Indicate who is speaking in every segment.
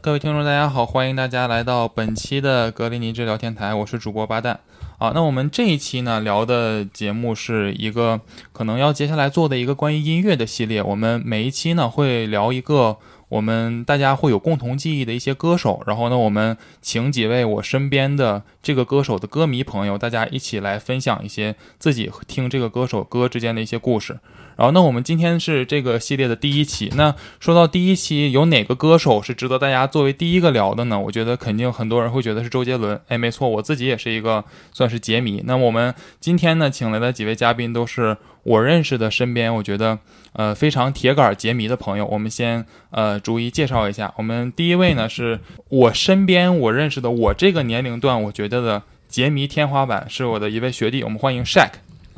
Speaker 1: 各位听众，大家好，欢迎大家来到本期的格林尼治聊天台，我是主播巴蛋。啊，那我们这一期呢聊的节目是一个可能要接下来做的一个关于音乐的系列。我们每一期呢会聊一个我们大家会有共同记忆的一些歌手，然后呢我们请几位我身边的这个歌手的歌迷朋友，大家一起来分享一些自己听这个歌手歌之间的一些故事。然后，那我们今天是这个系列的第一期。那说到第一期，有哪个歌手是值得大家作为第一个聊的呢？我觉得肯定很多人会觉得是周杰伦。哎，没错，我自己也是一个算是杰迷。那我们今天呢，请来的几位嘉宾都是我认识的，身边我觉得呃非常铁杆杰迷的朋友。我们先呃逐一介绍一下。我们第一位呢，是我身边我认识的我这个年龄段我觉得的杰迷天花板，是我的一位学弟。我们欢迎 Shaq。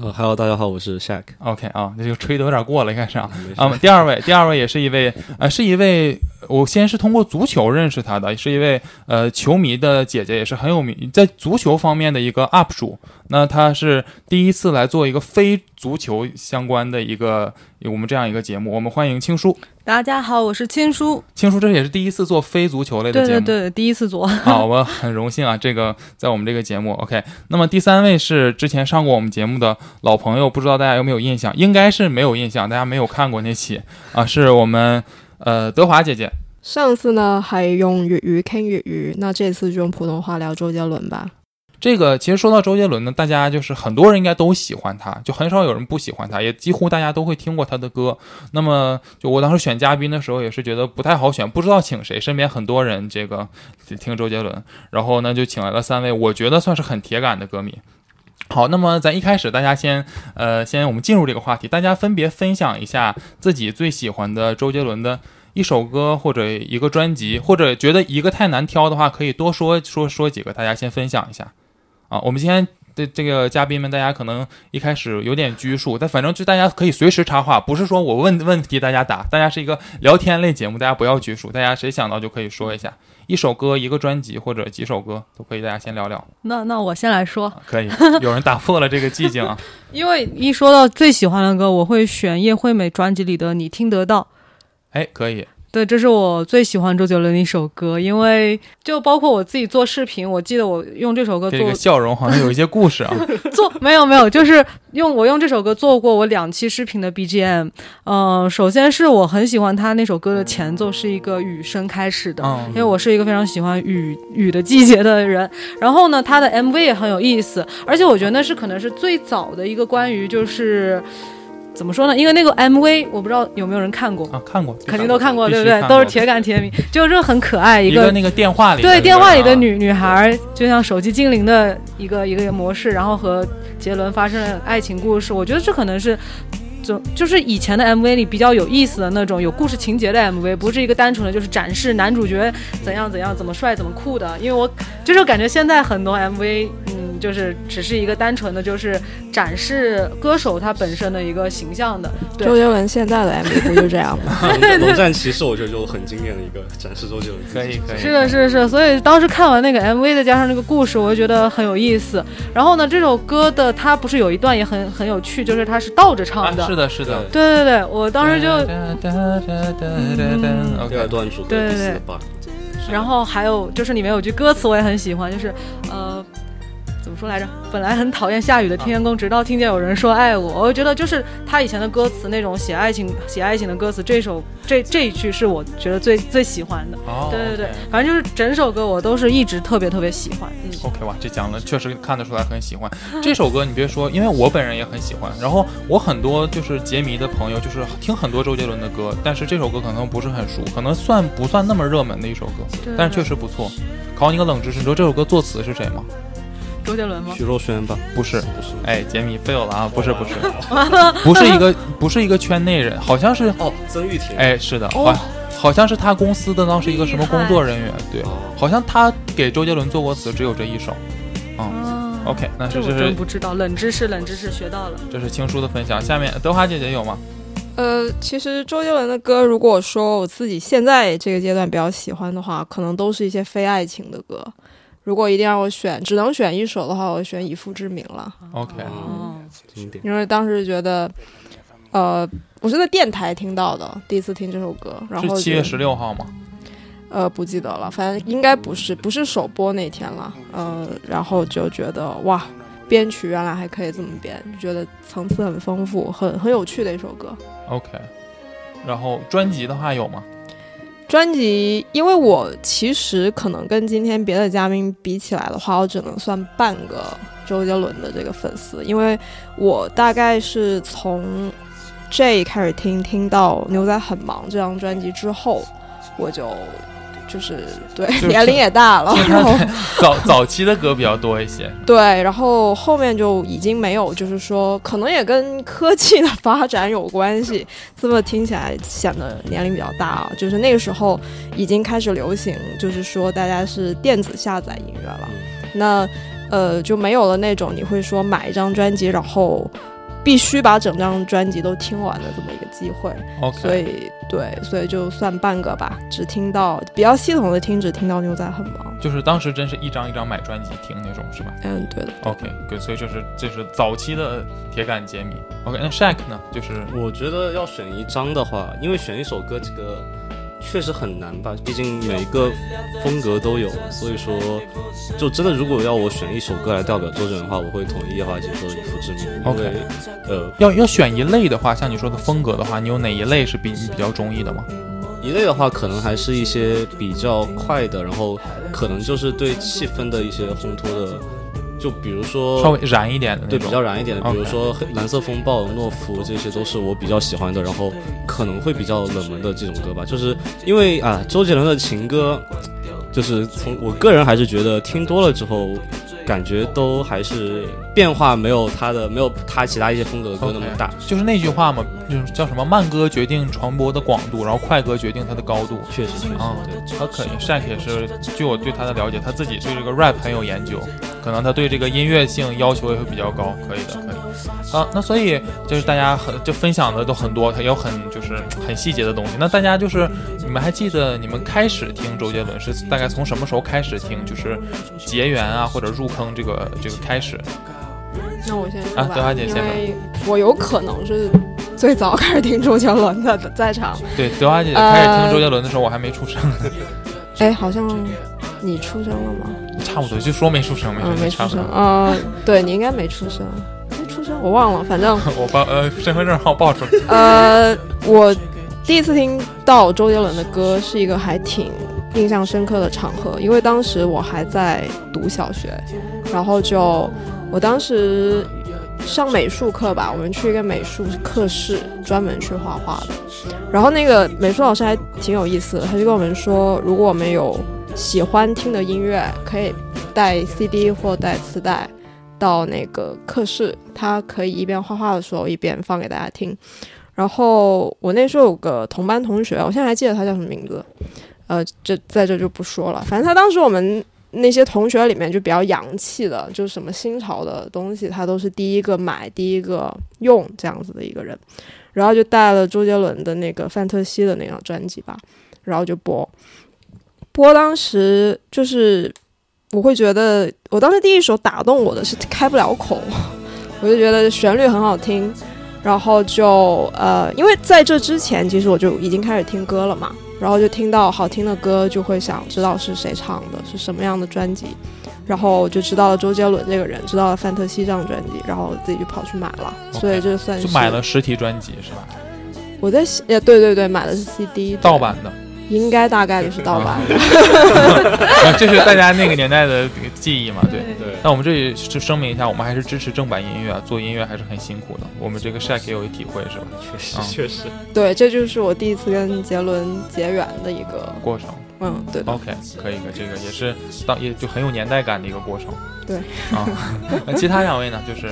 Speaker 2: 呃，Hello，大家好，我是 Shaq。
Speaker 1: OK 啊，这就吹的有点过了，一开始啊。啊、第二位，第二位也是一位，呃，是一位，我先是通过足球认识她的，是一位呃球迷的姐姐，也是很有名，在足球方面的一个 UP 主。那她是第一次来做一个非足球相关的一个我们这样一个节目，我们欢迎青叔。
Speaker 3: 大家好，我是千叔。
Speaker 1: 青叔这也是第一次做非足球类的
Speaker 3: 对
Speaker 1: 节
Speaker 3: 对
Speaker 1: 目。
Speaker 3: 对，第一次做，
Speaker 1: 好，我很荣幸啊，这个在我们这个节目，OK。那么第三位是之前上过我们节目的老朋友，不知道大家有没有印象？应该是没有印象，大家没有看过那期啊，是我们呃德华姐姐。
Speaker 4: 上次呢还用粤语倾粤语，那这次就用普通话聊周杰伦吧。
Speaker 1: 这个其实说到周杰伦呢，大家就是很多人应该都喜欢他，就很少有人不喜欢他，也几乎大家都会听过他的歌。那么，就我当时选嘉宾的时候，也是觉得不太好选，不知道请谁，身边很多人这个听周杰伦，然后呢就请来了三位，我觉得算是很铁杆的歌迷。好，那么咱一开始，大家先，呃，先我们进入这个话题，大家分别分享一下自己最喜欢的周杰伦的一首歌或者一个专辑，或者觉得一个太难挑的话，可以多说说说几个，大家先分享一下。啊，我们今天的这个嘉宾们，大家可能一开始有点拘束，但反正就大家可以随时插话，不是说我问问题大家答，大家是一个聊天类节目，大家不要拘束，大家谁想到就可以说一下，一首歌、一个专辑或者几首歌都可以，大家先聊聊。
Speaker 3: 那那我先来说，
Speaker 1: 可以，有人打破了这个寂静啊，
Speaker 3: 因为一说到最喜欢的歌，我会选叶惠美专辑里的《你听得到》。
Speaker 1: 哎，可以，
Speaker 3: 对，这是我最喜欢周杰伦的一首歌，因为就包括我自己做视频，我记得我用这首歌做
Speaker 1: 这个笑容好像有一些故 事啊。
Speaker 3: 做没有没有，就是用我用这首歌做过我两期视频的 BGM。嗯、首先是我很喜欢他那首歌的前奏是一个雨声开始的，
Speaker 1: 嗯
Speaker 3: 因为我是一个非常喜欢雨雨的季节的人。 然后呢，他的 MV 也很有意思，而且我觉得那是可能是最早的一个关于就是怎么说呢？因为那个 MV 我不知道有没有人看过，
Speaker 1: 啊，看过，
Speaker 3: 肯定都看过，
Speaker 1: 必
Speaker 3: 对
Speaker 1: 须
Speaker 3: 不对？
Speaker 1: 看
Speaker 3: 都
Speaker 1: 过
Speaker 3: 是铁杆铁迷，就是很可爱
Speaker 1: 一个那个电话里的那
Speaker 3: 对
Speaker 1: 个
Speaker 3: 电话里
Speaker 1: 啊
Speaker 3: 的女女孩儿，就像手机精灵的一个一个模式，然后和杰伦发生了爱情故事，我觉得这可能是。就就是以前的 MV 里比较有意思的那种有故事情节的 MV，不是一个单纯的就是展示男主角怎样怎样怎么帅怎么酷的。因为我就是感觉现在很多 MV，嗯，就是只是一个单纯的就是展示歌手他本身的一个形象的。对
Speaker 4: 周杰伦现在的 MV 不就这样吗？
Speaker 2: 龙战骑士我觉得就很经典的一个展示周杰伦自己。
Speaker 1: 可以可以
Speaker 3: 是的，是的是的，所以当时看完那个 MV，再加上这个故事，我就觉得很有意思。然后呢，这首歌的它不是有一段也很很有趣，就是它是倒着唱的。
Speaker 1: 啊，是的，是的，
Speaker 3: 对对对，我当时就，
Speaker 2: 第二
Speaker 1: OK，
Speaker 2: 段主歌的第四
Speaker 3: 对对
Speaker 2: 个 bar，
Speaker 3: 然后还有就是里面有句歌词我也很喜欢，就是呃。怎么说来着？本来很讨厌下雨的
Speaker 1: 啊
Speaker 3: 天空，直到听见有人说爱我，我就觉得就是他以前的歌词那种写爱情、写爱情的歌词，这首这这一句是我觉得最最喜欢的。
Speaker 1: 哦
Speaker 3: 对对对
Speaker 1: OK，哦
Speaker 3: 反正就是整首歌我都是一直特别特别喜欢。嗯，
Speaker 1: OK 哇，这讲的确实看得出来很喜欢 这首歌。你别说，因为我本人也很喜欢。然后我很多就是杰迷的朋友，就是听很多周杰伦的歌，但是这首歌可能不是很熟，可能算不算那么热门的一首歌，
Speaker 3: 对
Speaker 1: 但是确实不错。考你个冷知识，你知道这首歌作词是谁吗？
Speaker 3: 周杰伦吗？
Speaker 2: 徐若瑄吧？
Speaker 1: 不是，
Speaker 2: 不是，
Speaker 1: 哎，杰迷 fail 了啊，不是不 是，不是一个不是一个圈内人，好像是，
Speaker 2: 哦，曾玉婷。，
Speaker 1: 哎，是的，
Speaker 3: 哦
Speaker 1: 好，好像是他公司的当时一个什么工作人员，对，
Speaker 2: 哦，
Speaker 1: 好像他给周杰伦做过词只有这一首。
Speaker 3: 啊
Speaker 1: 哦 OK，那这
Speaker 3: 这我
Speaker 1: 这
Speaker 3: 真
Speaker 1: 是
Speaker 3: 不知道，冷知识，冷知识学到了。
Speaker 1: 这是青叔的分享。下面德华姐姐有吗？
Speaker 4: 呃，其实周杰伦的歌，如果说我自己现在这个阶段比较喜欢的话，可能都是一些非爱情的歌。如果一定让我选，只能选一首的话，我选《以父之名》了，
Speaker 1: OK
Speaker 3: 哦
Speaker 2: 经典。
Speaker 4: 因为当时觉得，呃，我是在电台听到的，第一次听这首歌，然
Speaker 1: 是
Speaker 4: 后就
Speaker 1: 七月十，六号吗？
Speaker 4: 呃，不记得了，反正应该不是，不是首播那天了，呃，然后就觉得哇，编曲原来还可以这么编，就觉得层次很丰富，很很有趣的一首歌。
Speaker 1: OK，然后专辑的话有吗？
Speaker 4: 专辑，因为我其实可能跟今天别的嘉宾比起来的话，我只能算半个周杰伦的这个粉丝，因为我大概是从 J 开始听，听到《牛仔很忙》这张专辑之后，我就就是对
Speaker 1: 就是
Speaker 4: 年龄也大了，然后
Speaker 1: 早早期的歌比较多一些。
Speaker 4: 对，然后后面就已经没有，就是说可能也跟科技的发展有关系，这么听起来显得年龄比较大啊。就是那个时候已经开始流行，就是说大家是电子下载音乐了，
Speaker 1: 嗯
Speaker 4: 那呃就没有了那种你会说买一张专辑，然后必须把整张专辑都听完的这么一个机会。所
Speaker 1: OK，
Speaker 4: 以对，所以就算半个吧，只听到比较系统的听，只听到牛仔很忙。
Speaker 1: 就是当时真是一张一张买专辑听那种是吧
Speaker 4: 嗯，对的。
Speaker 1: ？OK，对，所以就是就是早期的铁杆杰米。OK，那 Shaq 呢？就是
Speaker 2: 嗯我觉得要选一张的话，因为选一首歌这个确实很难吧，毕竟每个风格都有，所以说就真的如果要我选一首歌来代表周杰伦的话，我会统一的话就说以父之名，因
Speaker 1: OK
Speaker 2: 为呃
Speaker 1: 要要选一类的话，像你说的风格的话，你有哪一类是比你比较中意的吗？
Speaker 2: 一类的话可能还是一些比较快的，然后可能就是对气氛的一些烘托的，就比如说
Speaker 1: 稍微燃一点的那
Speaker 2: 呃对
Speaker 1: 种
Speaker 2: 比。较燃一点的，比如
Speaker 1: OK
Speaker 2: 说黑蓝色风暴、懦夫这些都是我比较喜欢的，然后可能会比较冷门的这种歌吧，就是因为啊，周杰伦的情歌，就是从我个人还是觉得听多了之后，感觉都还是变化没有他的没有他其他一些风格的歌那么大。
Speaker 1: 就是那句话嘛，就是叫什么慢歌决定传播的广度，然后快歌决定它的高度。
Speaker 2: 确实，确实，
Speaker 1: 啊、
Speaker 2: 对，
Speaker 1: 他可以 Shaq 也是，据我对他的了解，他自己对这个 rap 很有研究，可能他对这个音乐性要求也会比较高。可以的，可以。啊，那所以就是大家很就分享的都很多，他有很就是很细节的东西。那大家就是你们还记得你们开始听周杰伦是大概从什么时候开始听？就是结缘啊或者入坑这个这个开始？
Speaker 4: 那我先说
Speaker 1: 啊
Speaker 4: 吧，
Speaker 1: 德华姐
Speaker 4: 因
Speaker 1: 先吧
Speaker 4: 为我有可能是最早开始听周杰伦的，在场。
Speaker 1: 对，德华姐开始听周杰伦的时候，我还没出生，
Speaker 4: 哎，好像你出生了吗？
Speaker 1: 差不多就说没出生，没
Speaker 4: 嗯，没
Speaker 1: 差不
Speaker 4: 出
Speaker 1: 多
Speaker 4: 生。。呃，对你应该没出生，没出生我忘了，反正
Speaker 1: 我报呃身份证号报出来。
Speaker 4: 呃，我第一次听到周杰伦的歌是一个还挺印象深刻的场合，因为当时我还在读小学，然后就我当时上美术课吧，我们去一个美术课室专门去画画的，然后那个美术老师还挺有意思的，他就跟我们说，如果我们有喜欢听的音乐，可以带 CD 或带磁带。到那个课室，他可以一边画画的时候一边放给大家听。然后我那时候有个同班同学，我现在还记得他叫什么名字，呃，这在这就不说了。反正他当时我们那些同学里面就比较洋气的，就是什么新潮的东西，他都是第一个买、第一个用这样子的一个人。然后就带了周杰伦的那个《范特西》的那张专辑吧，然后就播。播当时就是我会觉得，我当时第一首打动我的是《开不了口》， 我就觉得旋律很好听，然后就呃，因为在这之前，其实我就已经开始听歌了嘛，然后就听到好听的歌，就会想知道是谁唱的，是什么样的专辑，然后就知道了周杰伦这个人，知道了《范特西》这张专辑，然后自己就跑去买了，所以这算是
Speaker 1: 就买了实体专辑是吧？
Speaker 4: 我在想，呃，对对对，买的是 CD，
Speaker 1: 盗，版的，
Speaker 4: 应该大概率是盗版。
Speaker 1: 啊这是大家那个年代的这个记忆嘛？对。
Speaker 2: 对，
Speaker 1: 那我们这里就声明一下，我们还是支持正版音乐啊，做音乐还是很辛苦的。我们这个 Shaq 也有体会是吧？
Speaker 2: 确
Speaker 1: 啊
Speaker 2: 实，确实，
Speaker 4: 对，这就是我第一次跟杰伦结缘的一个，
Speaker 1: 过程
Speaker 4: 嗯，对的，
Speaker 1: OK，可以的，这个也是当也就很有年代感的一个过程。
Speaker 4: 对。
Speaker 1: 啊，那其他两位呢？就是，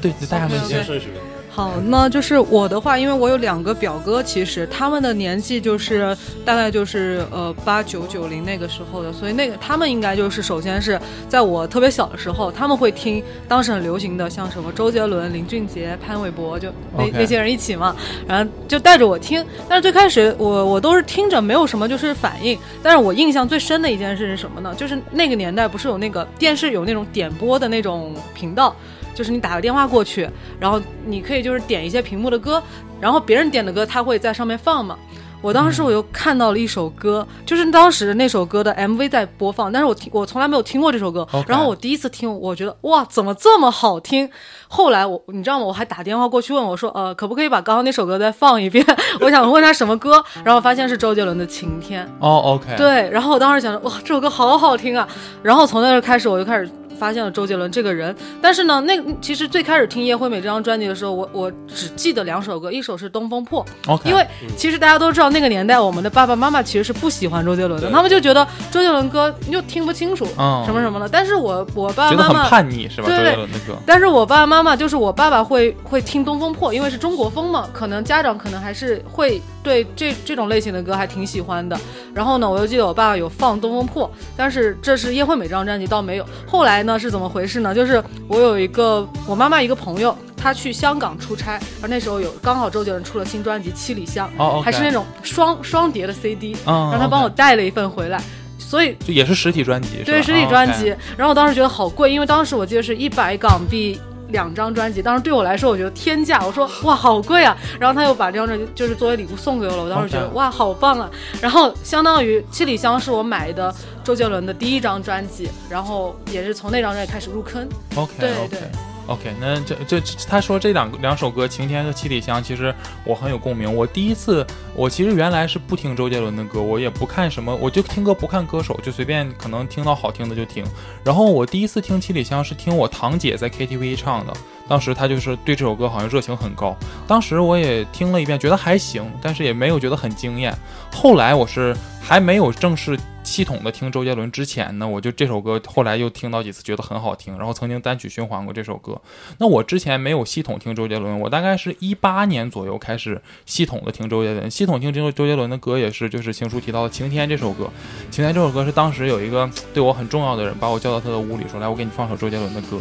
Speaker 1: 对，对大家问嗯先
Speaker 2: 先顺序。
Speaker 3: 好，那就是我的话，因为我有两个表哥，其实他们的年纪就是大概就是呃八九九零那个时候的，所以那个他们应该就是首先是在我特别小的时候，他们会听当时很流行的像什么周杰伦、林俊杰、潘玮柏，就那
Speaker 1: OK
Speaker 3: 那些人一起嘛，然后就带着我听。但是最开始我我都是听着没有什么就是反应，但是我印象最深的一件事是什么呢？就是那个年代不是有那个电视有那种点播的那种频道。就是你打个电话过去，然后你可以就是点一些屏幕的歌，然后别人点的歌他会在上面放嘛。我当时我又看到了一首歌，就是当时那首歌的 MV 在播放，但是我听我从来没有听过这首歌。
Speaker 1: OK
Speaker 3: 然后我第一次听，我觉得哇，怎么这么好听？后来我你知道吗？我还打电话过去问我说，呃，可不可以把刚刚那首歌再放一遍？ 我想问他什么歌，然后发现是周杰伦的《晴天》。
Speaker 1: 哦，OK，，
Speaker 3: 对，然后我当时想着，哇，这首歌好好听啊！然后从那儿开始，我就开始发现了周杰伦这个人。但是呢，那其实最开始听叶惠美这张专辑的时候，我我只记得两首歌，一首是《东风破》，
Speaker 1: OK，
Speaker 3: 因为其实大家都知道，那个年代我们的爸爸妈妈其实是不喜欢周杰伦的，他们就觉得周杰伦歌又听不清楚，
Speaker 1: 嗯
Speaker 3: 什么什么的。但是我我爸
Speaker 1: 觉得
Speaker 3: 爸妈
Speaker 1: 很
Speaker 3: 妈。
Speaker 1: 叛逆是吧？周
Speaker 3: 对
Speaker 1: 杰伦的歌，
Speaker 3: 但是我爸爸妈妈就是我爸爸会会听《东风破》，因为是中国风嘛，可能家长可能还是会对这这种类型的歌还挺喜欢的。然后呢，我又记得我爸爸有放《东风破》，但是这是叶惠美这张专辑倒没有。后来呢是怎么回事呢？就是我有一个我妈妈一个朋友，她去香港出差，而那时候有刚好周杰伦出了新专辑《七里香》，
Speaker 1: 哦，OK，
Speaker 3: 还是那种双双碟的 CD，
Speaker 1: 嗯，
Speaker 3: 让她帮我
Speaker 1: OK，
Speaker 3: 带了一份回来。所以
Speaker 1: 就也是实体专辑，
Speaker 3: 对，
Speaker 1: 是
Speaker 3: 实
Speaker 1: 吧
Speaker 3: 体专，
Speaker 1: 哦
Speaker 3: 辑。然后我当时觉得好贵，因为当时我记得是一百港币。两张专辑，当时对我来说，我觉得天价。我说哇，好贵啊！然后他又把这张专辑就是作为礼物送给我了，我当时觉得
Speaker 1: OK
Speaker 3: 哇，好棒啊！然后相当于《七里香》是我买的周杰伦的第一张专辑，然后也是从那张专辑开始入坑。
Speaker 1: OK，
Speaker 3: 对
Speaker 1: o
Speaker 3: 对
Speaker 1: k OK，那这这这他说这两两首歌《晴天》和《七里香》，其实我很有共鸣。我第一次，我其实原来是不听周杰伦的歌，我也不看什么，我就听歌不看歌手，就随便可能听到好听的就听。然后我第一次听《七里香》是听我堂姐在 KTV 唱的，当时她就是对这首歌好像热情很高。当时我也听了一遍，觉得还行，但是也没有觉得很惊艳。后来我是还没有正式系统的听周杰伦之前呢，我就这首歌后来又听到几次，觉得很好听，然后曾经单曲循环过这首歌。那我之前没有系统听周杰伦，我大概是一八年左右开始系统的听周杰伦，系统听周周杰伦的歌也是就是情书提到的《晴天》这首歌，《晴天》这首歌是当时有一个对我很重要的人把我叫到他的屋里说，来我给你放首周杰伦的歌，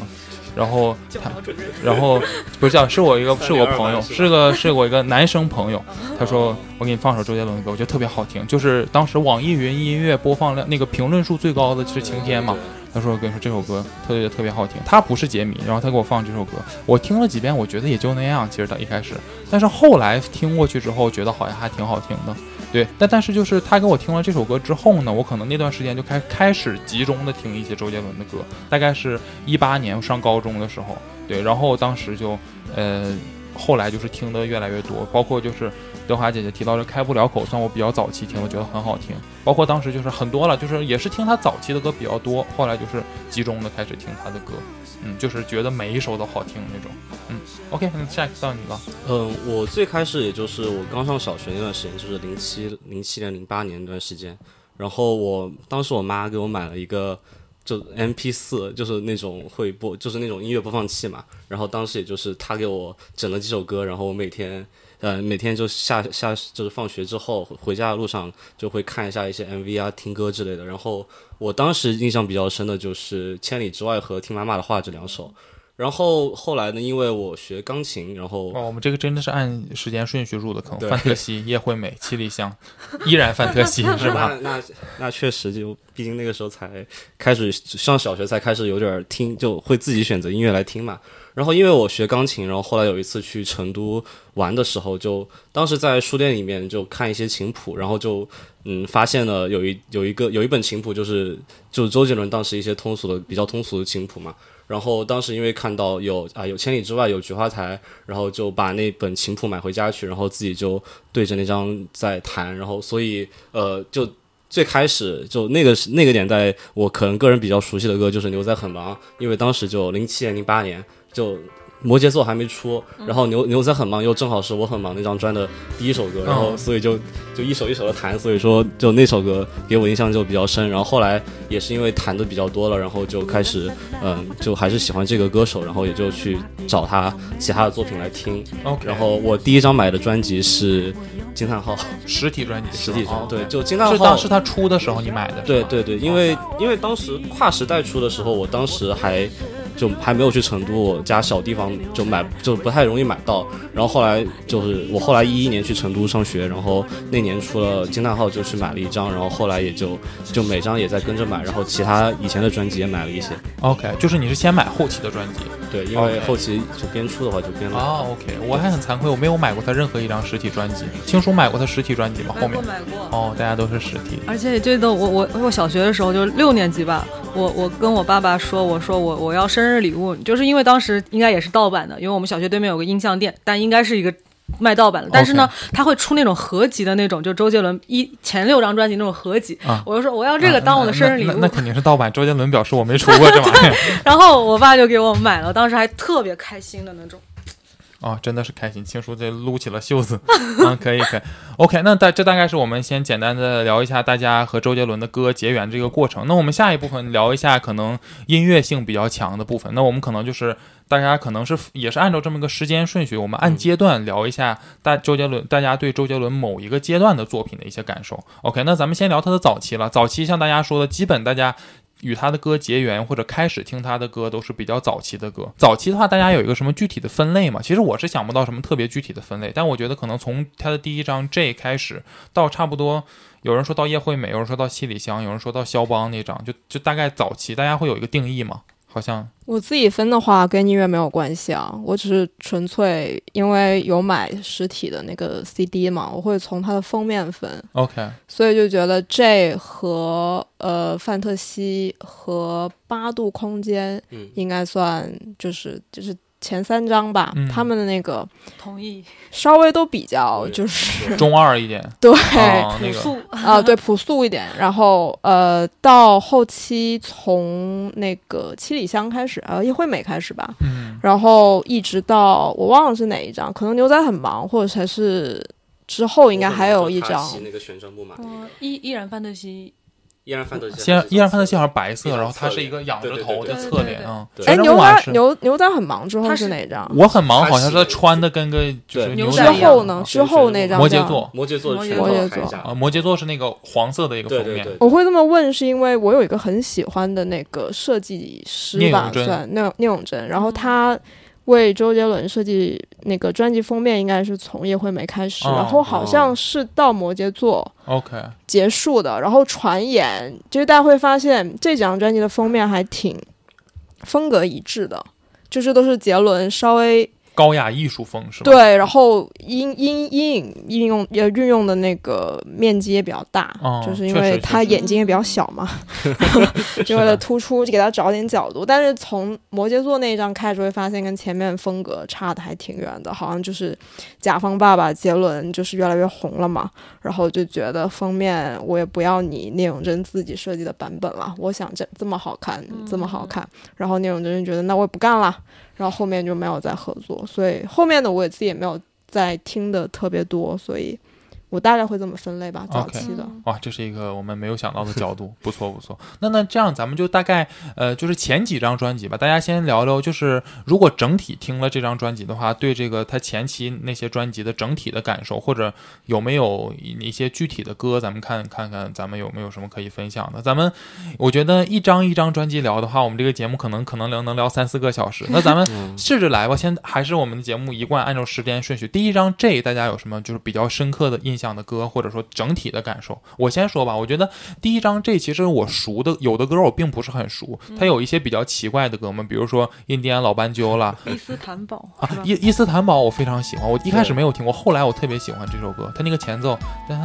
Speaker 1: 然后
Speaker 3: 教
Speaker 1: 他
Speaker 3: 导主任，
Speaker 1: 然后不是、啊，是我一个是我朋友，
Speaker 2: 302
Speaker 1: 是个是我一个男生朋友，他说我给你放首周杰伦的歌，我觉得特别好听，就是当时网易云音乐播放量那个评论数最高的是《晴天》嘛。他说我跟你说这首歌特别特别好听，他不是杰米，然后他给我放这首歌，我听了几遍，我觉得也就那样，其实他一开始，但是后来听过去之后，觉得好像还挺好听的。对，但但是就是他给我听了这首歌之后呢，我可能那段时间就开开始集中的听一些周杰伦的歌，大概是一八年上高中的时候，对，然后当时就，呃，后来就是听的越来越多，包括就是德华姐姐提到这开不了口，算我比较早期听的，觉得很好听，包括当时就是很多了，就是也是听她早期的歌比较多，后来就是集中的开始听她的歌，嗯，就是觉得每一首都好听那种，嗯，OK，那下一个到你了，
Speaker 2: 嗯，我最开始也就是我刚上小学那段时间，就是零七零七年零八年那段时间，然后我当时我妈给我买了一个就 M P 四，就是那种会播，就是那种音乐播放器嘛。然后当时也就是她给我整了几首歌，然后我每天呃每天就下下就是放学之后回家的路上就会看一下一些 M V 啊、听歌之类的。然后我当时印象比较深的就是《千里之外》和《听妈妈的话》这两首。然后后来呢，因为我学钢琴，然后
Speaker 1: 哦，我们这个真的是按时间顺序入的坑，
Speaker 2: 对
Speaker 1: 范特 西、叶惠美、七里香，依然范特西是 吧？
Speaker 2: 那那那确实就，毕竟那个时候才开始上小学，才开始有点儿听，就会自己选择音乐来听嘛。然后因为我学钢琴，然后后来有一次去成都玩的时候就，当时在书店里面就看一些琴谱，然后就嗯发现了有一有一个有一本琴谱，就是就是周杰伦当时一些通俗的比较通俗的琴谱嘛。然后当时因为看到有啊有千里之外有菊花台，然后就把那本琴谱买回家去，然后自己就对着那张在弹，然后所以呃就最开始就那个那个年代，我可能个人比较熟悉的歌就是《牛仔很忙》，因为当时就零七年、零八年就。摩羯座还没出，
Speaker 1: 嗯
Speaker 2: 然后牛牛仔很忙又正好是我很忙那张专的第一首歌，
Speaker 1: 嗯
Speaker 2: 然后所以就就一首一首的弹，所以说就那首歌给我印象就比较深。然后后来也是因为弹的比较多了，然后就开始嗯，就还是喜欢这个歌手，然后也就去找他其他的作品来听。
Speaker 1: OK，
Speaker 2: 然后我第一张买的专辑是惊叹号
Speaker 1: 实体专辑是
Speaker 2: 实
Speaker 1: 吧，
Speaker 2: 体专，对，
Speaker 1: 哦
Speaker 2: 就惊叹号
Speaker 1: 是当时他出的时候你买的，
Speaker 2: 对对对，因为因为当时跨时代出的时候，我当时还就还没有去成都，我家小地方就买就不太容易买到。然后后来就是我后来一一年去成都上学，然后那年出了惊叹号就去买了一张，然后后来也就就每张也在跟着买，然后其他以前的专辑也买了一些。
Speaker 1: OK，就是你是先买后期的专辑
Speaker 2: 对，因为
Speaker 1: OK
Speaker 2: 后期就边出的话就边买。
Speaker 1: 啊？OK，我还很惭愧，我没有买过他任何一张实体专辑。青叔买过他实体专辑吗？后
Speaker 3: 买过
Speaker 1: 面
Speaker 3: 买过。
Speaker 1: 哦，大家都是实体。
Speaker 3: 而且最逗，我我我小学的时候就是六年级吧，我我跟我爸爸说，我说我我要生日礼物，就是因为当时应该也是盗版的，因为我们小学对面有个音像店，但应该是一个卖盗版的，但是呢，他会出那种合集的那种，就周杰伦一前六张专辑那种合集，
Speaker 1: 啊
Speaker 3: 我就说我要这个
Speaker 1: 啊
Speaker 3: 当我的
Speaker 1: 那
Speaker 3: 生日礼
Speaker 1: 那
Speaker 3: 物
Speaker 1: 那，那肯定是盗版。周杰伦表示我没出过这玩意 儿。
Speaker 3: 然后我爸就给我买了，当时还特别开心的那种。
Speaker 1: 哦，真的是开心，青叔这撸起了袖子。嗯，可以，可以。OK，那大这大概是我们先简单的聊一下大家和周杰伦的歌结缘这个过程。那我们下一部分聊一下可能音乐性比较强的部分。那我们可能就是大家可能是也是按照这么一个时间顺序，我们按阶段聊一下大周杰伦，大家对周杰伦某一个阶段的作品的一些感受。OK，那咱们先聊他的早期了。早期像大家说的，基本大家与他的歌结缘或者开始听他的歌都是比较早期的歌。早期的话，大家有一个什么具体的分类吗？其实我是想不到什么特别具体的分类，但我觉得可能从他的第一张 J 开始，到差不多有人说到叶惠美，有人说到七里香，有人说到肖邦那张，就就大概早期大家会有一个定义吗？好像
Speaker 4: 我自己分的话跟音乐没有关系啊，我只是纯粹因为有买实体的那个 CD 嘛，我会从它的封面分，
Speaker 1: OK
Speaker 4: 所以就觉得 J 和呃范特西和八度空间
Speaker 2: 嗯
Speaker 4: 应该算就是就是前三张吧，
Speaker 1: 嗯
Speaker 4: 他们的那个
Speaker 3: 同意，
Speaker 4: 稍微都比较
Speaker 2: 对
Speaker 4: 就是
Speaker 1: 中二一点
Speaker 4: 对
Speaker 1: 啊，那
Speaker 3: 朴
Speaker 1: 个
Speaker 3: 素，
Speaker 4: 啊、对朴素一点，然后呃到后期从那个七里香开始，呃叶惠美开始吧，
Speaker 1: 嗯
Speaker 4: 然后一直到我忘了是哪一张，可能牛仔很忙，或者才是之后应该还有一张，哦
Speaker 2: 那个旋转木马，
Speaker 3: 嗯，依依然范特西，
Speaker 2: 依然范特西，
Speaker 1: 先依然范特西好像白色，
Speaker 2: 一张
Speaker 1: 然后它
Speaker 2: 侧
Speaker 1: 是一个仰着
Speaker 2: 对对
Speaker 1: 头
Speaker 2: 对
Speaker 1: 的
Speaker 3: 对
Speaker 1: 侧
Speaker 3: 对
Speaker 1: 脸
Speaker 3: 对
Speaker 1: 啊。
Speaker 2: 对
Speaker 4: 哎
Speaker 1: 旋转
Speaker 4: 牛
Speaker 1: 木马
Speaker 4: 仔
Speaker 1: 是
Speaker 4: 牛牛仔很忙之后
Speaker 3: 它
Speaker 4: 是
Speaker 3: 是
Speaker 4: 哪张？
Speaker 1: 我很忙，好像是
Speaker 2: 它
Speaker 1: 他
Speaker 2: 是
Speaker 1: 穿的跟个就是
Speaker 2: 对
Speaker 1: 牛
Speaker 3: 牛
Speaker 1: 仔
Speaker 3: 仔
Speaker 1: 一
Speaker 4: 之
Speaker 1: 样啊
Speaker 4: 后呢？之后那张
Speaker 1: 摩羯
Speaker 4: 叫
Speaker 1: 座
Speaker 2: 摩羯座
Speaker 3: 摩羯
Speaker 2: 全
Speaker 3: 座
Speaker 2: 都看一下
Speaker 1: 啊，摩羯座是那个黄色的一个
Speaker 2: 对
Speaker 1: 封
Speaker 2: 对
Speaker 1: 面
Speaker 2: 对，
Speaker 4: 我会这么问，是因为我有一个很喜欢的那个设计师
Speaker 1: 聂
Speaker 4: 吧
Speaker 1: 永，贞
Speaker 4: 算聂聂永贞，然后他为周杰伦设计那个专辑封面，应该是从叶惠美开始，
Speaker 1: 哦
Speaker 4: 然后好像
Speaker 2: 哦
Speaker 4: 是到摩羯座
Speaker 1: OK，
Speaker 4: 结束的。然后传言就是大家会发现这几张专辑的封面还挺风格一致的，就是都是杰伦稍微
Speaker 1: 高雅艺术风是吧？
Speaker 4: 对，然后阴阴阴影运用也运用的那个面积也比较大，
Speaker 1: 哦
Speaker 4: 就是因
Speaker 1: 确实
Speaker 4: 为
Speaker 1: 确
Speaker 4: 他
Speaker 1: 实
Speaker 4: 眼睛也比较小 嘛，就为了突出，就给他找点角度。但是从摩羯座那一张开始，会发现跟前面风格差的还挺远的，好像就是甲方爸爸杰伦就是越来越红了嘛，然后就觉得封面我也不要你聂永贞自己设计的版本了，我想这这么好看，这么
Speaker 1: 嗯
Speaker 4: 好看，然后聂永贞就觉得那我也不干了，然后后面就没有再合作，所以后面的我也自己也没有再听的特别多，所以我大概会这么分类吧，早
Speaker 1: OK
Speaker 4: 期的。
Speaker 3: 嗯
Speaker 1: 哇，这是一个我们没有想到的角度，不错不错。那那这样咱们就大概呃，就是前几张专辑吧，大家先聊聊，就是如果整体听了这张专辑的话，对这个他前期那些专辑的整体的感受，或者有没有一些具体的歌，咱们看看看咱们有没有什么可以分享的。咱们我觉得一张一张专辑聊的话，我们这个节目可能可能能能聊三四个小时。那咱们试着来吧，先还是我们的节目一贯按照时间顺序。第一张 J，大家有什么就是比较深刻的印象的歌，或者说整体的感受？我先说吧，我觉得第一张 J 其实我熟的有的歌我并不是很熟，它有一些比较奇怪的歌嘛，比如说《印第安老斑鸠》啦，
Speaker 3: 伊斯坦堡
Speaker 1: 啊
Speaker 3: 是吧，
Speaker 1: 伊伊斯坦堡我非常喜欢，我一开始
Speaker 2: 对
Speaker 1: 没有听过，后来我特别喜欢这首歌，它那个前奏哒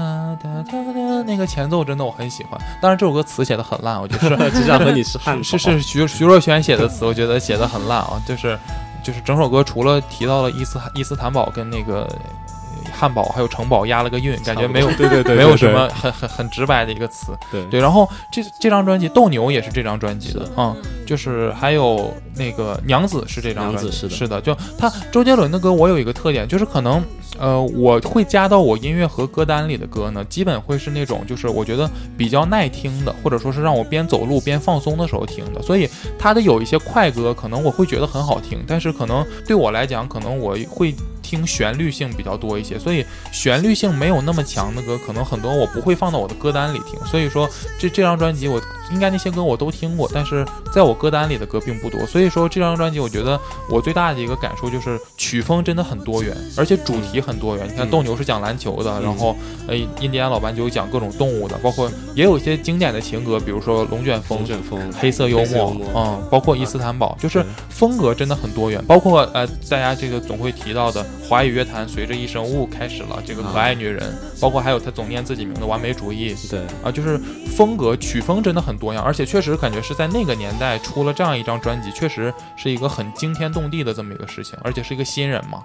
Speaker 1: 哒哒哒，那个前奏真的我很喜欢。当然这首歌词写的很烂，我觉得是
Speaker 2: 只想和你吃汉堡。
Speaker 1: 是是徐徐若瑄写的词，我觉得写的很烂啊，就是就是整首歌除了提到了伊斯伊斯坦堡跟那个呃汉堡还有城堡押了个韵，感觉 没有
Speaker 2: 对对对，
Speaker 1: 没有什么很很很直白的一个词。
Speaker 2: 对
Speaker 1: 对，然后这这张专辑《斗牛》也是这张专辑的啊、嗯，就是还有那个《娘子》是这张专辑，
Speaker 2: 娘子是的
Speaker 1: 就他周杰伦的歌，我有一个特点，就是可能呃，我会加到我音乐盒歌单里的歌呢，基本会是那种就是我觉得比较耐听的，或者说是让我边走路边放松的时候听的，所以他的有一些快歌，可能我会觉得很好听，但是可能对我来讲，可能我会听旋律性比较多一些，所以旋律性没有那么强的歌，可能很多我不会放到我的歌单里听。所以说，这这张专辑我应该那些歌我都听过，但是在我歌单里的歌并不多。所以说这张专辑，我觉得我最大的一个感受就是曲风真的很多元，而且主题很多元。你看
Speaker 2: 嗯
Speaker 1: 斗牛是讲篮球的，
Speaker 2: 嗯
Speaker 1: 然后呃印第安老斑鸠讲各种动物的，包括也有一些经典的情歌，比如说龙卷风
Speaker 2: 龙。卷风，
Speaker 1: 黑色幽
Speaker 2: 黑色幽
Speaker 1: 默
Speaker 2: 默，
Speaker 1: 嗯，包括伊斯坦堡，就是
Speaker 2: 对
Speaker 1: 风格真的很多元，包括呃，大家这个总会提到的华语乐坛，随着一生物开始了这
Speaker 2: 嗯
Speaker 1: 个可爱女人，包括还有她总念自己名的完美主义
Speaker 2: 对，
Speaker 1: 啊，就是风格曲风真的很多样，而且确实感觉是在那个年代出了这样一张专辑，确实是一个很惊天动地的这么一个事情，而且是一个新人嘛，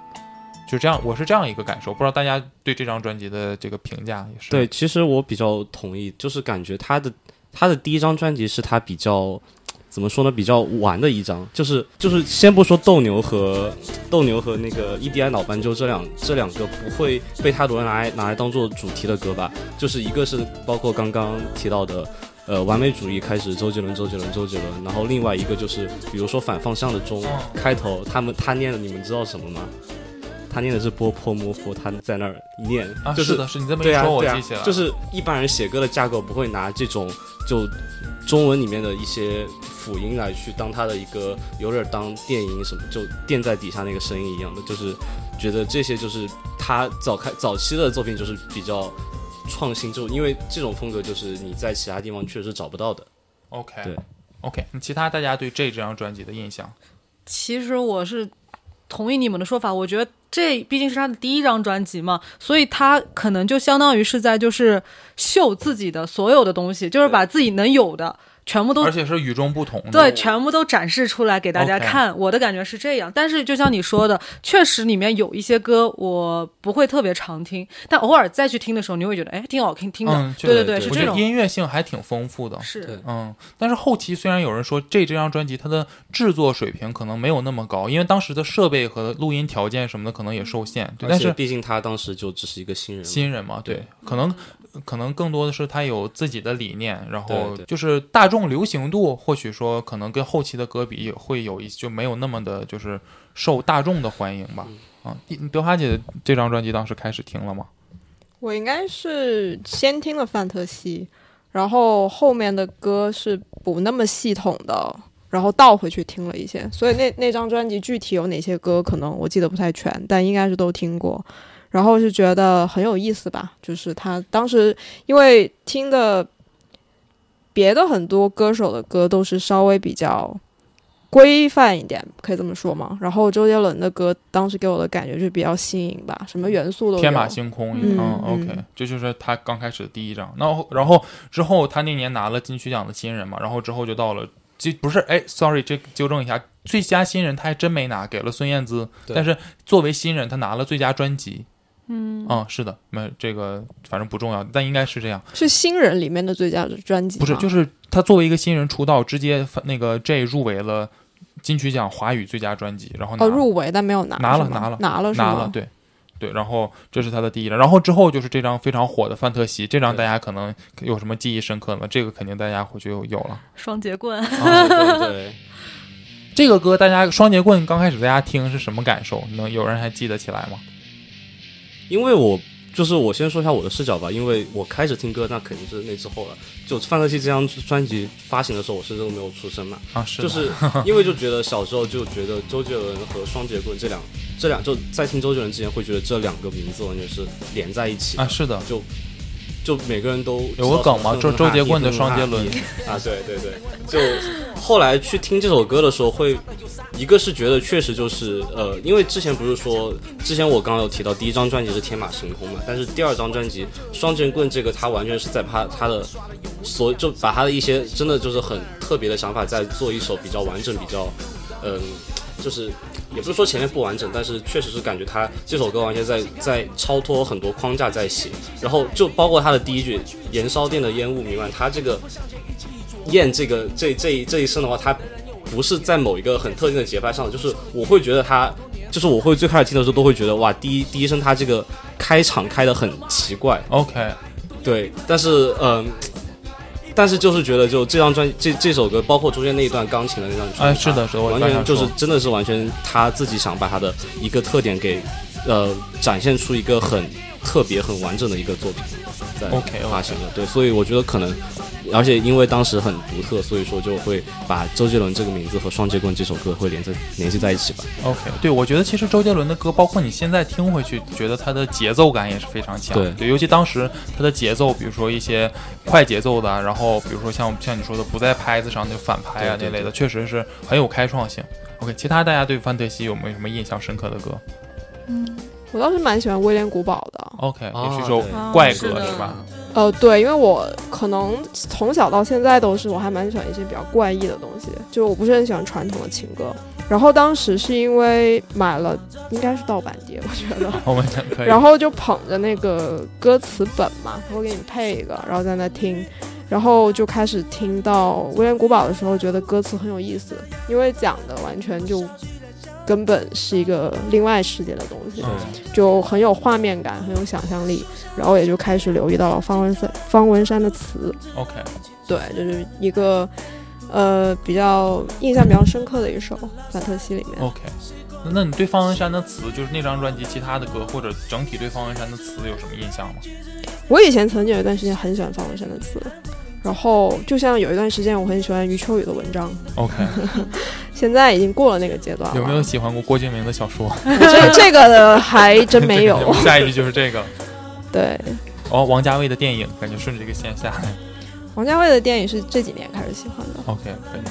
Speaker 1: 就这样，我是这样一个感受，不知道大家对这张专辑的这个评价也是
Speaker 2: 对，其实我比较同意，就是感觉他的他的第一张专辑是他比较怎么说呢，比较玩的一张，就是就是先不说斗牛和斗牛和那个 EDI 脑斑鸠这两这两个不会被太多人拿来拿来当做主题的歌吧，就是一个是包括刚刚提到的。呃，完美主义开始，周杰伦，周杰伦，周杰伦。然后另外一个就是，比如说反方向的钟
Speaker 1: 哦
Speaker 2: 开头，他们他念的，你们知道什么吗？他念的是波泼摩佛，他在那儿念，
Speaker 1: 啊，
Speaker 2: 就是
Speaker 1: 是的，是你这么一
Speaker 2: 对啊
Speaker 1: 说，，我
Speaker 2: 对
Speaker 1: 记
Speaker 2: 啊
Speaker 1: 起来了，
Speaker 2: 就是一般人写歌的架构不会拿这种就中文里面的一些辅音来去当它的一个有点当电音什么，就垫在底下那个声音一样的，就是觉得这些就是他早开早期的作品就是比较创新，就因为这种风格就是你在其他地方确实找不到的。
Speaker 1: OK，
Speaker 2: 对
Speaker 1: o k 其他大家对这张专辑的印象，
Speaker 3: 其实我是同意你们的说法，我觉得这毕竟是他的第一张专辑嘛，所以他可能就相当于是在就是秀自己的所有的东西，就是把自己能有的全部都
Speaker 1: 而且是与众不同的。嗯
Speaker 3: 对，全部都展示出来给大家
Speaker 1: OK
Speaker 3: 看。我的感觉是这样，但是就像你说的，确实里面有一些歌我不会特别常听，但偶尔再去听的时候，你会觉得哎，挺好听听的。
Speaker 1: 嗯
Speaker 3: 对
Speaker 2: 对
Speaker 3: 对，
Speaker 2: 对
Speaker 3: 是
Speaker 1: 我
Speaker 3: 这
Speaker 1: 觉得
Speaker 3: 种。
Speaker 1: 音乐性还挺丰富的。
Speaker 3: 是
Speaker 2: 对
Speaker 1: 嗯，但是后期虽然有人说这这张专辑它的制作水平可能没有那么高，因为当时的设备和录音条件什么的可能也受限，对，
Speaker 2: 而
Speaker 1: 但
Speaker 2: 且
Speaker 1: 是
Speaker 2: 毕竟他当时就只是一个新人嘛，
Speaker 1: 新人嘛，对
Speaker 2: 对，
Speaker 1: 可能可能更多的是他有自己的理念，然后
Speaker 2: 对对
Speaker 1: 就是大众流行度，或许说可能跟后期的歌比也会有一就没有那么的，就是受大众的欢迎吧。
Speaker 2: 嗯
Speaker 1: 啊，你你德华姐这张专辑当时开始听了吗？
Speaker 4: 我应该是先听了《范特西》，然后后面的歌是不那么系统的，然后倒回去听了一些。所以那那张专辑具体有哪些歌，可能我记得不太全，但应该是都听过。然后是觉得很有意思吧，就是他当时因为听的别的很多歌手的歌都是稍微比较规范一点，可以这么说吗？然后周杰伦的歌当时给我的感觉就比较新颖吧，什么元素都有。
Speaker 1: 天马行空一样，
Speaker 4: 嗯嗯
Speaker 1: o k 这就是他刚开始的第一张。然后，然后之后他那年拿了金曲奖的新人嘛，然后之后就到了，这不是哎，sorry，这纠正一下，最佳新人他还真没拿，给了孙燕姿，
Speaker 2: 对
Speaker 1: 但是作为新人他拿了最佳专辑。嗯，啊、是的，没这个反正不重要，但应该是这样，
Speaker 4: 是新人里面的最佳专辑吗，
Speaker 1: 不是就是他作为一个新人出道，直接那个 J 入围了金曲奖华语最佳专辑，然后拿
Speaker 4: 哦
Speaker 1: 了
Speaker 4: 入围但没有拿，
Speaker 1: 拿了
Speaker 4: 是吗
Speaker 1: 拿了
Speaker 4: 拿了是吗
Speaker 1: 拿了，对对，然后这是他的第一张，然后之后就是这张非常火的《范特西》，这张大
Speaker 2: 对
Speaker 1: 家可能有什么记忆深刻呢？这个肯定大家回去有有了。
Speaker 3: 双节棍，
Speaker 2: 啊对对，
Speaker 1: 这个歌大家双节棍刚开始大家听是什么感受？能有人还记得起来吗？
Speaker 2: 因为我就是我先说一下我的视角吧，因为我开始听歌那肯定是那之后了。就《范特西》这张专辑发行的时候，我甚至都没有出生嘛，
Speaker 1: 啊，是
Speaker 2: 就
Speaker 1: 的
Speaker 2: 是因为就觉得小时候就觉得周杰伦和双截棍这两这两就在听周杰伦之前会觉得这两个名字完全是连在一起的
Speaker 1: 啊，是的，
Speaker 2: 就就每个人都
Speaker 1: 有个梗嘛周周杰棍的双杰伦
Speaker 2: 啊，对对对，就后来去听这首歌的时候会，一个是觉得确实就是呃，因为之前不是说，之前我刚刚有提到第一张专辑是天马行空嘛，但是第二张专辑双截棍这个，他完全是在把他的所就把他的一些真的就是很特别的想法，在做一首比较完整、比较嗯、就是也不是说前面不完整，但是确实是感觉他这首歌完全在在超脱很多框架在写，然后就包括他的第一句“燃烧店的烟雾弥漫”，他这个焰这个这这一这一声的话，它不是在某一个很特定的节拍上的，就是我会觉得它，就是我会最开始听的时候都会觉得哇，第一第一声它这个开场开的很奇怪，
Speaker 1: OK，
Speaker 2: 对，但是嗯。但是就是觉得，就这张专这这首歌，包括中间那一段钢琴的那段
Speaker 1: 哎，是
Speaker 2: 穿插
Speaker 1: 的，是的，我
Speaker 2: 啊完
Speaker 1: 刚想
Speaker 2: 全就是
Speaker 1: 说
Speaker 2: 真的是完全他自己想把他的一个特点给，呃，展现出一个很特别、很完整的一个作品，在
Speaker 1: OK，OK
Speaker 2: 发行的。对，所以我觉得可能而且因为当时很独特，所以说就会把周杰伦这个名字和《双截棍》这首歌会连在联系在一起吧。
Speaker 1: OK，对，我觉得其实周杰伦的歌，包括你现在听回去，觉得他的节奏感也是非常强。
Speaker 2: 对
Speaker 1: 尤其当时他的节奏，比如说一些快节奏的，然后比如说像像你说的不在拍子上就反拍啊
Speaker 2: 对对
Speaker 1: 那类的，
Speaker 2: 对
Speaker 1: 确实是很有开创性。OK，其他大家对范特西有没有什么印象深刻的歌
Speaker 4: 我倒是蛮喜欢威廉古堡的。
Speaker 1: ？OK，、
Speaker 2: 哦
Speaker 1: 也是一首
Speaker 3: 对
Speaker 1: 怪
Speaker 3: 是
Speaker 1: 歌
Speaker 3: 的
Speaker 1: 是吧？
Speaker 4: 呃，对，因为我可能从小到现在都是，我还蛮喜欢一些比较怪异的东西，就我不是很喜欢传统的情歌。然后当时是因为买了，应该是盗版碟，我觉得。
Speaker 1: 我们讲可以。
Speaker 4: 然后就捧着那个歌词本嘛，他会给你配一个，然后在那听，然后就开始听到《威廉古堡》的时候，觉得歌词很有意思，因为讲的完全就根本是一个另外世界的东西，
Speaker 1: 嗯
Speaker 4: 就很有画面感，很有想象力，然后也就开始留意到了方文山方文山的词，
Speaker 1: ，OK，
Speaker 4: 对，这就是一个呃比较印象比较深刻的一首《反特西》里面。
Speaker 1: OK，那那你对方文山的词，就是那张专辑其他的歌，或者整体对方文山的词有什么印象吗？
Speaker 4: 我以前曾经有一段时间很喜欢方文山的词，然后就像有一段时间我很喜欢余秋雨的文章，
Speaker 1: ？OK，
Speaker 4: 现在已经过了那个阶段了。
Speaker 1: 有没有喜欢过郭敬明的小说？
Speaker 4: 这这个的还真没有。
Speaker 1: 下一句就是这个。
Speaker 4: 对，
Speaker 1: 哦，王家卫的电影，感觉顺着这个线下来。
Speaker 4: 王家卫的电影是这几年开始喜欢的。
Speaker 1: OK，可以。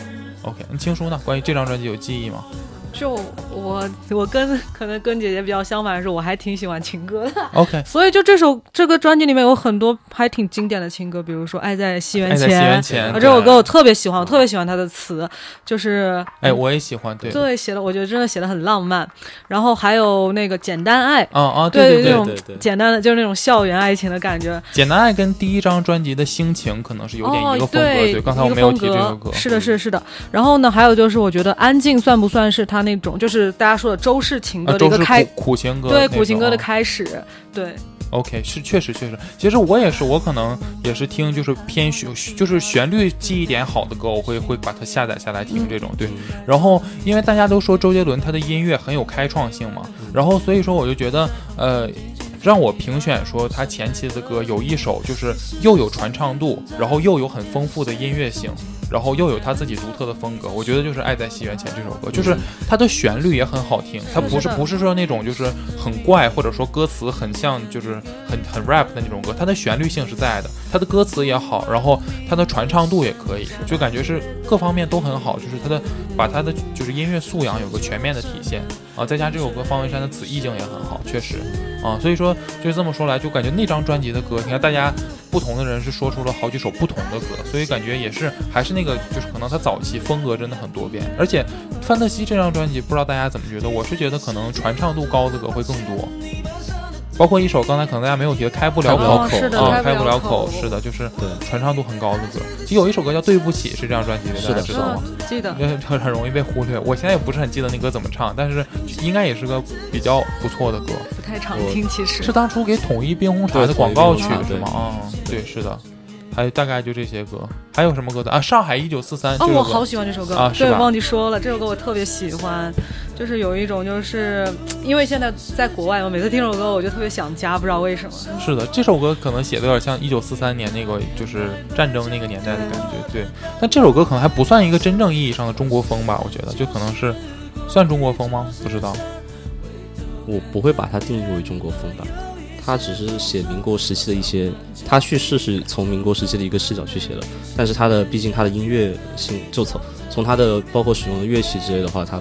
Speaker 1: OK，那青叔呢？关于这张专辑有记忆吗？
Speaker 3: 就我我跟可能跟姐姐比较相反的是，我还挺喜欢情歌的，
Speaker 1: OK，
Speaker 3: 所以就这首这个专辑里面有很多还挺经典的情歌，比如说《爱在西元
Speaker 1: 哎爱在
Speaker 3: 前
Speaker 1: 西》元前
Speaker 3: 啊，这首歌我特别喜欢，我特别喜欢它的词，就是嗯
Speaker 1: 哎，我也喜欢。对，
Speaker 3: 对写的，我觉得真的写的很浪漫。然后还有那个《简单爱》，
Speaker 1: 啊啊，
Speaker 3: 对
Speaker 1: 对
Speaker 3: 那
Speaker 2: 对
Speaker 3: 种
Speaker 2: 对对，
Speaker 3: 简单的就是那种校园爱情的感觉，
Speaker 1: 简单爱跟第一张专辑的心情可能是有点一个风格。
Speaker 3: 哦、对，
Speaker 1: 对，刚才我没有提这首歌。嗯
Speaker 3: 是的，是的，是的。然后呢，还有就是，我觉得《安静》算不算是他那种，就是大家说的周氏情
Speaker 1: 啊，
Speaker 3: 歌的
Speaker 1: 周
Speaker 3: 一个
Speaker 1: 是
Speaker 3: 开，
Speaker 1: 苦苦情歌那
Speaker 3: 对
Speaker 1: 种，
Speaker 3: 苦情歌的
Speaker 1: 啊
Speaker 3: 开始，对，
Speaker 1: OK，是确实确实，其实我也是，我可能也是听就是偏旋，就是旋律记忆点好的歌，我会会把它下载下来听
Speaker 3: 嗯
Speaker 1: 这种。对，然后因为大家都说周杰伦他的音乐很有开创性嘛，然后所以说我就觉得呃。让我评选说他前期的歌有一首就是又有传唱度，然后又有很丰富的音乐性，然后又有他自己独特的风格。我觉得就是《爱在西元前》这首歌，就是它的旋律也很好听，它不
Speaker 3: 是
Speaker 1: 是
Speaker 3: 的
Speaker 1: 不是说那种就是很怪，或者说歌词很像就是很很 rap 的那种歌，它的旋律性是在的，它的歌词也好，然后它的传唱度也可以，就感觉是各方面都很好，就是它的把它的就是音乐素养有个全面的体现啊，再加这首歌方文山的词意境也很好，确实啊，所以说就是这么说来，就感觉那张专辑的歌，你看大家不同的人是说出了好几首不同的歌，所以感觉也是还是那个，就是可能他早期风格真的很多变，而且《范特西》这张专辑，不知道大家怎么觉得？我是觉得可能传唱度高的歌会更多，包括一首刚才可能大家没有提的《开不了
Speaker 2: 开不
Speaker 1: 口
Speaker 2: 了
Speaker 3: 哦，
Speaker 2: 口
Speaker 3: 是的，
Speaker 1: 啊，
Speaker 3: 开
Speaker 1: 开不了
Speaker 3: 了
Speaker 1: 口，是的，就是
Speaker 2: 对
Speaker 1: 传唱度很高的歌。其实有一首歌叫《对不起》，是这张专辑的，
Speaker 2: 是
Speaker 1: 大家
Speaker 2: 的
Speaker 1: 知
Speaker 2: 是
Speaker 1: 道
Speaker 2: 的
Speaker 1: 吗？
Speaker 3: 嗯记 得。
Speaker 1: 因为很容易被忽略。我现在也不是很记得那歌怎么唱，但是应该也是个比较不错的歌。
Speaker 3: 不太常
Speaker 2: 我
Speaker 3: 听，其实
Speaker 1: 是当初给统一冰红茶的
Speaker 2: 对
Speaker 1: 广告曲
Speaker 2: 统一冰红茶
Speaker 1: 是
Speaker 2: 对
Speaker 1: 吗？啊、对，是的。还有大概就这些歌，还有什么歌的啊？上海一九四三这
Speaker 3: 哦，
Speaker 1: 个
Speaker 3: 我
Speaker 1: 歌
Speaker 3: 好，喜欢这首歌，
Speaker 1: 啊是
Speaker 3: 对，
Speaker 1: 吧
Speaker 3: 忘记说了，这首歌我特别喜欢，就是有一种就是因为现在在国外嘛，每次听这首歌我就特别想家，不知道为什么。
Speaker 1: 是的，这首歌可能写的有点像一九四三年那个就是战争那个年代的感觉，对。但这首歌可能还不算一个真正意义上的中国风吧，我觉得就可能是算中国风吗？不知道。
Speaker 2: 我不会把它定义为中国风吧，它只是写民国时期的一些，它叙事是从民国时期的一个视角去写的，但是它的毕竟它的音乐性就从从它的包括使用的乐器之类的话，它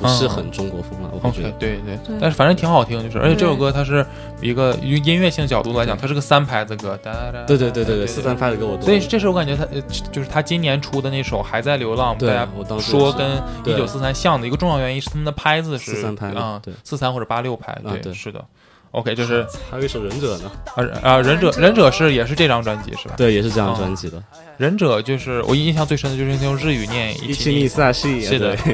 Speaker 2: 不是很中国风了，我会觉
Speaker 1: 嗯 OK，
Speaker 2: 得。
Speaker 1: 对对
Speaker 3: 对，
Speaker 1: 但是反正挺好听，就是而且
Speaker 3: 对
Speaker 1: 这首歌它是一个以音乐性角度来讲，它是个三拍子歌，哒哒哒。
Speaker 2: 对对对
Speaker 1: 对
Speaker 2: 对对，四三拍的歌我都。
Speaker 1: 所以这是我感觉他呃，就是他今年出的那首《还在流浪》，
Speaker 2: 对
Speaker 1: 大家
Speaker 2: 我当时
Speaker 1: 说
Speaker 2: 是
Speaker 1: 跟
Speaker 2: 对
Speaker 1: 一九四三像的一个重要原因是他们的拍子是
Speaker 2: 43拍的
Speaker 1: 啊
Speaker 2: 对，啊
Speaker 1: 四三或者八六拍，
Speaker 2: 对
Speaker 1: 是的。OK，就是
Speaker 2: 还有一首《忍者》 呢，
Speaker 1: 啊啊，忍者忍者是也是这张专辑是吧？
Speaker 2: 对，也是这张
Speaker 1: 哦
Speaker 2: 专辑的。
Speaker 1: 忍者就是我印象最深的就是用日语念一起
Speaker 2: 逆萨啊是
Speaker 1: 是的， 是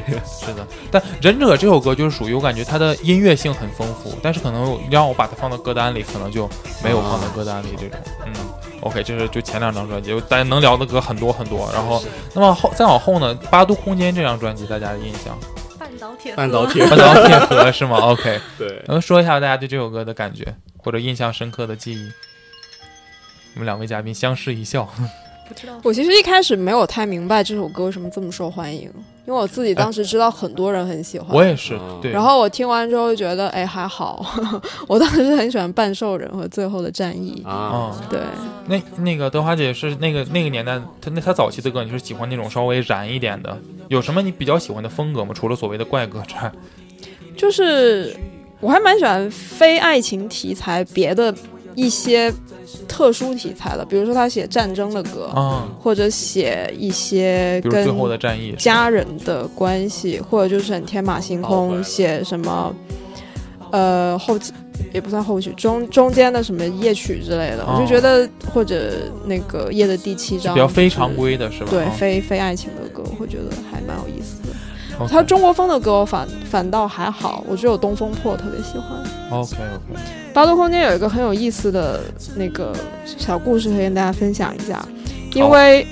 Speaker 1: 的，但《忍者》这首歌就是属于我感觉它的音乐性很丰富，但是可能让我把它放到歌单里，可能就没有放到歌单里这种。
Speaker 4: 啊
Speaker 1: 嗯，OK，这是就前两张专辑，大家能聊的歌很多很多。然后，那么后再往后呢，《八度空间》这张专辑大家的印象，
Speaker 3: 半导体
Speaker 2: 半导体，
Speaker 1: 半岛铁盒是吗？OK，
Speaker 2: 对，
Speaker 1: 能说一下大 家对这首歌的
Speaker 4: 啊
Speaker 1: 感觉或者印象深刻的记忆？我们两位嘉宾相视一笑，
Speaker 3: 不知道。
Speaker 4: 我其实一开始没有太明白这首歌为什么这么受欢迎，因为我自己当时知道很多人很喜欢。
Speaker 1: 我也是
Speaker 2: 嗯，
Speaker 1: 对。
Speaker 4: 啊然后我听完之后就觉得，哎，还好。 我当时很喜欢半兽人和最后的战役。
Speaker 2: 啊，
Speaker 1: 哦，
Speaker 4: 对，
Speaker 3: 嗯
Speaker 1: 那那个德华姐是那个那个年代，她那她早期的歌，你是喜欢那种稍微燃一点的？有什么你比较喜欢的风格吗？除了所谓的怪歌之 外，
Speaker 4: 就是我还蛮喜欢非爱情题材别的一些特殊题材的，比如说他写战争的歌，
Speaker 1: 啊，
Speaker 4: 或者写一些
Speaker 1: 比如
Speaker 4: 跟
Speaker 1: 最后的战役，
Speaker 4: 家人的关系，或者就是很天马行
Speaker 2: 哦回来
Speaker 4: 空
Speaker 2: 了
Speaker 4: 写什么，呃，后期也不算后曲，中中间的什么夜曲之类的，
Speaker 1: 哦
Speaker 4: 我就觉得或者那个夜的第七章
Speaker 1: 比较非
Speaker 4: 就是
Speaker 1: 常规的是吧？
Speaker 4: 对
Speaker 1: 啊
Speaker 4: 非非爱情的歌，我会觉得还蛮有意思的。
Speaker 1: OK
Speaker 4: 他中国风的歌我反反倒还好，我只有《东风破》特别喜欢。
Speaker 1: OK OK，
Speaker 4: 八度空间有一个很有意思的那个小故事，可以跟大家分享一下，因
Speaker 1: 哦
Speaker 4: 为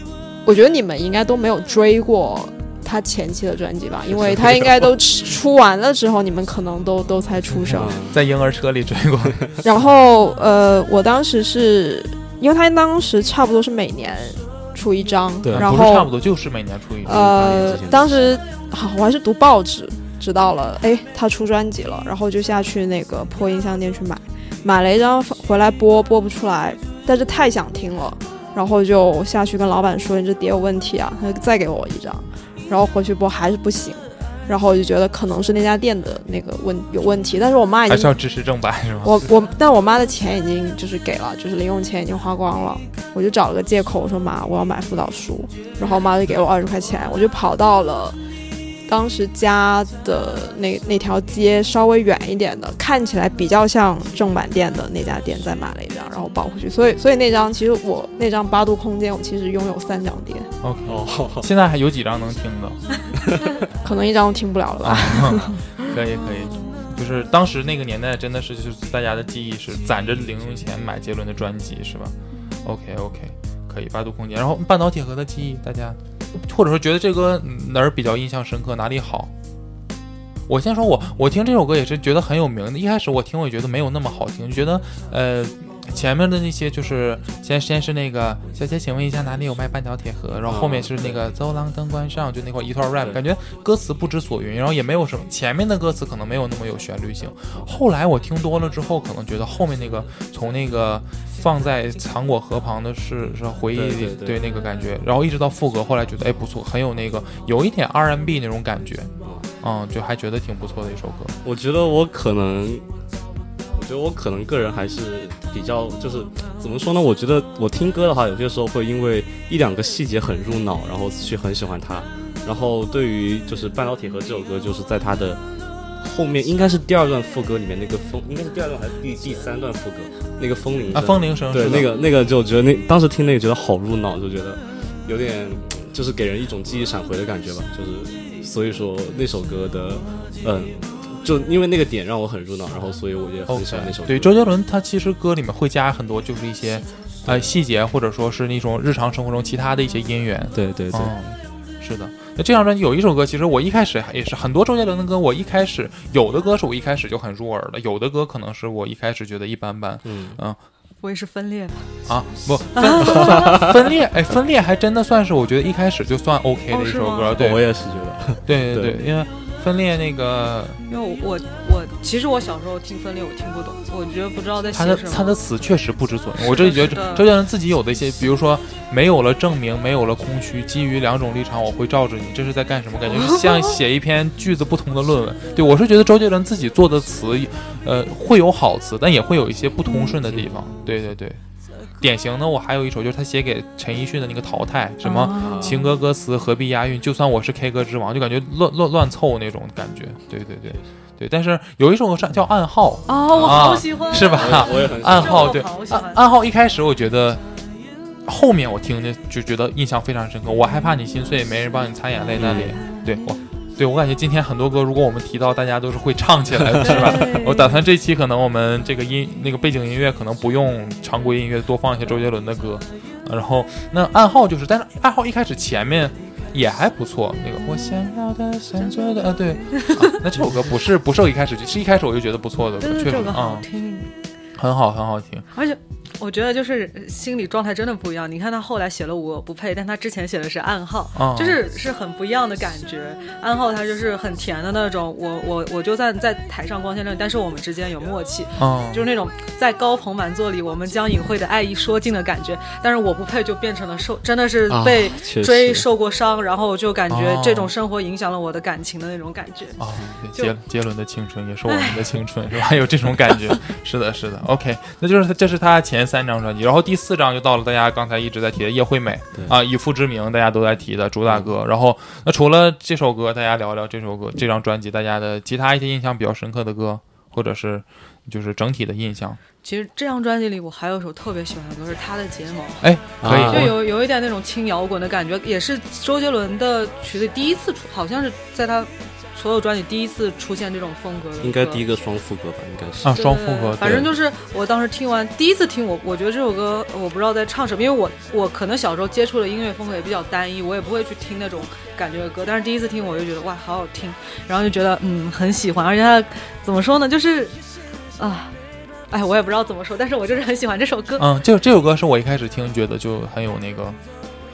Speaker 4: 我觉得你们应该都没有追过他前期的专辑吧，因 为他应该都出出完了之后，你们可能都都才出生。
Speaker 2: 嗯
Speaker 1: 在婴儿车里追过，
Speaker 4: 然后呃，我当时是因为他当时差不多是每年出一张，
Speaker 2: 对
Speaker 4: 然
Speaker 1: 嗯不是差
Speaker 4: 后
Speaker 1: 不多就是每年出一张。
Speaker 4: 呃，当时好、我还是读报纸知道了，哎，他出专辑了，然后就下去那个破音箱店去买，买了一张回来播，播不出来，但是太想听了，然后就下去跟老板说：“你这碟有问题啊！”他就再给我一张，然后回去播还是不行，然后我就觉得可能是那家店的那个问有问题，但是我妈已
Speaker 1: 还是
Speaker 4: 经
Speaker 1: 要支持正版是吧？
Speaker 4: 我我，但我妈的钱已经就是给了，就是零用钱已经花光了，我就找了个借口，我说妈，我要买辅导书，然后我妈就给我二十块钱，我就跑到了当时家的那那条街稍微远一点的，看起来比较像正版店的那家店再买了一张，然后抱回去，所以所以那张其实我那张八度空间，我其实拥有三张碟，
Speaker 1: OK，
Speaker 2: 哦，
Speaker 1: 现在还有几张能听的？
Speaker 4: 可能一张都听不了了吧。
Speaker 1: 可以可以，就是当时那个年代真的是就是大家的记忆是攒着零用钱买杰伦的专辑是吧？OK OK，可以八度空间，然后半导体和他记忆，大家或者说觉得这歌嗯哪儿比较印象深刻，哪里好？我先说我我听这首歌也是觉得很有名的，一开始我听我也觉得没有那么好听，觉得呃。前面的那些就是先先是那个小姐，请问一下哪里有卖半条铁盒？然后后面是那个走廊灯关上，就那块一段 rap，
Speaker 2: 对
Speaker 1: 感觉歌词不知所云，然后也没有什么前面的歌词可能没有那么有旋律性。后来我听多了之后，可能觉得后面那个从那个放在糖果盒旁的是是回忆
Speaker 2: 对
Speaker 1: 里
Speaker 2: 对对
Speaker 1: 那个感觉，然后一直到副歌，后来觉得哎不错，很有那个有一点 R&B 那种感觉，嗯，就还觉得挺不错的一首歌。
Speaker 2: 我觉得我可能，我觉得我可能个人还是比较就是怎么说呢？我觉得我听歌的话，有些时候会因为一两个细节很入脑，然后去很喜欢它。然后对于就是《半导体和》这首歌，就是在它的后面应该是第二段副歌里面那个风，应该是第二段还是第第三段副歌那个风铃
Speaker 1: 啊，
Speaker 2: 声
Speaker 1: 风铃声
Speaker 2: 对，
Speaker 1: 是的
Speaker 2: 那个那个就觉得那当时听那个觉得好入脑，就觉得有点就是给人一种记忆闪回的感觉吧，就是所以说那首歌的嗯，就因为那个点让我很入脑，然后所以我也很喜欢那
Speaker 1: OK，
Speaker 2: 首歌。
Speaker 1: 对周杰伦他其实歌里面会加很多就是一些呃细节，或者说是那种日常生活中其他的一些音源。
Speaker 2: 对对对，
Speaker 1: 嗯，是的。那这张专辑有一首歌，其实我一开始也是很多周杰伦的歌，我一开始有的歌是我一开始就很入耳的，有的歌可能是我一开始觉得一般般
Speaker 2: 嗯，
Speaker 3: 我也是分裂吧。
Speaker 1: 啊，不分分分裂，哎，分裂还真的算是我觉得一开始就算 OK 的一首歌，
Speaker 3: 哦
Speaker 1: 对
Speaker 2: 我也是觉得，
Speaker 1: 对对对，因为分裂那个
Speaker 3: 因为我我我其实我小时候听分裂我听不懂，我觉得不知道在写
Speaker 1: 他的
Speaker 3: 什么。
Speaker 1: 他的词确实不知所云。我这里觉得
Speaker 3: 是的
Speaker 1: 周杰伦自己有的一些，比如说没有了证明，没有了空虚，基于两种立场，我会罩着你，这是在干什么？感觉是像写一篇句子不同的论文。对我是觉得周杰伦自己做的词，呃，会有好词，但也会有一些不通顺的地方。对对对，典型的我还有一首就是他写给陈奕迅的那个《淘汰》，什么
Speaker 3: 啊
Speaker 1: 情歌歌词何必押韵？就算我是 K 歌之王，就感觉乱乱乱凑那种感觉。对对对对，但是有一首歌是叫《暗号》。
Speaker 3: 哦，我好喜欢，
Speaker 1: 啊
Speaker 3: 啊
Speaker 1: 是吧
Speaker 2: 我也我也很喜欢
Speaker 1: 暗号对啊
Speaker 3: 这个我好喜
Speaker 1: 暗
Speaker 3: 欢啊
Speaker 1: 暗号一开始我觉得，后面我听着就觉得印象非常深刻。我害怕你心碎，没人帮你擦眼泪那里，对我，对我感觉今天很多歌，如果我们提到，大家都是会唱起来的，是吧？我打算这期可能我们这个音那个背景音乐可能不用常规音乐，多放一些周杰伦的歌。呃然后那暗号就是，但是暗号一开始前面。也还不错，那个我想要的、想做的，啊，对，啊那这首歌不是不是我一开始，是一开始我就觉得不错的歌，
Speaker 3: 真的
Speaker 1: 确
Speaker 3: 嗯这
Speaker 1: 实啊
Speaker 3: 首歌好
Speaker 1: 嗯，
Speaker 3: 听，
Speaker 1: 很好，很好听。
Speaker 3: 而且我觉得就是心理状态真的不一样。你看他后来写了《我不配》，但他之前写的是《暗号》
Speaker 1: 哦
Speaker 3: 就是是很不一样的感觉。《暗号》它就是很甜的那种，我我我就算在台上光鲜亮丽，但是我们之间有默契，
Speaker 1: 嗯，
Speaker 3: 就是那种在高朋满座里，我们将隐晦的爱意说尽的感觉。但是我不配就变成了受，真的是
Speaker 2: 啊
Speaker 3: 被
Speaker 2: 确
Speaker 3: 追、
Speaker 2: 实
Speaker 3: 受过伤，然后就感觉
Speaker 1: 哦
Speaker 3: 这种生活影响了我的感情的那种感觉。
Speaker 1: 哦，对
Speaker 3: 就
Speaker 1: 杰杰伦的青春也是我们的青春，是 吧？有这种感觉，是的，是的。OK，那就是他这是他前三张专辑，然后第四张就到了大家刚才一直在提的叶惠美
Speaker 2: 对
Speaker 1: 啊，以父之名大家都在提的主打歌。然后那除了这首歌，大家聊聊这首歌这张专辑大家的其他一些印象比较深刻的歌，或者是就是整体的印象。
Speaker 3: 其实这张专辑里，我还有一首特别喜欢的歌是他的睫毛。
Speaker 1: 哎，可以，
Speaker 2: 啊
Speaker 3: 就
Speaker 1: 我
Speaker 3: 有有一点那种轻摇滚的感觉，也是周杰伦的曲子第一次出，好像是在他所有专辑第一次出现这种风格的歌，
Speaker 2: 应该第一个双副歌吧，应该是。
Speaker 1: 啊，
Speaker 3: 对
Speaker 1: 双复合，
Speaker 3: 反正就是我当时听完第一次听我，我觉得这首歌我不知道在唱什么，因为我我可能小时候接触的音乐风格也比较单一，我也不会去听那种感觉的歌，但是第一次听我就觉得哇好好听，然后就觉得嗯很喜欢，而且它怎么说呢，就是啊，哎我也不知道怎么说，但是我就是很喜欢这首歌。
Speaker 1: 嗯，这这首歌是我一开始听觉得就很有那个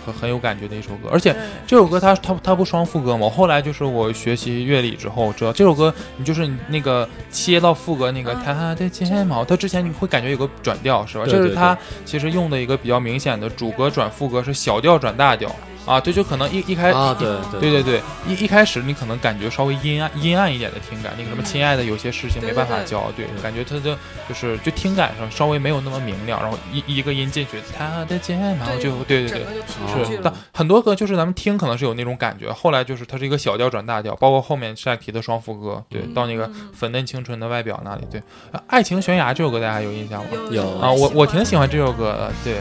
Speaker 1: 很很有感觉的一首歌，而且
Speaker 3: 对
Speaker 1: 这首歌它它它不双副歌吗？我后来就是我学习乐理之后，我知道这首歌你就是你那个切到副歌那个
Speaker 3: 啊
Speaker 1: 他的睫毛，它之前你会感觉有个转调是吧？
Speaker 2: 对
Speaker 1: 这是
Speaker 2: 对
Speaker 1: 它其实用的一个比较明显的主歌转副歌是小调转大调啊，这就可能一一开
Speaker 2: 啊，
Speaker 1: 一
Speaker 2: 对对
Speaker 1: 对对对，一一开始你可能感觉稍微阴暗阴暗一点的听感，那个什么亲爱的有些事情没办法教，对，
Speaker 2: 对
Speaker 1: 感觉它的就是就听感上稍微没有那么明亮，然后一一个音进去，他的睫毛就对对
Speaker 3: 整
Speaker 1: 对
Speaker 3: 个。就提
Speaker 2: 对
Speaker 3: 上去
Speaker 1: 是
Speaker 3: 了，
Speaker 1: 但很多歌就是咱们听可能是有那种感觉，后来就是它是一个小调转大调，包括后面晒提的双副歌，对，
Speaker 2: 嗯
Speaker 1: 到那个粉嫩青春的外表那里，对，啊爱情悬崖这首歌大家有印象吗？
Speaker 2: 有
Speaker 1: 啊，我我挺喜欢这首歌的，对，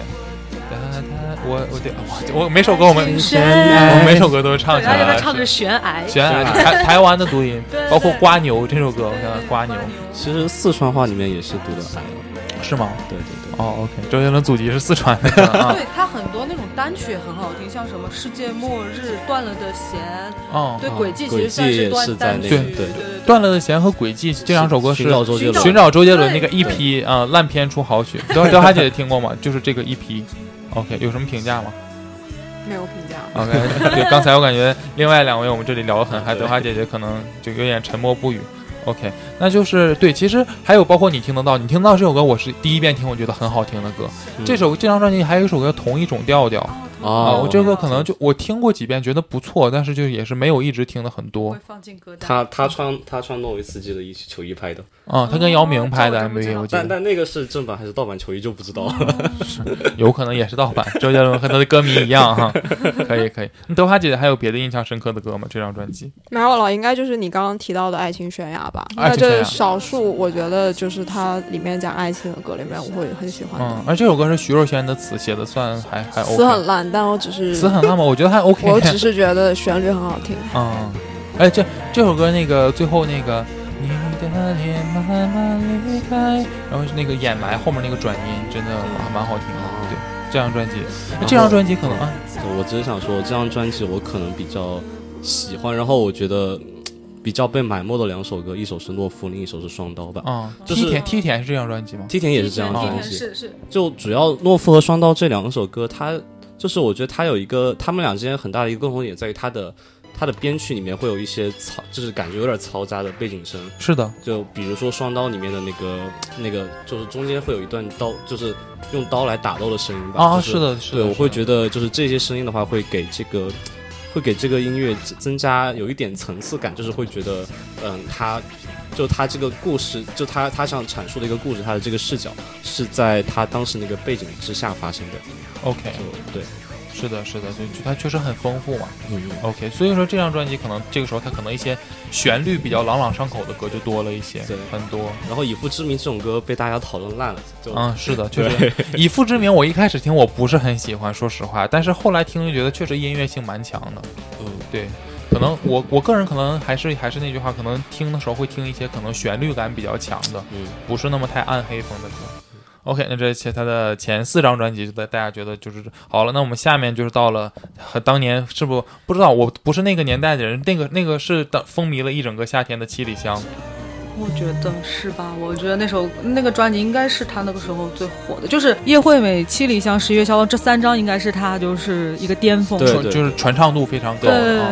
Speaker 1: 哒哒我我对我我每首歌我们我每首歌都是唱起
Speaker 3: 对，而
Speaker 1: 来
Speaker 3: 且
Speaker 1: 的，
Speaker 3: 他唱的
Speaker 1: 是
Speaker 3: 是悬崖，
Speaker 1: 悬崖
Speaker 2: 悬崖
Speaker 1: 台台湾的读音
Speaker 3: 对，对
Speaker 1: 包括瓜牛这首歌，我想想瓜牛
Speaker 2: 其实四川话里面也是读的“哎”，
Speaker 1: 是吗？
Speaker 2: 对对对，
Speaker 1: 哦，OK，周杰伦祖籍是四川的 啊，
Speaker 3: 对他很多那种单曲也很好听，像什么《世界末日》《断了的弦》，
Speaker 1: 哦，
Speaker 3: 对
Speaker 2: 啊
Speaker 3: 《轨迹》其
Speaker 2: 轨
Speaker 3: 实算
Speaker 2: 迹也
Speaker 3: 断
Speaker 2: 是在
Speaker 3: 单
Speaker 2: 那
Speaker 3: 曲，
Speaker 1: 个
Speaker 3: 对
Speaker 2: 对
Speaker 3: 对。
Speaker 1: 断了的弦和轨迹这两首歌是
Speaker 2: 寻找周杰伦，
Speaker 1: 寻找周杰伦那个
Speaker 3: 对
Speaker 1: EP 啊，烂片出好曲，德德哈姐听过吗？就是这个 EP。OK，有什么评价吗
Speaker 4: 没有评价。
Speaker 1: ？OK，对，刚才我感觉另外两位我们这里聊得很嗨，
Speaker 2: 对
Speaker 1: 德哈姐姐可能就有点沉默不语。OK，那就是对，其实还有包括你听得到，你听得到这首歌，我是第一遍听，我觉得很好听的歌。
Speaker 2: 嗯
Speaker 1: 这首这张专辑还有一首歌叫《同一种调调》啊，
Speaker 2: 哦
Speaker 1: 我这个可能就我听过几遍，觉得不错，但是就也是没有一直听的很多
Speaker 3: 会放进歌单。
Speaker 2: 他他穿他穿诺维斯基的一球衣拍的，
Speaker 1: 啊。他跟姚明拍的
Speaker 3: 哦这我
Speaker 1: MV，我记
Speaker 2: 但
Speaker 1: 得
Speaker 2: 但那个是正版还是盗版球衣就不知道了。
Speaker 1: 有可能也是盗版。周杰伦和他的歌迷一样 哈，可以可以。那德华姐姐还有别的印象深刻的歌吗？这张专辑
Speaker 4: 没有了，应该就是你刚刚提到的《爱情悬崖》吧？
Speaker 1: 爱
Speaker 4: 那
Speaker 1: 情悬崖
Speaker 4: 这少数我觉得就是它里面讲爱情的歌里面，我会很喜欢的。
Speaker 1: 嗯，而这首歌是徐若瑄的词写的，算还还
Speaker 4: 词很
Speaker 1: OK，啊
Speaker 4: 烂，但我只
Speaker 1: 词
Speaker 4: 是
Speaker 1: 很烂吗？我觉得还 OK。 啊
Speaker 4: 我只是觉得旋律很好听。
Speaker 1: 嗯，哎，这这首歌那个最后那个你的脸慢慢离开，然后是那个掩埋后面那个转音真的还蛮好听的，对，这张专辑，那这张专辑可能啊，
Speaker 2: 我只是想说，这张专辑我可能比较喜欢，然后我觉得嗯比较被埋没的两首歌，一首是《懦夫》，另一首是《双刀》吧。
Speaker 1: 啊，
Speaker 2: 嗯就是
Speaker 1: 梯田梯田是这张专辑吗？
Speaker 2: 梯田也是这张
Speaker 1: 梯
Speaker 2: 专
Speaker 1: 田
Speaker 2: 辑，
Speaker 3: 是是，
Speaker 2: 就主要《懦夫》和《双刀》这两首歌，它就是我觉得它有一个，他们俩之间很大的一个共同点在于它的它的编曲里面会有一些嘈，就是感觉有点嘈杂的背景声，
Speaker 1: 是的，
Speaker 2: 就比如说《双刀》里面的那个那个，就是中间会有一段刀，就是用刀来打斗的声音吧。
Speaker 1: 啊，
Speaker 2: 就是
Speaker 1: 的，是
Speaker 2: 对，
Speaker 1: 的，
Speaker 2: 我会觉
Speaker 1: 得
Speaker 2: 得就是这些声音的话，会给这个会给这个音乐增加有一点层次感，就是会觉得，嗯，他就他这个故事，就他他想阐述的一个故事，他的这个视角是在他当时那个背景之下发生的，
Speaker 1: OK，
Speaker 2: 就对，
Speaker 1: 是的，是的，就就它确实很丰富嘛。
Speaker 2: 嗯，
Speaker 1: OK，所以说这张专辑可能这个时候它可能一些旋律比较朗朗上口的歌就多了一些
Speaker 2: 对，
Speaker 1: 很多。
Speaker 2: 然后以父之名这种歌被大家讨论烂了，就、
Speaker 1: 嗯，是的，确实。 以父之名，我一开始听我不是很喜欢，说实话，但是后来听就觉得确实音乐性蛮强的。
Speaker 2: 嗯，
Speaker 1: 对，可能我我个人可能还是还是那句话，可能听的时候会听一些可能旋律感比较强的，
Speaker 2: 嗯，
Speaker 1: 不是那么太暗黑风的歌。OK，那这些他的前四张专辑，就大大家觉得就是好了。那我们下面就是到了和当年是不不知道，我不是那个年代的人，那个那个是当风靡了一整个夏天的《七里香》
Speaker 3: 我觉得是吧？我觉得那首那个专辑应该是他那个时候最火的，就是《叶惠美》《七里香》《十月逍遥》这三张应该是他就是一个巅峰。
Speaker 2: 对
Speaker 1: 传就是传唱度非常高
Speaker 3: 对对
Speaker 1: 的
Speaker 3: 对
Speaker 1: 啊。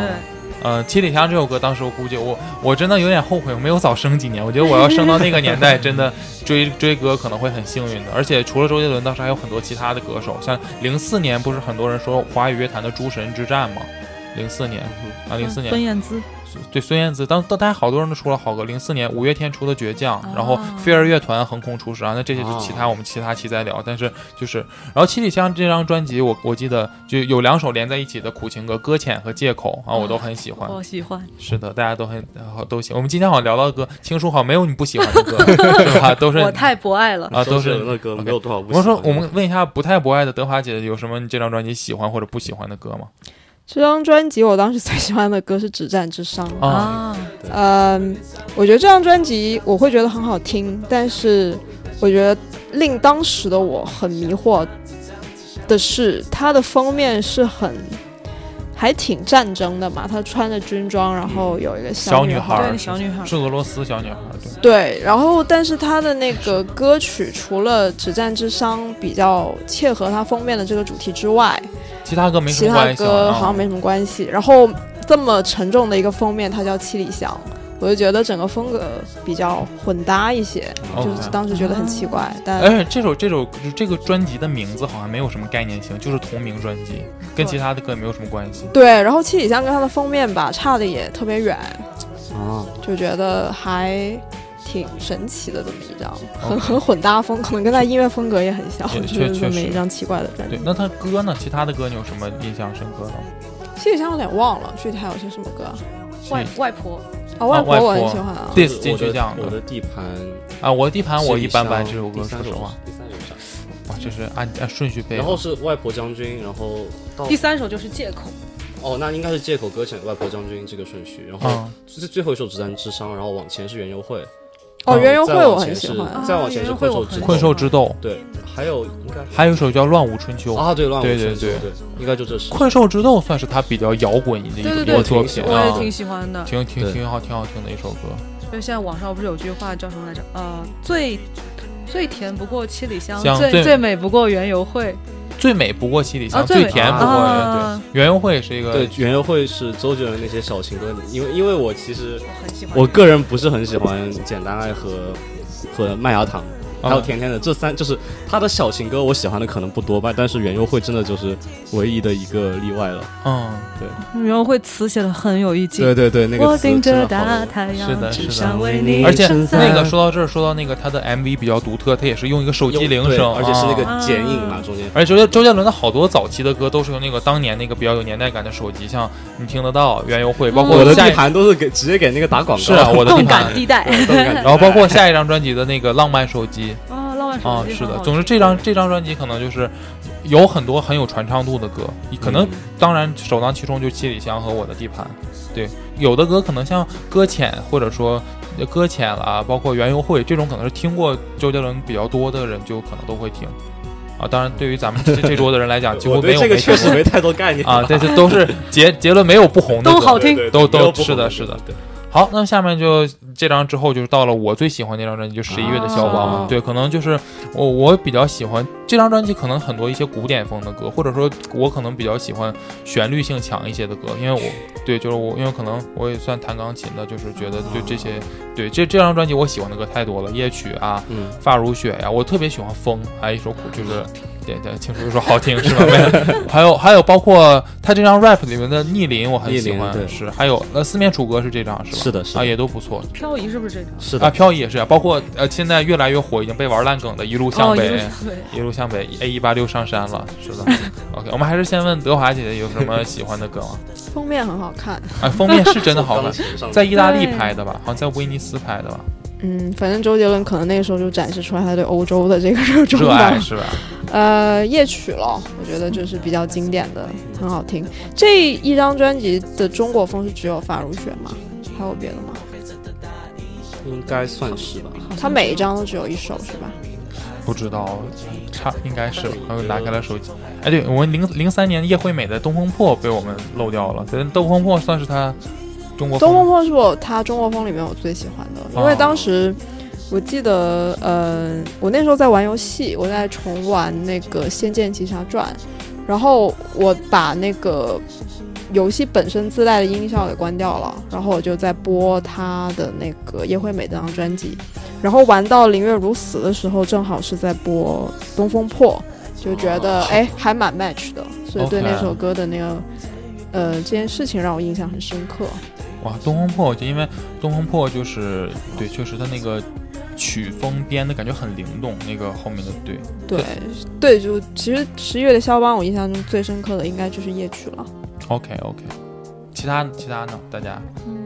Speaker 1: 呃，《七里香》这首歌，当时我估计我我真的有点后悔，我没有早生几年。我觉得我要生到那个年代，真的追追歌可能会很幸运的。而且除了周杰伦，当时还有很多其他的歌手，像零四年不是很多人说华语乐坛的诸神之战吗？零四年啊，零四年
Speaker 3: 嗯孙燕姿
Speaker 1: 对孙燕姿，当当大家好多人都出了好歌，零四年五月天出的《倔强》，然后
Speaker 3: 啊
Speaker 1: 飞儿乐团横空出世啊，那这些就
Speaker 2: 哦
Speaker 1: 其他我们其他期再聊。但是就是，然后《七里香》这张专辑我，我记得就有两首连在一起的苦情歌，《搁浅》和《借口》啊，我都很喜欢。
Speaker 3: 我喜欢。
Speaker 1: 是的，大家都很好都喜欢。我们今天好像聊到的歌，情书好像没有你不喜欢的歌， 是吧？都是
Speaker 3: 我太博爱了。
Speaker 1: 啊，都
Speaker 2: 周杰
Speaker 1: 是
Speaker 2: 伦的歌
Speaker 1: OK
Speaker 2: 没有多少不
Speaker 1: 我们
Speaker 2: 喜欢
Speaker 1: 说，我们问一下不太不爱的德华姐，有什么你这张专辑喜欢或者不喜欢的歌吗？
Speaker 4: 这张专辑我当时最喜欢的歌是《止战之殇》。
Speaker 1: 啊，
Speaker 3: 啊，
Speaker 4: 嗯，我觉得这张专辑我会觉得很好听，但是我觉得令当时的我很迷惑的是，它的封面是很还挺战争的嘛，她穿着军装，然后有一个
Speaker 1: 小
Speaker 4: 女
Speaker 1: 女孩
Speaker 4: 孩
Speaker 1: 儿
Speaker 3: 对，那小女孩，
Speaker 1: 是俄罗斯小女孩，对，
Speaker 4: 对，然后但是他的那个歌曲除了《止战之殇》比较切合他封面的这个主题之外，
Speaker 1: 其他歌没什
Speaker 4: 其
Speaker 1: 么
Speaker 4: 他
Speaker 1: 关系啊。
Speaker 4: 歌
Speaker 1: 啊
Speaker 4: 好像没什么关系。然后这么沉重的一个封面，它叫《七里香》，我就觉得整个风格比较混搭一些，
Speaker 1: 哦
Speaker 4: 就是当时觉得很奇怪。但
Speaker 1: 而且哎这首这首这个专辑的名字好像没有什么概念性，就是同名专辑，跟其他的歌也没有什么关系。
Speaker 4: 对，然后《七里香》跟它的封面吧差的也特别远，
Speaker 2: 啊，
Speaker 4: 就觉得还。挺神奇的这么一张，很很混搭风，可能跟他音乐风格也很像，
Speaker 1: 确
Speaker 4: 就是
Speaker 1: 确
Speaker 4: 这么
Speaker 1: 实
Speaker 4: 一张奇怪的专辑
Speaker 1: 对，。那他歌呢？其他的歌你有什么印象深刻的吗？
Speaker 4: 七里香有点忘了具体还有些什么歌啊？
Speaker 3: 外外婆，
Speaker 4: 啊，外
Speaker 1: 外
Speaker 4: 婆我
Speaker 1: 婆
Speaker 4: 很喜欢啊。
Speaker 1: This
Speaker 2: 就是
Speaker 1: 金
Speaker 2: 我
Speaker 1: 曲
Speaker 2: 的
Speaker 1: 奖
Speaker 2: 我
Speaker 1: 的
Speaker 2: 的地盘，
Speaker 1: 啊，我的地盘我一般般，
Speaker 2: 是
Speaker 1: 这首歌说
Speaker 2: 第三
Speaker 1: 实话，
Speaker 2: 第三首啥
Speaker 1: 哇，啊这是按按顺序背的。
Speaker 2: 然后是外婆将军，然后到
Speaker 3: 第三首就是借口。
Speaker 2: 哦，那应该是借口搁浅外婆将军这个顺序，然后
Speaker 1: 啊，
Speaker 2: 最最后一首止战之殇，然后往前是园游会，
Speaker 4: 哦，
Speaker 1: 哦
Speaker 4: 园游会
Speaker 2: 再
Speaker 4: 我
Speaker 2: 往
Speaker 4: 很
Speaker 2: 前
Speaker 4: 喜
Speaker 2: 是
Speaker 4: 欢啊。
Speaker 2: 再往前是困兽之
Speaker 3: 啊
Speaker 1: 困兽之斗，
Speaker 2: 对，还有应该
Speaker 1: 还有一首叫《乱舞春秋》。
Speaker 2: 啊对乱舞
Speaker 1: 对
Speaker 2: 春
Speaker 1: 对
Speaker 2: 秋
Speaker 1: 对
Speaker 2: 对，应该就这是
Speaker 1: 困兽之斗算是他比较摇滚的一
Speaker 3: 对
Speaker 1: 个
Speaker 3: 对
Speaker 1: 一
Speaker 3: 对
Speaker 1: 个作
Speaker 2: 挺喜
Speaker 1: 品
Speaker 2: 欢
Speaker 3: 我也
Speaker 1: 啊，
Speaker 3: 挺喜欢的。
Speaker 1: 挺挺
Speaker 2: 对
Speaker 1: 挺好，挺好听的一首歌。
Speaker 3: 就现在网上不是有句话叫什么来着？呃，最最甜不过七里香，
Speaker 1: 香
Speaker 3: 最
Speaker 1: 最
Speaker 3: 最美不过园游会。
Speaker 1: 最美不过七里
Speaker 3: 啊，
Speaker 1: 香，
Speaker 3: 最
Speaker 1: 最
Speaker 3: 美
Speaker 1: 甜不过
Speaker 3: 啊，
Speaker 1: 园游会是一
Speaker 2: 对
Speaker 1: 个嗯
Speaker 2: 园游会是周杰伦那些小情歌，因为因为我其实
Speaker 3: 我很喜欢。
Speaker 2: 我个人不是很喜欢简单爱和和麦芽糖。还有甜甜的这三，就是他的小情歌，我喜欢的可能不多吧，但是园游会真的就是唯一的一个例外了。
Speaker 1: 嗯，
Speaker 3: 园游会词写的很有意境。
Speaker 2: 对对对，那个
Speaker 3: 我
Speaker 2: 词
Speaker 3: 顶
Speaker 2: 真
Speaker 3: 着
Speaker 2: 的好
Speaker 3: 大
Speaker 2: 有。
Speaker 3: 太
Speaker 1: 是
Speaker 3: 阳，
Speaker 1: 的
Speaker 3: 只
Speaker 1: 是的
Speaker 3: 想为你
Speaker 1: 而且
Speaker 2: 身
Speaker 1: 那个
Speaker 2: 上
Speaker 1: 说到这儿，说到那个他的 MV 比较独特，他也是用一个手机铃
Speaker 2: 对
Speaker 1: 声，
Speaker 2: 而且是那
Speaker 1: 啊
Speaker 2: 个剪影嘛，中间
Speaker 1: 而且周杰周杰伦的好多早期的歌都是用那个当年那个比较有年代感的手机，像你听得到《园游会》，包括
Speaker 2: 我的
Speaker 1: 嗯下
Speaker 2: 地
Speaker 1: 一
Speaker 2: 盘都是给直接给那个打广告，
Speaker 1: 是啊，我的地
Speaker 3: 动
Speaker 1: 盘
Speaker 3: 感，地带
Speaker 2: 动 感
Speaker 1: 然后包括下一张专辑的那个《浪漫手机
Speaker 3: 啊，浪漫》
Speaker 1: 啊
Speaker 3: 手，机。
Speaker 1: 是的，总之这张这张专辑可能就是有很多很有传唱度的歌，
Speaker 3: 嗯
Speaker 1: 可
Speaker 2: 嗯
Speaker 1: 能当然首当其冲就《七里香》和《我的地盘》，对，有的歌可能像《搁浅》或者说。呃搁浅啦，包括园游会这种，可能是听过周杰伦比较多的人，就可能都会听啊。当然，对于咱们这这桌的人来啊 讲，几乎
Speaker 2: 我
Speaker 1: 没
Speaker 2: 对
Speaker 1: 有
Speaker 2: 这个
Speaker 1: 没听
Speaker 2: 确
Speaker 1: 过
Speaker 2: 实没太多概念
Speaker 1: 啊，这这都是杰杰伦没有不红的
Speaker 3: 都
Speaker 1: 歌，
Speaker 3: 好听。
Speaker 2: 对
Speaker 1: 都都
Speaker 2: 没有不
Speaker 1: 是的
Speaker 2: 红
Speaker 1: 是的，
Speaker 2: 对
Speaker 1: 好，那么下面就这张之后，就是到了我最喜欢那张专辑，就十一月的肖邦嘛。
Speaker 3: 啊
Speaker 1: 对，可能就是我我比较喜欢这张专辑，可能很多一些古典风的歌，或者说我可能比较喜欢旋律性强一些的歌，因为我对就是我因为可能我也算弹钢琴的，就是觉得就这些对这这张专辑我喜欢的歌太多了，夜曲啊，
Speaker 2: 嗯，
Speaker 1: 发如雪呀、我特别喜欢风，还有一首古就是。对对，清楚就说好听是吧？没有，还有还有，包括他这张 rap 里面的逆鳞，我很
Speaker 2: 逆
Speaker 1: 喜
Speaker 2: 鳞
Speaker 1: 欢，
Speaker 2: 对
Speaker 1: 是还有呃四面楚歌是这张是吧？
Speaker 2: 是的，是
Speaker 1: 啊，
Speaker 2: 的，
Speaker 1: 也都不错
Speaker 3: 漂移是不是这张？
Speaker 2: 是
Speaker 1: 啊。
Speaker 2: 的，
Speaker 1: 漂移也是啊，包括呃现在越来越火，已经被玩烂梗的，一路向
Speaker 3: 哦，一
Speaker 1: 北，
Speaker 3: 路向北。
Speaker 1: 一路向北，A 一八六上山了，是的。OK，我们还是先问德华姐姐有什么喜欢的歌吗？
Speaker 4: 封面很好看，
Speaker 1: 哎，封面是真的好
Speaker 2: 钢
Speaker 1: 看，
Speaker 2: 琴上的
Speaker 1: 在意大利拍的吧？好像在威尼斯拍的吧？
Speaker 4: 嗯，反正周杰伦可能那个时候就展示出来他对欧洲的这个 热衷
Speaker 1: 热爱
Speaker 4: 吧。
Speaker 1: 是吧？
Speaker 4: 呃，夜曲咯，我觉得就是比较经典的，很好听。这一张专辑的中国风是只有《发如雪》吗？还有别的吗？
Speaker 2: 应该算是吧。
Speaker 4: 它每一张都只有一首是吧？
Speaker 1: 不知道，差应该是吧。然后拿开了手机。哎，对，我们零零三年叶惠美的《东风破》被我们漏掉了，但《东风破》算是她中国
Speaker 4: 《东
Speaker 1: 风
Speaker 4: 风破》是我他《中国风》里面我最喜欢的，因为
Speaker 1: 哦
Speaker 4: 当时我记得，呃，我那时候在玩游戏，我在重玩那个《仙剑奇侠传》，然后我把那个游戏本身自带的音效给关掉了，然后我就在播他的那个叶惠美这张专辑，然后玩到林月如死的时候，正好是在播《东风破》，就觉得哎、还蛮 match 的，所以对
Speaker 1: 哦 OK
Speaker 4: 那首歌的那个。呃，这件事情让我印象很深刻。
Speaker 1: 哇，东风破，就因为东风破就是对，确实它那个曲风编的感觉很灵动，那个后面的对，
Speaker 4: 对对，就其实十月的肖邦，我印象中最深刻的应该就是夜曲了。
Speaker 1: OK OK，其他其他呢？大家
Speaker 3: 嗯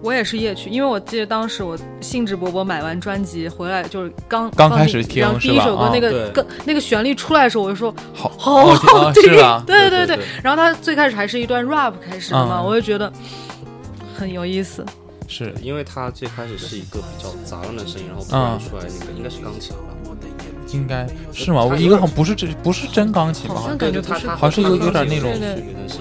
Speaker 3: 我也是夜曲，因为我记得当时我兴致勃勃买完专辑回来，就是刚
Speaker 1: 刚开始听
Speaker 3: 然后第一
Speaker 1: 是吧
Speaker 3: 首歌
Speaker 1: 啊
Speaker 3: 那个
Speaker 2: 对
Speaker 3: 歌、那个旋律出来的时候，我就说，
Speaker 1: 好
Speaker 3: 好
Speaker 1: 好听啊
Speaker 3: 好听
Speaker 1: 是吧？
Speaker 3: 对
Speaker 1: 对
Speaker 3: 对
Speaker 1: 对，
Speaker 3: 然后它最开始还是一段 rap 开始的嘛，
Speaker 1: 嗯
Speaker 3: 我就觉得很有意思。
Speaker 1: 是
Speaker 2: 因为它最开始是一个比较杂乱的声音，然后突然
Speaker 1: 嗯
Speaker 2: 出来那个应该是钢琴吧，
Speaker 1: 应 该是吗？
Speaker 2: 它
Speaker 1: 我
Speaker 2: 有
Speaker 1: 一个
Speaker 2: 点
Speaker 1: 好像不是这不是真钢琴吧？
Speaker 3: 好像
Speaker 1: 好像
Speaker 3: 感觉
Speaker 2: 对它
Speaker 3: 不是
Speaker 2: 它
Speaker 1: 好像是有有点那种
Speaker 2: 对对对但是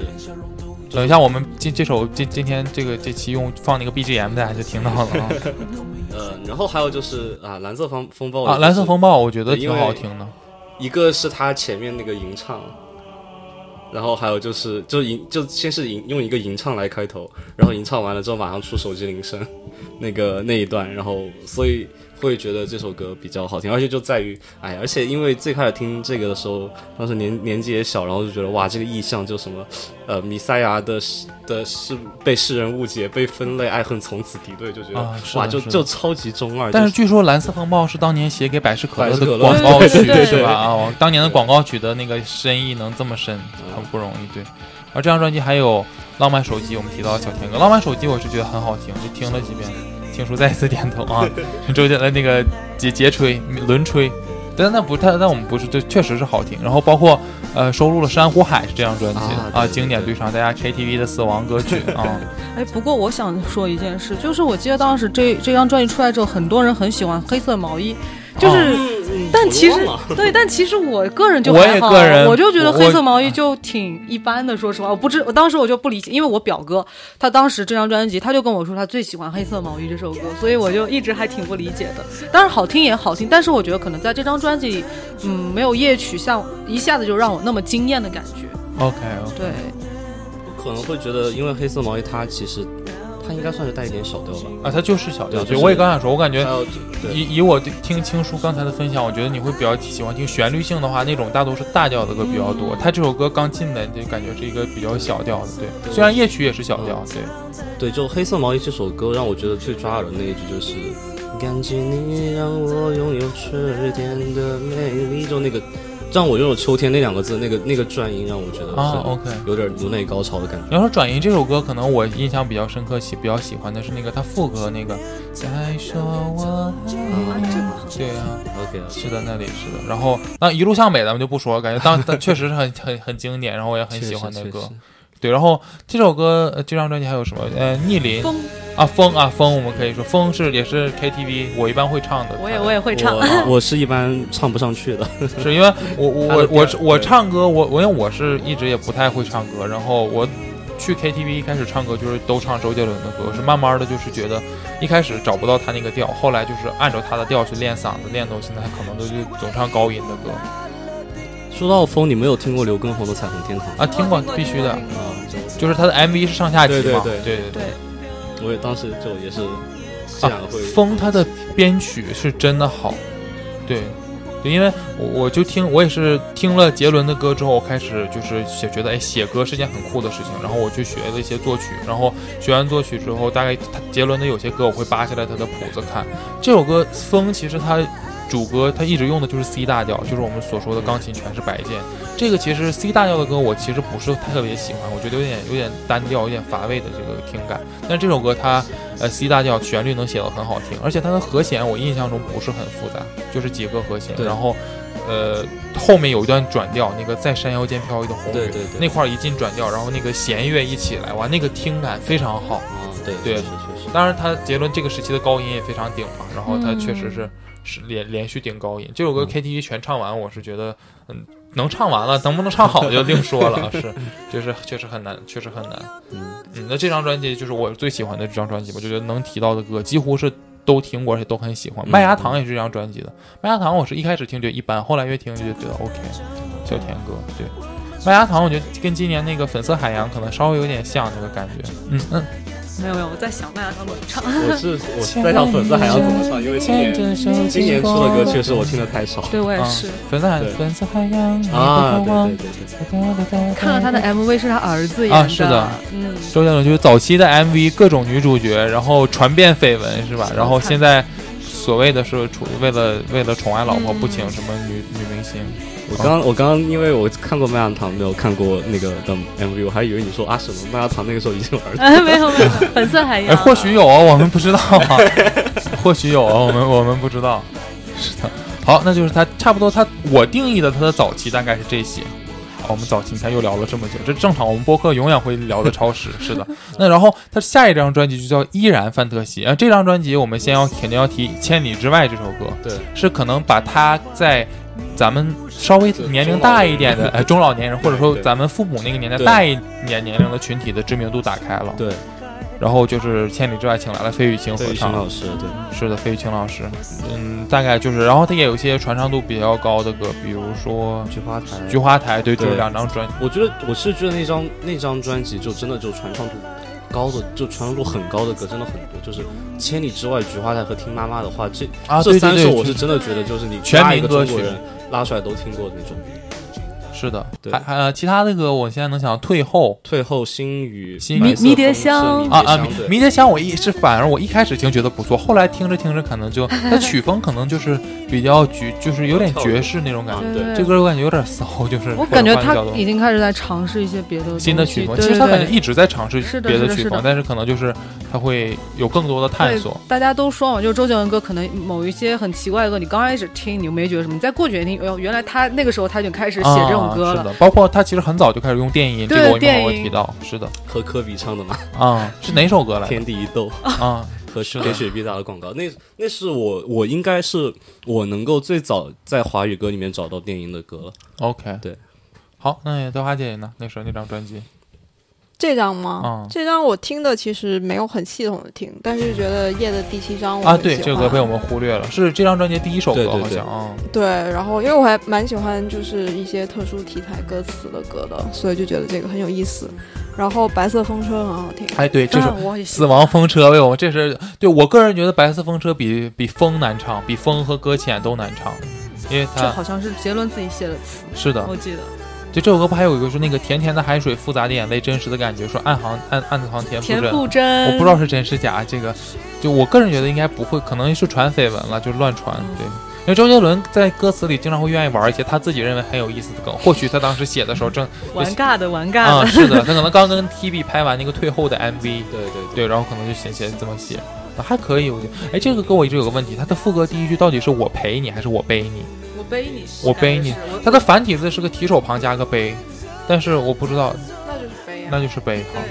Speaker 1: 等一下，我们这这首今今天这个这期用放那个 BGM，大家就听到了 啊
Speaker 2: 呃，然后还有就是啊，蓝色风风暴
Speaker 1: 啊。蓝色风暴我觉得
Speaker 2: 对因
Speaker 1: 挺
Speaker 2: 为
Speaker 1: 好听的，
Speaker 2: 一个是他前面那个吟唱，然后还有就是就吟就先是吟用一个吟唱来开头，然后吟唱完了之后马上出手机铃声， 那个那一段，然后所以会觉得这首歌比较好听，而且就在于哎，而且因为最开始听这个的时候，当时年年纪也小，然后就觉得哇，这个意象就什么呃弥赛亚的的是被世人误解、被分类、爱恨从此敌对，就觉得、
Speaker 1: 啊是的
Speaker 2: 哇，就是
Speaker 1: 的
Speaker 2: 就超级中二。
Speaker 1: 但是
Speaker 2: 就
Speaker 1: 据说蓝色风暴是当年写给百事可乐
Speaker 2: 百事可
Speaker 1: 的
Speaker 2: 乐
Speaker 1: 广告曲
Speaker 3: 对对对
Speaker 1: 是
Speaker 3: 对
Speaker 1: 吧？啊，我当年的广告曲的那个深意能这么深，
Speaker 2: 嗯
Speaker 1: 很不容易。对，而这张专辑还有《浪漫手机》，我们提到的小天歌，《浪漫手机》我是觉得很好听，就听了几遍。听叔再一次点头 啊，周杰伦那个节节吹轮吹，但那不但但我们不是，就确实是好听。然后包括呃收录了《珊瑚海》是这张专辑
Speaker 2: 啊
Speaker 1: 啊，
Speaker 2: 对对
Speaker 1: 经典
Speaker 2: 对
Speaker 1: 对唱，大家 KTV 的死亡歌 曲啊，
Speaker 3: 哎，不过我想说一件事，就是我记得当时这这张专辑出来之后，很多人很喜欢黑色毛衣，就是。但其实，对，但其实我个人就
Speaker 1: 哦我
Speaker 3: 还
Speaker 1: 也
Speaker 3: 好，
Speaker 1: 个人
Speaker 3: 我就觉得
Speaker 1: 我
Speaker 3: 黑色毛衣就挺一般的。说实话，我不知，我当时我就不理解，因为我表哥他当时这张专辑，他就跟我说他最喜欢《黑色毛衣》这首歌，所以我就一直还挺不理解的。当然好听也好听，但是我觉得可能在这张专辑里，嗯，没有夜曲像一下子就让我那么惊艳的感觉。
Speaker 1: OK，
Speaker 3: 对，
Speaker 2: 我可能会觉得，因为黑色毛衣它其实它应该算是带一点小调吧。
Speaker 1: 啊，它就是小调，
Speaker 2: 对
Speaker 1: 对
Speaker 2: 就是
Speaker 1: 我也刚想说，我感觉
Speaker 2: 还有对
Speaker 1: 以以我对听青叔刚才的分享，我觉得你会比较喜欢听旋律性的话，那种大多是大调的歌比较多。他这首歌刚进来就感觉是一个比较小调的，对。虽然夜曲也是小
Speaker 2: 嗯
Speaker 1: 调，对。
Speaker 2: 对，就《黑色毛衣》这首歌让我觉得最抓人的一句就是。感激你让我拥有春天的美丽，就那个让我拥有秋天那两个字，那个那个转音让我觉得
Speaker 1: 啊
Speaker 2: 是
Speaker 1: ，OK。
Speaker 2: 有点颅内高潮的感觉。
Speaker 1: 你要说转移这首歌，可能我印象比较深刻，喜比较喜欢的是那个他副歌那个再说我爱你，对啊，
Speaker 2: OK，
Speaker 1: 是的，那里是的。然后那一路向北咱们就不说了，感觉当当确实是很很很经典，然后我也很喜欢的歌。对，然后这首歌、呃这张专辑还有什么？呃，逆鳞
Speaker 3: 风
Speaker 1: 啊，风啊，风，我们可以说风是也是 KTV，我一般会唱的。
Speaker 3: 我也我也会唱，
Speaker 2: 我我是一般唱不上去的。
Speaker 1: 是因为我我我我
Speaker 2: 对
Speaker 1: 我唱歌，我我因为我是一直也不太会唱歌，然后我去 KTV 一开始唱歌就是都唱周杰伦的歌，我是慢慢的就是觉得一开始找不到他那个调，后来就是按照他的调去练嗓子，练到现在可能就就总唱高音的歌
Speaker 2: 说到风，你没有听过刘畊宏的《彩虹天堂》
Speaker 1: 啊，听过必须的，
Speaker 2: 啊？就
Speaker 1: 就是他的 MV 是上下集嘛，
Speaker 2: 对对对
Speaker 1: 对对
Speaker 3: 对。
Speaker 2: 我也当时就也是这两个会
Speaker 1: 啊风它的编曲是真的好，对，对，因为我我就听我也是听了杰伦的歌之后，我开始就是写觉得哎写歌是件很酷的事情，然后我去学了一些作曲，然后学完作曲之后，大概他杰伦的有些歌我会扒下来他的谱子看，这首歌风其实它。主歌它一直用的就是 C 大调，就是我们所说的钢琴全是白键。这个其实 C 大调的歌我其实不是特别喜欢，我觉得有点有点单调，有点乏味的这个听感。但这首歌它呃 C 大调旋律能写得很好听，而且它的和弦我印象中不是很复杂，就是几个和弦，
Speaker 2: 对
Speaker 1: 然后呃后面有一段转调，那个在山腰间飘逸的红雨，
Speaker 2: 对对对
Speaker 1: 那块儿一进转调，然后那个弦乐一起来，哇，那个听感非常好。
Speaker 2: 啊，对
Speaker 1: 对
Speaker 2: 确实确实。
Speaker 1: 当然，他杰伦这个时期的高音也非常顶嘛，然后他
Speaker 3: 嗯
Speaker 1: 确实是是连连续顶高音。这首歌
Speaker 2: 嗯
Speaker 1: KTV 全唱完，我是觉得，嗯，能唱完了，能不能唱好就另说 了。是，就是确实很难，确实很难。
Speaker 2: 嗯，
Speaker 1: 嗯，那这张专辑就是我最喜欢的这张专辑吧，我觉得能提到的歌几乎是都听过，而且都很喜欢。
Speaker 2: 嗯
Speaker 1: 麦芽糖也是这张专辑的，麦芽糖我是一开始听觉得一般，后来越听就觉得 OK。小甜歌，对，麦芽糖我觉得跟今年那个粉色海洋可能稍微有点像那个感觉。嗯嗯，
Speaker 3: 没有没有，我在想麦芽糖怎么唱。
Speaker 2: 我是我在想粉丝还要怎么唱，因为今年今年出的歌确实我听的啊太少
Speaker 3: 对我也
Speaker 1: 嗯
Speaker 3: 是，
Speaker 1: 粉色海
Speaker 2: 对
Speaker 1: 粉色海洋
Speaker 2: 啊，对对对对。
Speaker 3: 看了他的 MV 是他儿子演
Speaker 1: 啊是的
Speaker 3: 嗯，
Speaker 1: 周杰伦就是早期的 MV 各种女主角，然后传遍绯闻是吧？然后现在所谓的是出为了为了宠爱老婆
Speaker 3: 嗯
Speaker 1: 不请什么女女明星，
Speaker 2: 我刚我刚因为我看过麦芽糖，没有看过那个的 MV，我还以为你说啊什么麦芽糖那个时候已经有儿子。
Speaker 3: 哎， 没有没有，粉色海
Speaker 1: 哎，
Speaker 3: 洋，
Speaker 1: 或许有啊，我们不知道啊， 或许有啊，我们我们不知道。是的，好，那就是他差不多他我定义的他的早期大概是这些。好我们早期你看又聊了这么久，这正常，我们播客永远会聊的超时。是的， 那然后他下一张专辑就叫《依然范特西》，啊，这张专辑我们先要肯定要提《千里之外》这首歌，
Speaker 2: 对，
Speaker 1: 是可能把他在咱们稍微年龄大一点 的，呃，中老年人或者说
Speaker 2: 对
Speaker 1: 咱们父母那个年代
Speaker 2: 对
Speaker 1: 大一点年龄的群体的知名度打开了。
Speaker 2: 对，
Speaker 1: 然后就是《千里之外》请来了费玉清合
Speaker 2: 对，
Speaker 1: 唱，
Speaker 2: 熊老师，对，
Speaker 1: 是的，费玉清老师，嗯，大概就是，然后他也有一些传唱度比较高的歌，比如说
Speaker 2: 菊花台
Speaker 1: 《菊花台》，对，
Speaker 2: 对
Speaker 1: 就是两张专，
Speaker 2: 我觉得我是觉得那张那张专辑就真的就传唱度高的，就传唱度很高的歌真的很多，就是《千里之外》《菊花台》和《听妈妈的话》这、
Speaker 1: 啊，
Speaker 2: 这
Speaker 1: 对
Speaker 2: 三
Speaker 1: 对
Speaker 2: 首我
Speaker 1: 对，
Speaker 2: 是
Speaker 1: 是
Speaker 2: 真的觉得就是你
Speaker 1: 全
Speaker 2: 拉一
Speaker 1: 民
Speaker 2: 个
Speaker 1: 歌
Speaker 2: 中国
Speaker 1: 曲
Speaker 2: 人拉出来都听过的那种。
Speaker 1: 是的，
Speaker 2: 对
Speaker 1: 还还呃其他的歌我现在能想到《退后
Speaker 2: 退后心语，
Speaker 1: 心语
Speaker 2: 白色
Speaker 3: 迷迷迭
Speaker 2: 风车
Speaker 3: 香
Speaker 2: 迷》
Speaker 1: 啊啊，
Speaker 2: 香
Speaker 1: 迷
Speaker 2: 对
Speaker 1: 迷迭香，我一是反而我一开始听觉得不错，后来听着听着可 能就它曲风可能就是比较爵，就是有点
Speaker 2: 跳
Speaker 1: 爵士那种感
Speaker 2: 啊
Speaker 1: 觉，
Speaker 2: 对
Speaker 1: 这歌我感觉有点骚，就是
Speaker 3: 我感觉
Speaker 1: 或者换一
Speaker 3: 他
Speaker 1: 个角度
Speaker 3: 已经开始在尝试一些别的东西
Speaker 1: 新的曲风，
Speaker 3: 对
Speaker 1: 其实他
Speaker 3: 对
Speaker 1: 感觉
Speaker 3: 对
Speaker 1: 一直在尝试
Speaker 3: 是的
Speaker 1: 别
Speaker 3: 是的
Speaker 1: 曲
Speaker 3: 是
Speaker 1: 风
Speaker 3: 的，
Speaker 1: 但是可能就是他会有更多的探索。啊
Speaker 3: 大家都说嘛，就是周杰伦歌，可能某一些很奇怪的歌，你刚开始听你就没觉得什么，你再过几年听，哦，原来他那个时候他就开始写这种歌
Speaker 1: 啊、是。
Speaker 3: 了
Speaker 1: 的，包括他其实很早就开始用电音，这
Speaker 3: 对
Speaker 1: 个我一会
Speaker 3: 电
Speaker 1: 儿会
Speaker 3: 音嗯
Speaker 1: 提到。是的，
Speaker 2: 和科比唱的嘛，
Speaker 1: 啊、是哪首歌
Speaker 2: 《
Speaker 1: 来
Speaker 2: 天地一斗》
Speaker 1: 着？啊、
Speaker 2: 和
Speaker 1: 是的
Speaker 2: 给雪碧打的广告，那那是我我应该是我能够最早在华语歌里面找到电音的歌了。
Speaker 1: o k
Speaker 2: 对。
Speaker 1: 好，那豆花姐姐呢？那时候那张专辑，
Speaker 4: 这张吗？
Speaker 1: 嗯
Speaker 4: 这张我听的其实没有很系统的听，但是觉得夜的第七章我
Speaker 1: 啊，
Speaker 4: 很
Speaker 1: 对，
Speaker 4: 喜
Speaker 1: 这个歌
Speaker 4: 欢
Speaker 1: 被我们忽略了，是这张专辑第一首
Speaker 2: 对
Speaker 1: 歌，
Speaker 2: 对
Speaker 1: 好
Speaker 2: 对
Speaker 1: 像啊。
Speaker 4: 对，然后因为我还蛮喜欢就是一些特殊题材歌词的歌的，所以就觉得这个很有意思。然后白色风车很好听，
Speaker 1: 哎，对，这首
Speaker 3: 啊我也
Speaker 1: 《
Speaker 3: 喜
Speaker 1: 死
Speaker 3: 欢
Speaker 1: 亡风车》为我们，这是对我个人觉得《白色风车比》比风难唱，比风和搁浅都难唱，因为
Speaker 3: 这
Speaker 1: 它
Speaker 3: 好像是杰伦自己写的词，
Speaker 1: 哎是的，
Speaker 3: 我记得
Speaker 1: 就这首歌不还有一个说那个甜甜的海水，复杂的眼泪，真实的感觉，说暗行暗暗字行田馥
Speaker 3: 田
Speaker 1: 甄，
Speaker 3: 馥甄，
Speaker 1: 我不知道是真是假，这个就我个人觉得应该不会，可能是传绯闻了，就乱传，对。因为周杰伦在歌词里经常会愿意玩一些他自己认为很有意思的梗，或许他当时写的时候正
Speaker 3: 玩尬的玩
Speaker 1: 啊、
Speaker 3: 尬的，
Speaker 1: 是的， 他可能刚跟 TB 拍完那个退后的 MV，
Speaker 2: 对对
Speaker 1: 对，然后可能就写写这么写，啊还可以，我觉得。哎，这个歌我一直有个问题，他的副歌第一句到底是我陪你还是我背你？
Speaker 3: 我背你，
Speaker 1: 我背你
Speaker 3: 感觉是
Speaker 1: 它的繁体字是个提手旁加个背，但是我不知道，
Speaker 4: 那就是飞
Speaker 3: 啊
Speaker 4: 呀
Speaker 1: 那就是背好。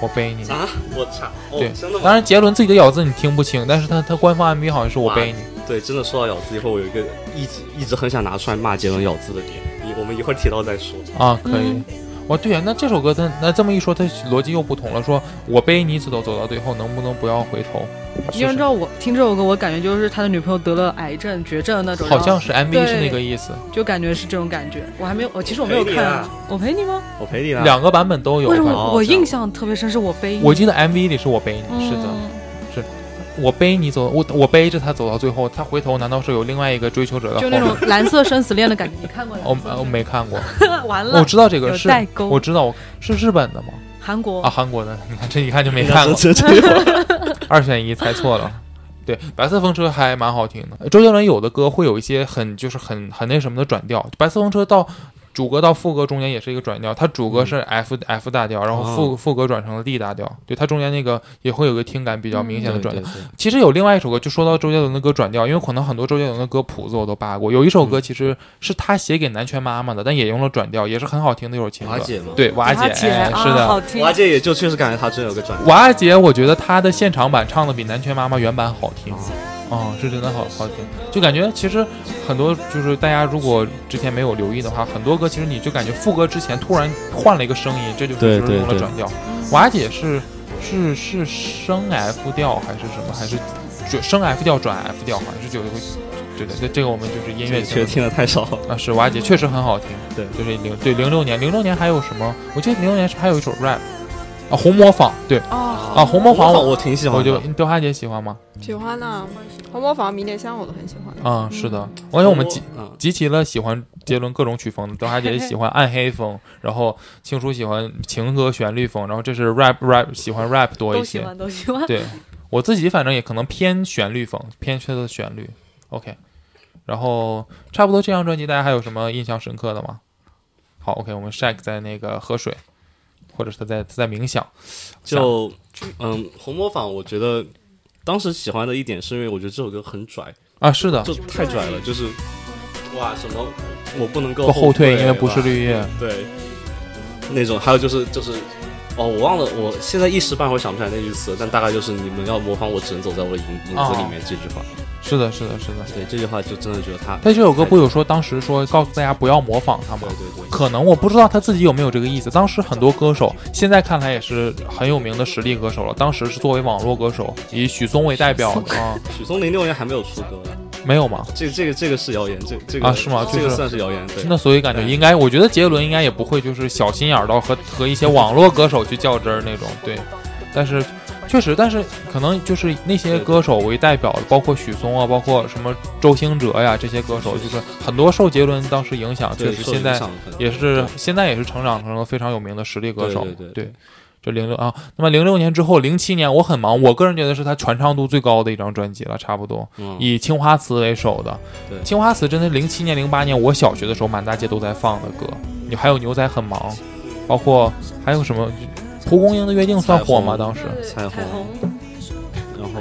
Speaker 1: 我背你。
Speaker 2: 啊！我操！哦
Speaker 1: 对
Speaker 2: 真的
Speaker 1: 当
Speaker 2: 吗？
Speaker 1: 然，杰伦自己的咬字你听不清，但是他他官方 MV 好像是我背你。
Speaker 2: 对，真的说到咬字以后，我有一个一直一直很想拿出来骂杰伦咬字的点，你我们一会儿提到再说。
Speaker 1: 啊，可以。
Speaker 3: 嗯
Speaker 1: 哦，对啊，那这首歌它那这么一说，它逻辑又不同了。说我背你走走到最后，能不能不要回头？
Speaker 3: 因为
Speaker 1: 是
Speaker 3: 知道我听这首歌，我感觉就是他的女朋友得了癌症、绝症的那种，
Speaker 1: 好像
Speaker 3: 然后
Speaker 1: 是 MV
Speaker 3: 对
Speaker 1: 是那个意思，
Speaker 3: 就感觉是这种感觉。我还没有，我其实我没有
Speaker 2: 我陪你
Speaker 3: 看
Speaker 2: 啦，
Speaker 3: 我陪你吗？
Speaker 2: 我陪你啦。
Speaker 1: 两个版本都有。
Speaker 3: 为什
Speaker 1: 反正
Speaker 3: 么
Speaker 2: 哦
Speaker 3: 我
Speaker 2: 这样
Speaker 3: 印象特别深是我背你？
Speaker 1: 我记得 MV 里是我背你，是
Speaker 3: 嗯
Speaker 1: 的，我背你走，我我背着他走到最后，他回头难道是有另外一个追求者在后
Speaker 3: 就那
Speaker 1: 面？
Speaker 3: 种蓝色生死恋的感觉，你看过
Speaker 1: 我
Speaker 3: 吗？
Speaker 1: 我没看过， 哦
Speaker 3: 完
Speaker 1: 我
Speaker 3: 了，
Speaker 1: 知道这个
Speaker 3: 有
Speaker 1: 是
Speaker 3: 代，沟
Speaker 1: 我知道我是日本的吗？
Speaker 3: 韩国
Speaker 1: 啊，韩国的，你看这一看就没看过，
Speaker 2: 真真有
Speaker 1: 二选一猜错了。对，白色风车还蛮好听的。周杰伦有的歌会有一些很就是很很那什么的转调，白色风车到主歌到副歌中间也是一个转调，它主
Speaker 2: 嗯
Speaker 1: 歌是 F、F 大调，然后
Speaker 2: 哦
Speaker 1: 副、副歌转成了 D 大调，对，它中间那个也会有个听感比较明显的转调。
Speaker 2: 嗯对对
Speaker 1: 其实有另外一首歌，就说到周杰伦的歌转调，因为可能很多周杰伦的歌谱子我都扒过，有一首
Speaker 2: 嗯
Speaker 1: 歌其实是他写给南拳妈妈的，但也用了转调，也是很好听的一首情歌
Speaker 2: 瓦。解嘛，
Speaker 1: 对，瓦解，
Speaker 3: 姐
Speaker 1: 哎
Speaker 3: 啊
Speaker 1: 是的，
Speaker 3: 好听
Speaker 2: 瓦。解也就确实感觉他真有个转折。
Speaker 1: 瓦解，我觉得他的现场版唱的比南拳妈妈原版好听。啊、哦，是真的好好听，就感觉其实很多就是大家如果之前没有留意的话，很多歌其实你就感觉副歌之前突然换了一个声音，这就是
Speaker 2: 对
Speaker 1: 就是用
Speaker 2: 对
Speaker 1: 了
Speaker 2: 对
Speaker 1: 转调。瓦姐是是是升 F 调还是什么？还是就升 F 调转 F 调？好像是就会对对对，这个我们就是音乐
Speaker 2: 确
Speaker 1: 性的
Speaker 2: 实听的太少了。
Speaker 1: 啊，是瓦姐确实很好听。
Speaker 2: 对
Speaker 1: 就是零对零六年，零六年还有什么？我记得零六年是还有一首 rap 啊，红模仿对
Speaker 4: 哦，
Speaker 1: 啊，红模仿
Speaker 2: 我挺喜
Speaker 1: 我
Speaker 2: 欢的，
Speaker 1: 就雕花姐喜欢吗？
Speaker 4: 喜欢呐，红模仿、迷迭香我都很喜欢。
Speaker 3: 嗯
Speaker 1: 啊，是的，我感觉我们集
Speaker 2: 嗯
Speaker 1: 集齐了喜欢杰伦各种曲风的，德华姐喜 欢暗黑风，然后青叔喜欢情歌旋律风，然后这是 rap rap 喜欢 rap 多一
Speaker 3: 都喜
Speaker 1: 些。
Speaker 3: 欢都喜 欢。
Speaker 1: 对我自己反正也可能偏旋律风，偏它的旋律。OK，然后差不多这张专辑大家还有什么印象深刻的吗？好，OK，我们 Shaq 在那个喝水，或者是他在他在冥想。啊
Speaker 2: 就嗯红模仿，我觉得当时喜欢的一点是因为我觉得这首歌很拽，
Speaker 1: 啊，是的，
Speaker 2: 就太拽了，就是哇什么我不能够
Speaker 1: 不后退，
Speaker 2: 退，
Speaker 1: 因为不是绿叶。
Speaker 2: 对，那种还有就是就是，哦，我忘了，我现在一时半会儿想不起来那句词，但大概就是你们要模仿我，只能走在我影影子里面
Speaker 1: 哦
Speaker 2: 这句话。
Speaker 1: 是的，是的，是的。
Speaker 2: 对，这句话就真的觉得他，
Speaker 1: 但这首歌不有说当时说告诉大家不要模仿他吗
Speaker 2: 对？对对，
Speaker 1: 可能我不知道他自己有没有这个意思。当时很多歌手，现在看来也是很有名的实力歌手了。当时是作为网络歌手，以许嵩为代表啊、
Speaker 2: 许嵩零六年还没有出歌呢，
Speaker 1: 没有吗？
Speaker 2: 这这个这个是谣言，这这个
Speaker 1: 啊是吗
Speaker 2: 这
Speaker 1: 就
Speaker 2: 个
Speaker 1: 是
Speaker 2: 算是谣言，对。
Speaker 1: 那所以感觉应该，我觉得杰伦应该也不会就是小心眼儿到和和一些网络歌手去较真儿那种，对。但是确实，但是可能就是那些歌手为代表的，包括许嵩啊，包括什么周兴哲呀这些歌手，就是很多受杰伦当时影响，确
Speaker 2: 对
Speaker 1: 实
Speaker 2: 受
Speaker 1: 啊现在
Speaker 2: 影响很
Speaker 1: 也是现在也是成长成了非常有名的实力歌手。
Speaker 2: 对对对
Speaker 1: 这零六啊，那么零六年之后，零七年我很忙，我个人觉得是他传唱度最高的一张专辑了，差不多
Speaker 2: 嗯
Speaker 1: 以《青花瓷》为首的。
Speaker 2: 对
Speaker 1: 青花瓷》真的零七年、零八年，我小学的时候满大街都在放的歌。你还有《牛仔很忙》，包括还有什么《蒲公英的约定》算火吗？
Speaker 2: 彩虹
Speaker 1: 当时
Speaker 2: 彩虹
Speaker 3: 彩虹
Speaker 2: 然后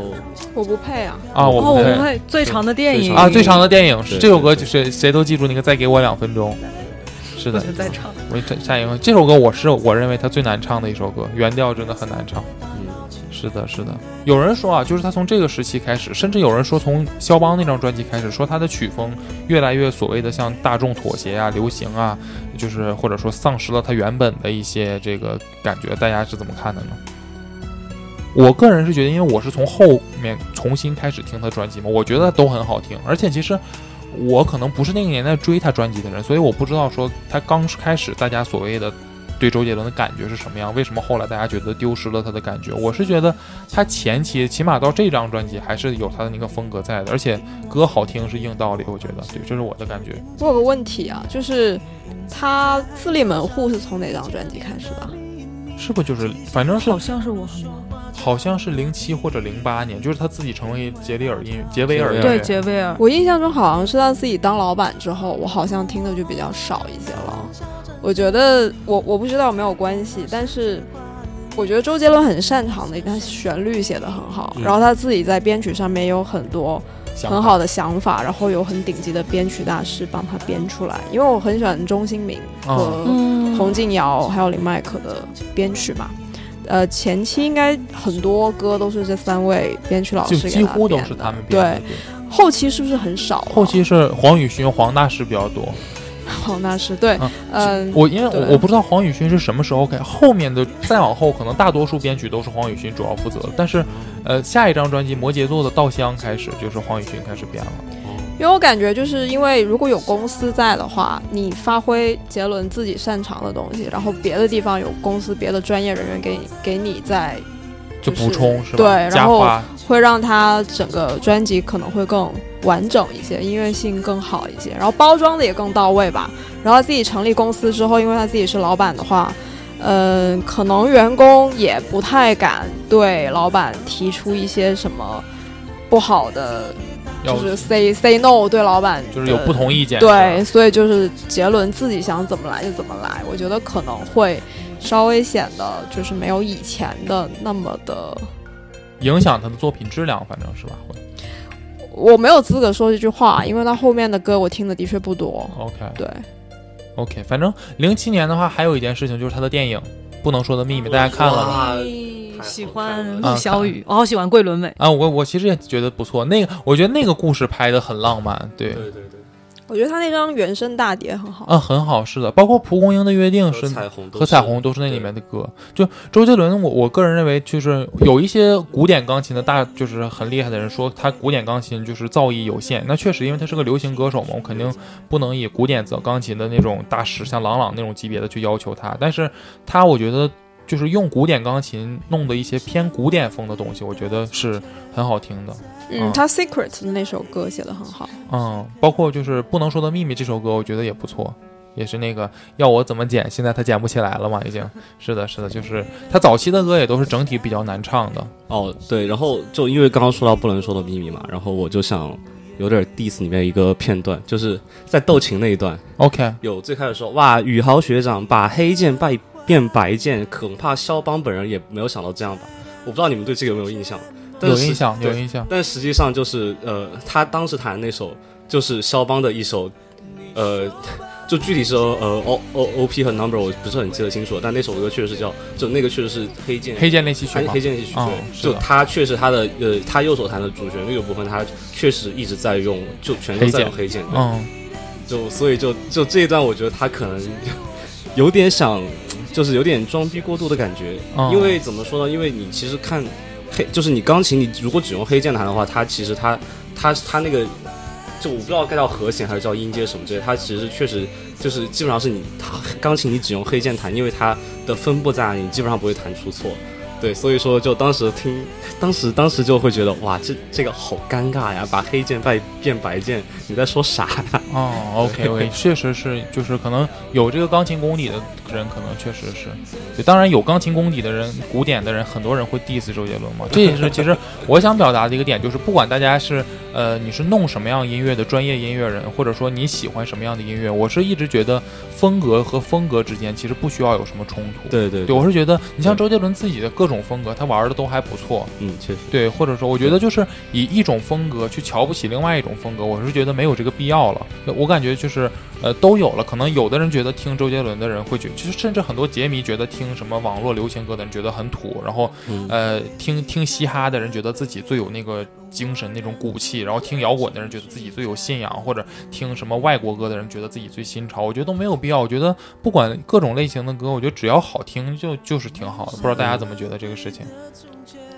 Speaker 4: 我不配啊！
Speaker 1: 啊，
Speaker 2: 我
Speaker 3: 哦，
Speaker 1: 我不
Speaker 3: 我们
Speaker 1: 配
Speaker 3: 会最长的电影
Speaker 1: 啊，最长的电影
Speaker 2: 对
Speaker 1: 是这首歌，
Speaker 2: 对
Speaker 1: 就
Speaker 2: 对
Speaker 1: 谁谁都记住那个“再给我两分钟”。 是的，
Speaker 3: 在唱。
Speaker 1: 我下下一个这首歌，我是我认为它最难唱的一首歌，原调真的很难唱。
Speaker 2: 嗯，
Speaker 1: 是的，是的。有人说啊，就是他从这个时期开始，甚至有人说从肖邦那张专辑开始，说他的曲风越来越所谓的向大众妥协啊、流行啊，就是或者说丧失了他原本的一些这个感觉。大家是怎么看的呢？我个人是觉得，因为我是从后面重新开始听他专辑嘛，我觉得都很好听，而且其实。我可能不是那个年代追他专辑的人，所以我不知道说他刚开始大家所谓的对周杰伦的感觉是什么样？为什么后来大家觉得丢失了他的感觉？我是觉得他前期起码到这张专辑还是有他的那个风格在的，而且歌好听是硬道理，我觉得对，这是我的感觉。
Speaker 4: 我有个问题啊，就是他自立门户是从哪张专辑开始的？
Speaker 1: 是不是就是反正是
Speaker 3: 好像是我，
Speaker 1: 好像是零七或者零八年，就是他自己成为杰里尔音乐杰维尔音乐
Speaker 3: 对，杰威尔，
Speaker 4: 我印象中好像是他自己当老板之后，我好像听的就比较少一些了。我觉得我我不知道有没有关系，但是我觉得周杰伦很擅长的，他旋律写的很好，
Speaker 2: 嗯
Speaker 4: 然后他自己在编曲上面有很多
Speaker 1: 想
Speaker 4: 很
Speaker 1: 法
Speaker 4: 好的想法，然后有很顶级的编曲大师帮他编出来。因为我很喜欢钟兴民
Speaker 1: 啊
Speaker 4: 和
Speaker 3: 嗯
Speaker 4: 洪敬尧还有林迈可的编曲嘛。呃，前期应该很多歌都是这三位编曲老
Speaker 1: 就
Speaker 4: 师给
Speaker 1: 几
Speaker 4: 他
Speaker 1: 乎都
Speaker 4: 编
Speaker 1: 是
Speaker 4: 的
Speaker 1: 他们编的
Speaker 4: 对，。后期是不是很少啊、
Speaker 1: 后期是黄宇勋、黄大师比较多。
Speaker 4: 好，哦那是对
Speaker 1: 啊，
Speaker 4: 嗯，
Speaker 1: 我因为我
Speaker 4: 对
Speaker 1: 我不知道黄宇勋是什么时候开，后面的再往后可能大多数编曲都是黄宇勋主要负责的，但是，呃，下一张专辑《摩羯座的稻香》开始就是黄宇勋开始编了。
Speaker 4: 因为我感觉就是因为如果有公司在的话，你发挥杰伦自己擅长的东西，然后别的地方有公司别的专业人员给你给你在，
Speaker 1: 就
Speaker 4: 就是
Speaker 1: 补充是吧？
Speaker 4: 对然
Speaker 1: 加
Speaker 4: 后
Speaker 1: 花
Speaker 4: 会让他整个专辑可能会更完整一些，音乐性更好一些，然后包装的也更到位吧。然后自己成立公司之后，因为他自己是老板的话，嗯、可能员工也不太敢对老板提出一些什么不好的，
Speaker 1: 要
Speaker 4: 就是 say say no 对老板
Speaker 1: 就是有
Speaker 4: 的
Speaker 1: 不同意见。啊
Speaker 4: 对，，所以就是杰伦自己想怎么来就怎么来，我觉得可能会稍微显得就是没有以前的那么的。
Speaker 1: 影响他的作品质量，反正是吧？会
Speaker 4: 我没有资格说这句话，因为他后面的歌我听的的确不多。
Speaker 1: OK
Speaker 4: 对，
Speaker 1: OK，反正零七年的话，还有一件事情就是他的电影《不能说的秘密》，大家看了吗？
Speaker 2: 哇
Speaker 3: 哎喜欢陆小雨，我好喜欢桂纶镁。
Speaker 1: 啊，我我其实也觉得不错，那个我觉得那个故事拍的很浪漫，对，
Speaker 2: 对对对，
Speaker 4: 我觉得他那张原声大碟很好。
Speaker 1: 啊，很好，是的，包括蒲公英的约定是
Speaker 2: 彩虹
Speaker 1: 和彩虹都是那里面的歌。就周杰伦，我我个人认为，就是有一些古典钢琴的大，就是很厉害的人说他古典钢琴就是造诣有限。那确实，因为他是个流行歌手嘛，我肯定不能以古典钢琴的那种大师，像郎朗那种级别的去要求他。但是他，我觉得就是用古典钢琴弄的一些偏古典风的东西，我觉得是很好听的。
Speaker 4: 嗯，他 Secret 那首歌写的很好。
Speaker 1: 嗯，包括就是《不能说的秘密》这首歌，我觉得也不错，也是那个要我怎么剪，现在他剪不起来了嘛，已 经是的，是的，就是他早期的歌也都是整体比较难唱的。
Speaker 2: 哦，对，然后就因为刚刚说到不能说的秘密嘛，然后我就想有点 diss 里面一个片段，就是在斗琴那一段，
Speaker 1: OK，
Speaker 2: 有最开始说哇，宇豪学长把黑键败变白键，恐怕肖邦本人也没有想到这样吧？我不知道你们对这个有没有印象？但
Speaker 1: 有
Speaker 2: 是
Speaker 1: 印象，
Speaker 2: 对
Speaker 1: 有印象。
Speaker 2: 但实际上就是呃，他当时弹的那首就是肖邦的一首，呃，就具体是呃 O O O P 和 Number 我不是很记得清楚，但那首歌确实是叫，就那个确实是黑键
Speaker 1: 黑键练习曲
Speaker 2: 黑
Speaker 1: 嘛
Speaker 2: 哎黑，键戏曲，
Speaker 1: 嗯
Speaker 2: 对，
Speaker 1: 是
Speaker 2: 就
Speaker 1: 的
Speaker 2: 他确实他的呃，他右手弹的主旋律的部分，他确实一直在用，就全都在用黑键，对
Speaker 1: 嗯，
Speaker 2: 就所以就就这一段，我觉得他可能有点想，就是有点装逼过度的感觉，
Speaker 1: 嗯
Speaker 2: 因为怎么说呢？因为你其实看黑，就是你钢琴，你如果只用黑键弹的话，它其实它它它那个。就我不知道该叫和弦还是叫音阶什么之类，它其实确实就是基本上是你它钢琴你只用黑键弹，因为它的分布在那里，你基本上不会弹出错。对，所以说就当时听， 当时当时就会觉得哇，这这个好尴尬呀，把黑键变变白键，你在说啥呀？
Speaker 1: 哦，OK OK，确实是，就是可能有这个钢琴功底的人，可能确实是。对，当然有钢琴功底的人，古典的人，很多人会 diss 周杰伦 嘛，这也是其实我想表达的一个点，就是不管大家是呃你是弄什么样音乐的专业音乐人，或者说你喜欢什么样的音乐，我是一直觉得风格和风格之间其实不需要有什么冲突。
Speaker 2: 对对
Speaker 1: 对，
Speaker 2: 对，
Speaker 1: 我是觉得你像周杰伦自己的各种风格，他玩的都还不错。
Speaker 2: 嗯，确实，
Speaker 1: 对，或者说，我觉得就是以一种风格去瞧不起另外一种风格，我是觉得没有这个必要了。我感觉就是，呃，都有了。可能有的人觉得听周杰伦的人会觉就是甚至很多杰迷觉得听什么网络流行歌的人觉得很土，然后
Speaker 2: 嗯
Speaker 1: 呃，听听嘻哈的人觉得自己最有那个精神、那种骨气，然后听摇滚的人觉得自己最有信仰，或者听什么外国歌的人觉得自己最新潮。我觉得都没有必要。我觉得不管各种类型的歌，我觉得只要好听就就是挺好的。不知道大家怎么觉得这个事情？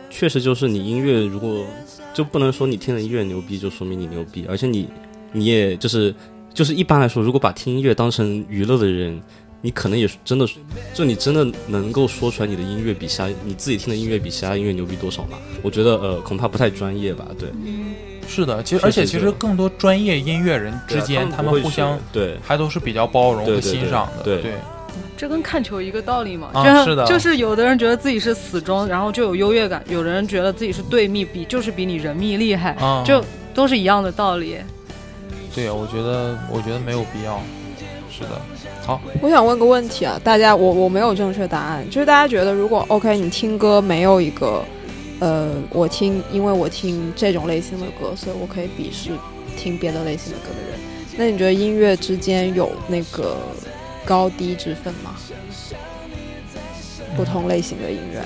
Speaker 2: 确实就是你音乐如果就不能说你听的音乐牛逼，就说明你牛逼，而且你你也就是就是一般来说，如果把听音乐当成娱乐的人，你可能也是真的是就你真的能够说出来你的音乐比其他你自己听的音乐比其他音乐牛逼多少吗？我觉得呃恐怕不太专业吧，对，
Speaker 1: 是的，其实
Speaker 2: 确
Speaker 1: 而且
Speaker 2: 实
Speaker 1: 其
Speaker 2: 是
Speaker 1: 实更多专业音乐人之间，
Speaker 2: 对啊
Speaker 1: 他们
Speaker 2: 不会
Speaker 1: 互相
Speaker 2: 去对
Speaker 1: 还都是比较包容
Speaker 2: 对
Speaker 1: 和
Speaker 2: 对对
Speaker 1: 欣赏的。
Speaker 2: 对
Speaker 3: 这跟看球一个道理嘛，
Speaker 1: 啊
Speaker 3: 就是
Speaker 1: 的
Speaker 3: 就是有的人觉得自己是死忠，然后就有优越感；有的人觉得自己是对密，比就是比你人密厉害，
Speaker 1: 啊，
Speaker 3: 就都是一样的道理。
Speaker 1: 对，我觉得我觉得没有必要。是的，好，
Speaker 4: 我想问个问题啊，大家，我我没有正确答案，就是大家觉得如果 OK，你听歌没有一个，呃，我听，因为我听这种类型的歌，所以我可以鄙视听别的类型的歌的人。那你觉得音乐之间有那个高低之分吗？不同类型的音乐，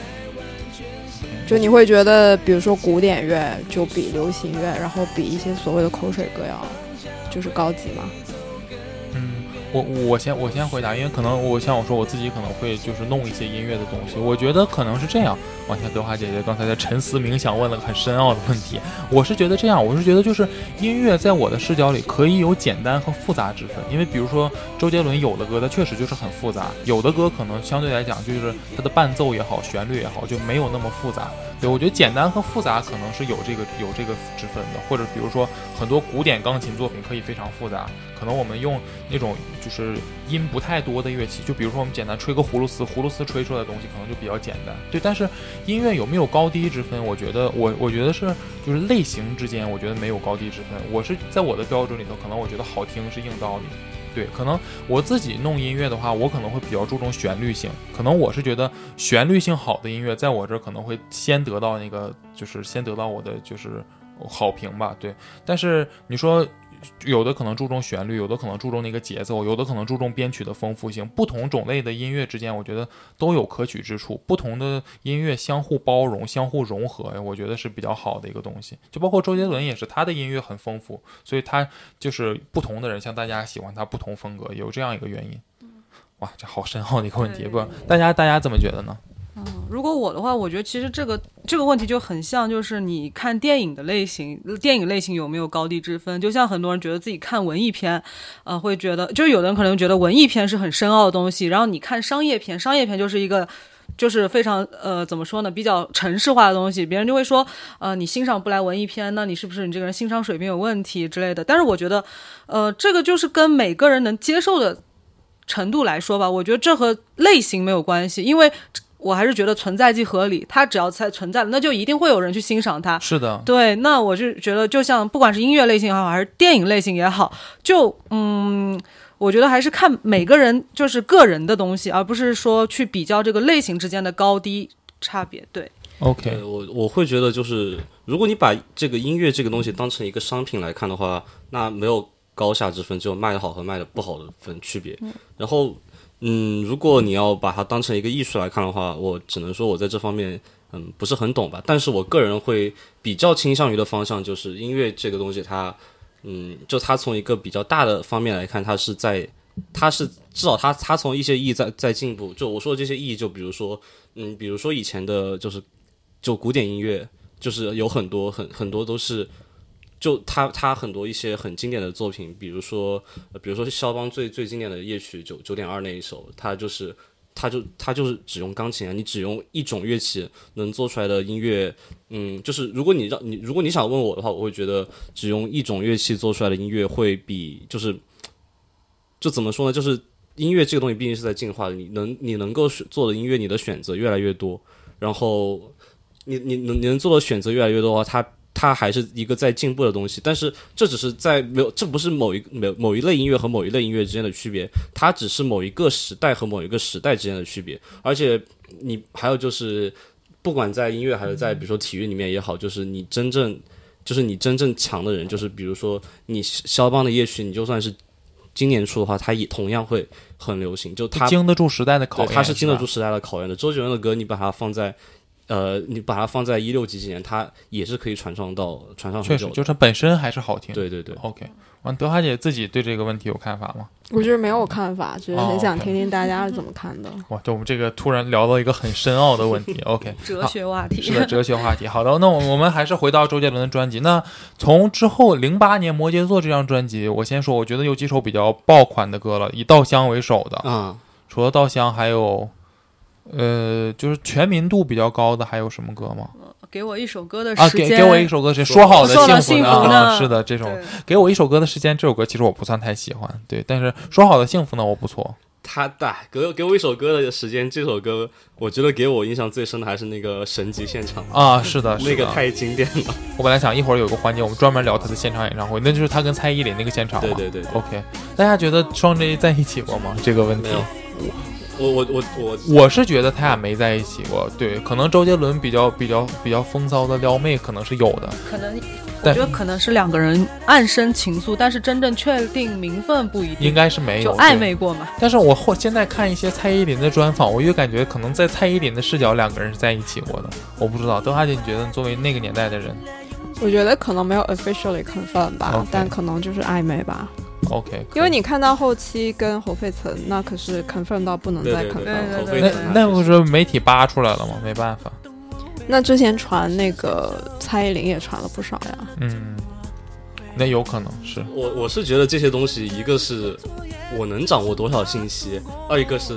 Speaker 4: 就你会觉得，比如说古典乐就比流行乐，然后比一些所谓的口水歌要就是高级吗？
Speaker 1: 嗯，我我先我先回答，因为可能我像我说我自己可能会就是弄一些音乐的东西，我觉得可能是这样。往下，德华姐姐刚才在沉思冥想，问了个很深奥的问题。我是觉得这样，我是觉得就是音乐在我的视角里可以有简单和复杂之分，因为比如说周杰伦有的歌，它确实就是很复杂，有的歌可能相对来讲就是它的伴奏也好，旋律也好，就没有那么复杂。对我觉得简单和复杂可能是有这个有这个之分的，或者比如说很多古典钢琴作品可以非常复杂，可能我们用那种就是音不太多的乐器，就比如说我们简单吹个葫芦丝，葫芦丝吹出来的东西可能就比较简单。对，但是音乐有没有高低之分？我觉得我我觉得是就是类型之间，我觉得没有高低之分。我是在我的标准里头，可能我觉得好听是硬道理。对，可能我自己弄音乐的话，我可能会比较注重旋律性。可能我是觉得旋律性好的音乐，在我这儿可能会先得到那个，就是先得到我的就是好评吧。对，但是你说有的可能注重旋律，有的可能注重那个节奏，有的可能注重编曲的丰富性。不同种类的音乐之间，我觉得都有可取之处。不同的音乐相互包容、相互融合，我觉得是比较好的一个东西。就包括周杰伦也是，他的音乐很丰富，所以他就是不同的人，像大家喜欢他不同风格，有这样一个原因。哇，这好深奥的一个问题，
Speaker 3: 对
Speaker 1: 不知道大家大家怎么觉得呢？
Speaker 3: 如果我的话，我觉得其实这个这个问题就很像，就是你看电影的类型，电影类型有没有高低之分？就像很多人觉得自己看文艺片，呃，会觉得就是有的人可能觉得文艺片是很深奥的东西，然后你看商业片，商业片就是一个。就是非常呃，怎么说呢，比较城市化的东西，别人就会说，呃，你欣赏不来文艺片，那你是不是你这个人欣赏水平有问题之类的？但是我觉得，呃，这个就是跟每个人能接受的程度来说吧，我觉得这和类型没有关系，因为我还是觉得存在即合理，它只要在存在了，那就一定会有人去欣赏它。
Speaker 1: 是的，
Speaker 3: 对，那我就觉得，就像不管是音乐类型也好，还是电影类型也好，就嗯，我觉得还是看每个人就是个人的东西，而不是说去比较这个类型之间的高低差别。对，
Speaker 1: ，OK，
Speaker 2: 对我我会觉得就是，如果你把这个音乐这个东西当成一个商品来看的话，那没有高下之分，只有卖的好和卖的不好的分区别。然后，嗯，如果你要把它当成一个艺术来看的话，我只能说我在这方面。嗯，不是很懂吧？但是我个人会比较倾向于的方向就是音乐这个东西它，嗯，就它从一个比较大的方面来看，它是在，它是至少它它从一些意义在在进步。就我说的这些意义，就比如说，嗯，比如说以前的就是就古典音乐，就是有很多很很多都是，就他他很多一些很经典的作品，比如说、呃比如说肖邦最最经典的夜曲九九点二那一首，他就是他就他就是只用钢琴啊，你只用一种乐器能做出来的音乐，嗯，就是如果你让你如果你想问我的话，我会觉得只用一种乐器做出来的音乐会比就是就怎么说呢，就是。音乐这个东西毕竟是在进化的，你能你能够选做的音乐，你的选择越来越多，然后你你能你能做的选择越来越多的话，它它还是一个在进步的东西。但是这只是在没有，这不是某一某某一类音乐和某一类音乐之间的区别，它只是某一个时代和某一个时代之间的区别。而且你还有就是，不管在音乐还是在比如说体育里面也好，就是你真正就是你真正强的人，就是比如说你肖邦的夜曲，你就算是今年出的话，它也同样会很流行。就它
Speaker 1: 经得住时代的考
Speaker 2: 对，
Speaker 1: 验，
Speaker 2: 他是经得
Speaker 1: 吧
Speaker 2: 住时代的考验的。周杰伦的歌，你把它放在，呃，你把它放在一六几几年，它也是可以传唱到传唱很
Speaker 1: 确实，
Speaker 2: 久的。
Speaker 1: 就是它本身还是好听。
Speaker 2: 对对对，
Speaker 1: ，OK。完，德华姐自己对这个问题有看法吗？
Speaker 4: 我就是没有看法，只是很想
Speaker 1: 哦
Speaker 4: 听听大家是怎么看的。
Speaker 1: 哇，这我们这个突然聊到一个很深奥的问题。OK，
Speaker 3: 哲
Speaker 1: 好
Speaker 3: 学话题。
Speaker 1: 是的，哲学话题。好的，那我我们还是回到周杰伦的专辑。那从之后零八年《摩羯座》这张专辑，我先说，我觉得有几首比较爆款的歌了，以《稻香》为首的，
Speaker 2: 啊、
Speaker 1: 除了《稻香》，还有，呃，就是全民度比较高的，还有什么歌吗？
Speaker 3: 给我一首歌的
Speaker 1: 啊，
Speaker 3: 时
Speaker 1: 给
Speaker 3: 间，
Speaker 1: 给我一首歌，谁说好的
Speaker 3: 说好
Speaker 1: 幸
Speaker 3: 幸
Speaker 1: 福
Speaker 3: 福
Speaker 1: 呢？啊
Speaker 3: 呢
Speaker 1: 是的，这种
Speaker 3: 对
Speaker 1: 给我一首歌的时间，这首歌其实我不算太喜欢，对，但是说好的幸福呢，我不错。
Speaker 2: 他大给我给我一首歌的时间，这首歌我觉得给我印象最深的还是那个神级现场，
Speaker 1: 啊，是的，
Speaker 2: 那
Speaker 1: 是
Speaker 2: 个
Speaker 1: 的。
Speaker 2: 太经典了。
Speaker 1: 我本来想一会儿有个环节，我们专门聊他的现场演唱会，那就是他跟蔡依林那个现场嘛。
Speaker 2: 对对对对
Speaker 1: OK，大家觉得双 J 在一起过吗？这个问题
Speaker 2: 没，有我我我我
Speaker 1: 我是觉得他俩没在一起过。对，可能周杰伦比较比较比较风骚的撩妹，可能是有的。
Speaker 3: 可能
Speaker 1: 对
Speaker 3: 我觉得可能是两个人暗生情愫，但是真正确定名分不一定，
Speaker 1: 应该是没有
Speaker 3: 就暧
Speaker 1: 对
Speaker 3: 昧过嘛。
Speaker 1: 但是我后现在看一些蔡依林的专访，我越感觉可能在蔡依林的视角，两个人是在一起过的。我不知道，邓华姐，你觉得你作为那个年代的人
Speaker 4: 我觉得可能没有 officially confirm 吧
Speaker 1: OK
Speaker 4: 但可能就是暧昧吧。
Speaker 1: ，OK？
Speaker 4: 因为你看到后期跟侯佩岑，那可是 confirm 到不能
Speaker 2: 对
Speaker 4: 再
Speaker 2: 对
Speaker 4: confirm
Speaker 2: 对
Speaker 4: 了。
Speaker 2: 对，侯
Speaker 3: 对对
Speaker 2: 佩
Speaker 3: 对
Speaker 1: 那
Speaker 2: 岑
Speaker 1: 那
Speaker 2: 还
Speaker 1: 不
Speaker 2: 是
Speaker 1: 是媒体扒出来了吗？没办法，
Speaker 4: 那之前传那个蔡依林也传了不少呀。
Speaker 1: 嗯，那有可能是
Speaker 2: 我我是觉得这些东西，一个是我能掌握多少信息，二一个是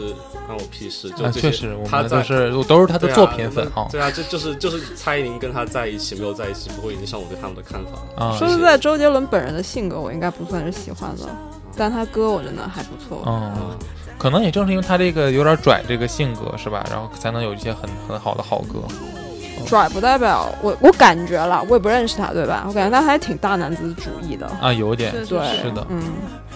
Speaker 2: 关我屁事，就
Speaker 1: 啊，
Speaker 2: 这
Speaker 1: 确
Speaker 2: 些
Speaker 1: 实，我
Speaker 2: 他
Speaker 1: 们
Speaker 2: 在
Speaker 1: 都是我都是他的
Speaker 2: 对啊
Speaker 1: 作品粉啊
Speaker 2: 对啊，这就是就是蔡依林跟他在一起没有在一起，不会影响我对他们的看法。
Speaker 1: 啊
Speaker 4: 说实在，周杰伦本人的性格我应该不算是喜欢的，但他歌我真的还不错。
Speaker 1: 嗯，可能也正是因为他这个有点拽这个性格是吧？然后才能有一些很很好的好歌。
Speaker 4: 拽不代表我，我感觉啦，我也不认识他，对吧？我感觉他还挺大男子主义的，
Speaker 1: 啊，有点
Speaker 3: 对
Speaker 4: 对，
Speaker 1: 是的哦
Speaker 4: 嗯，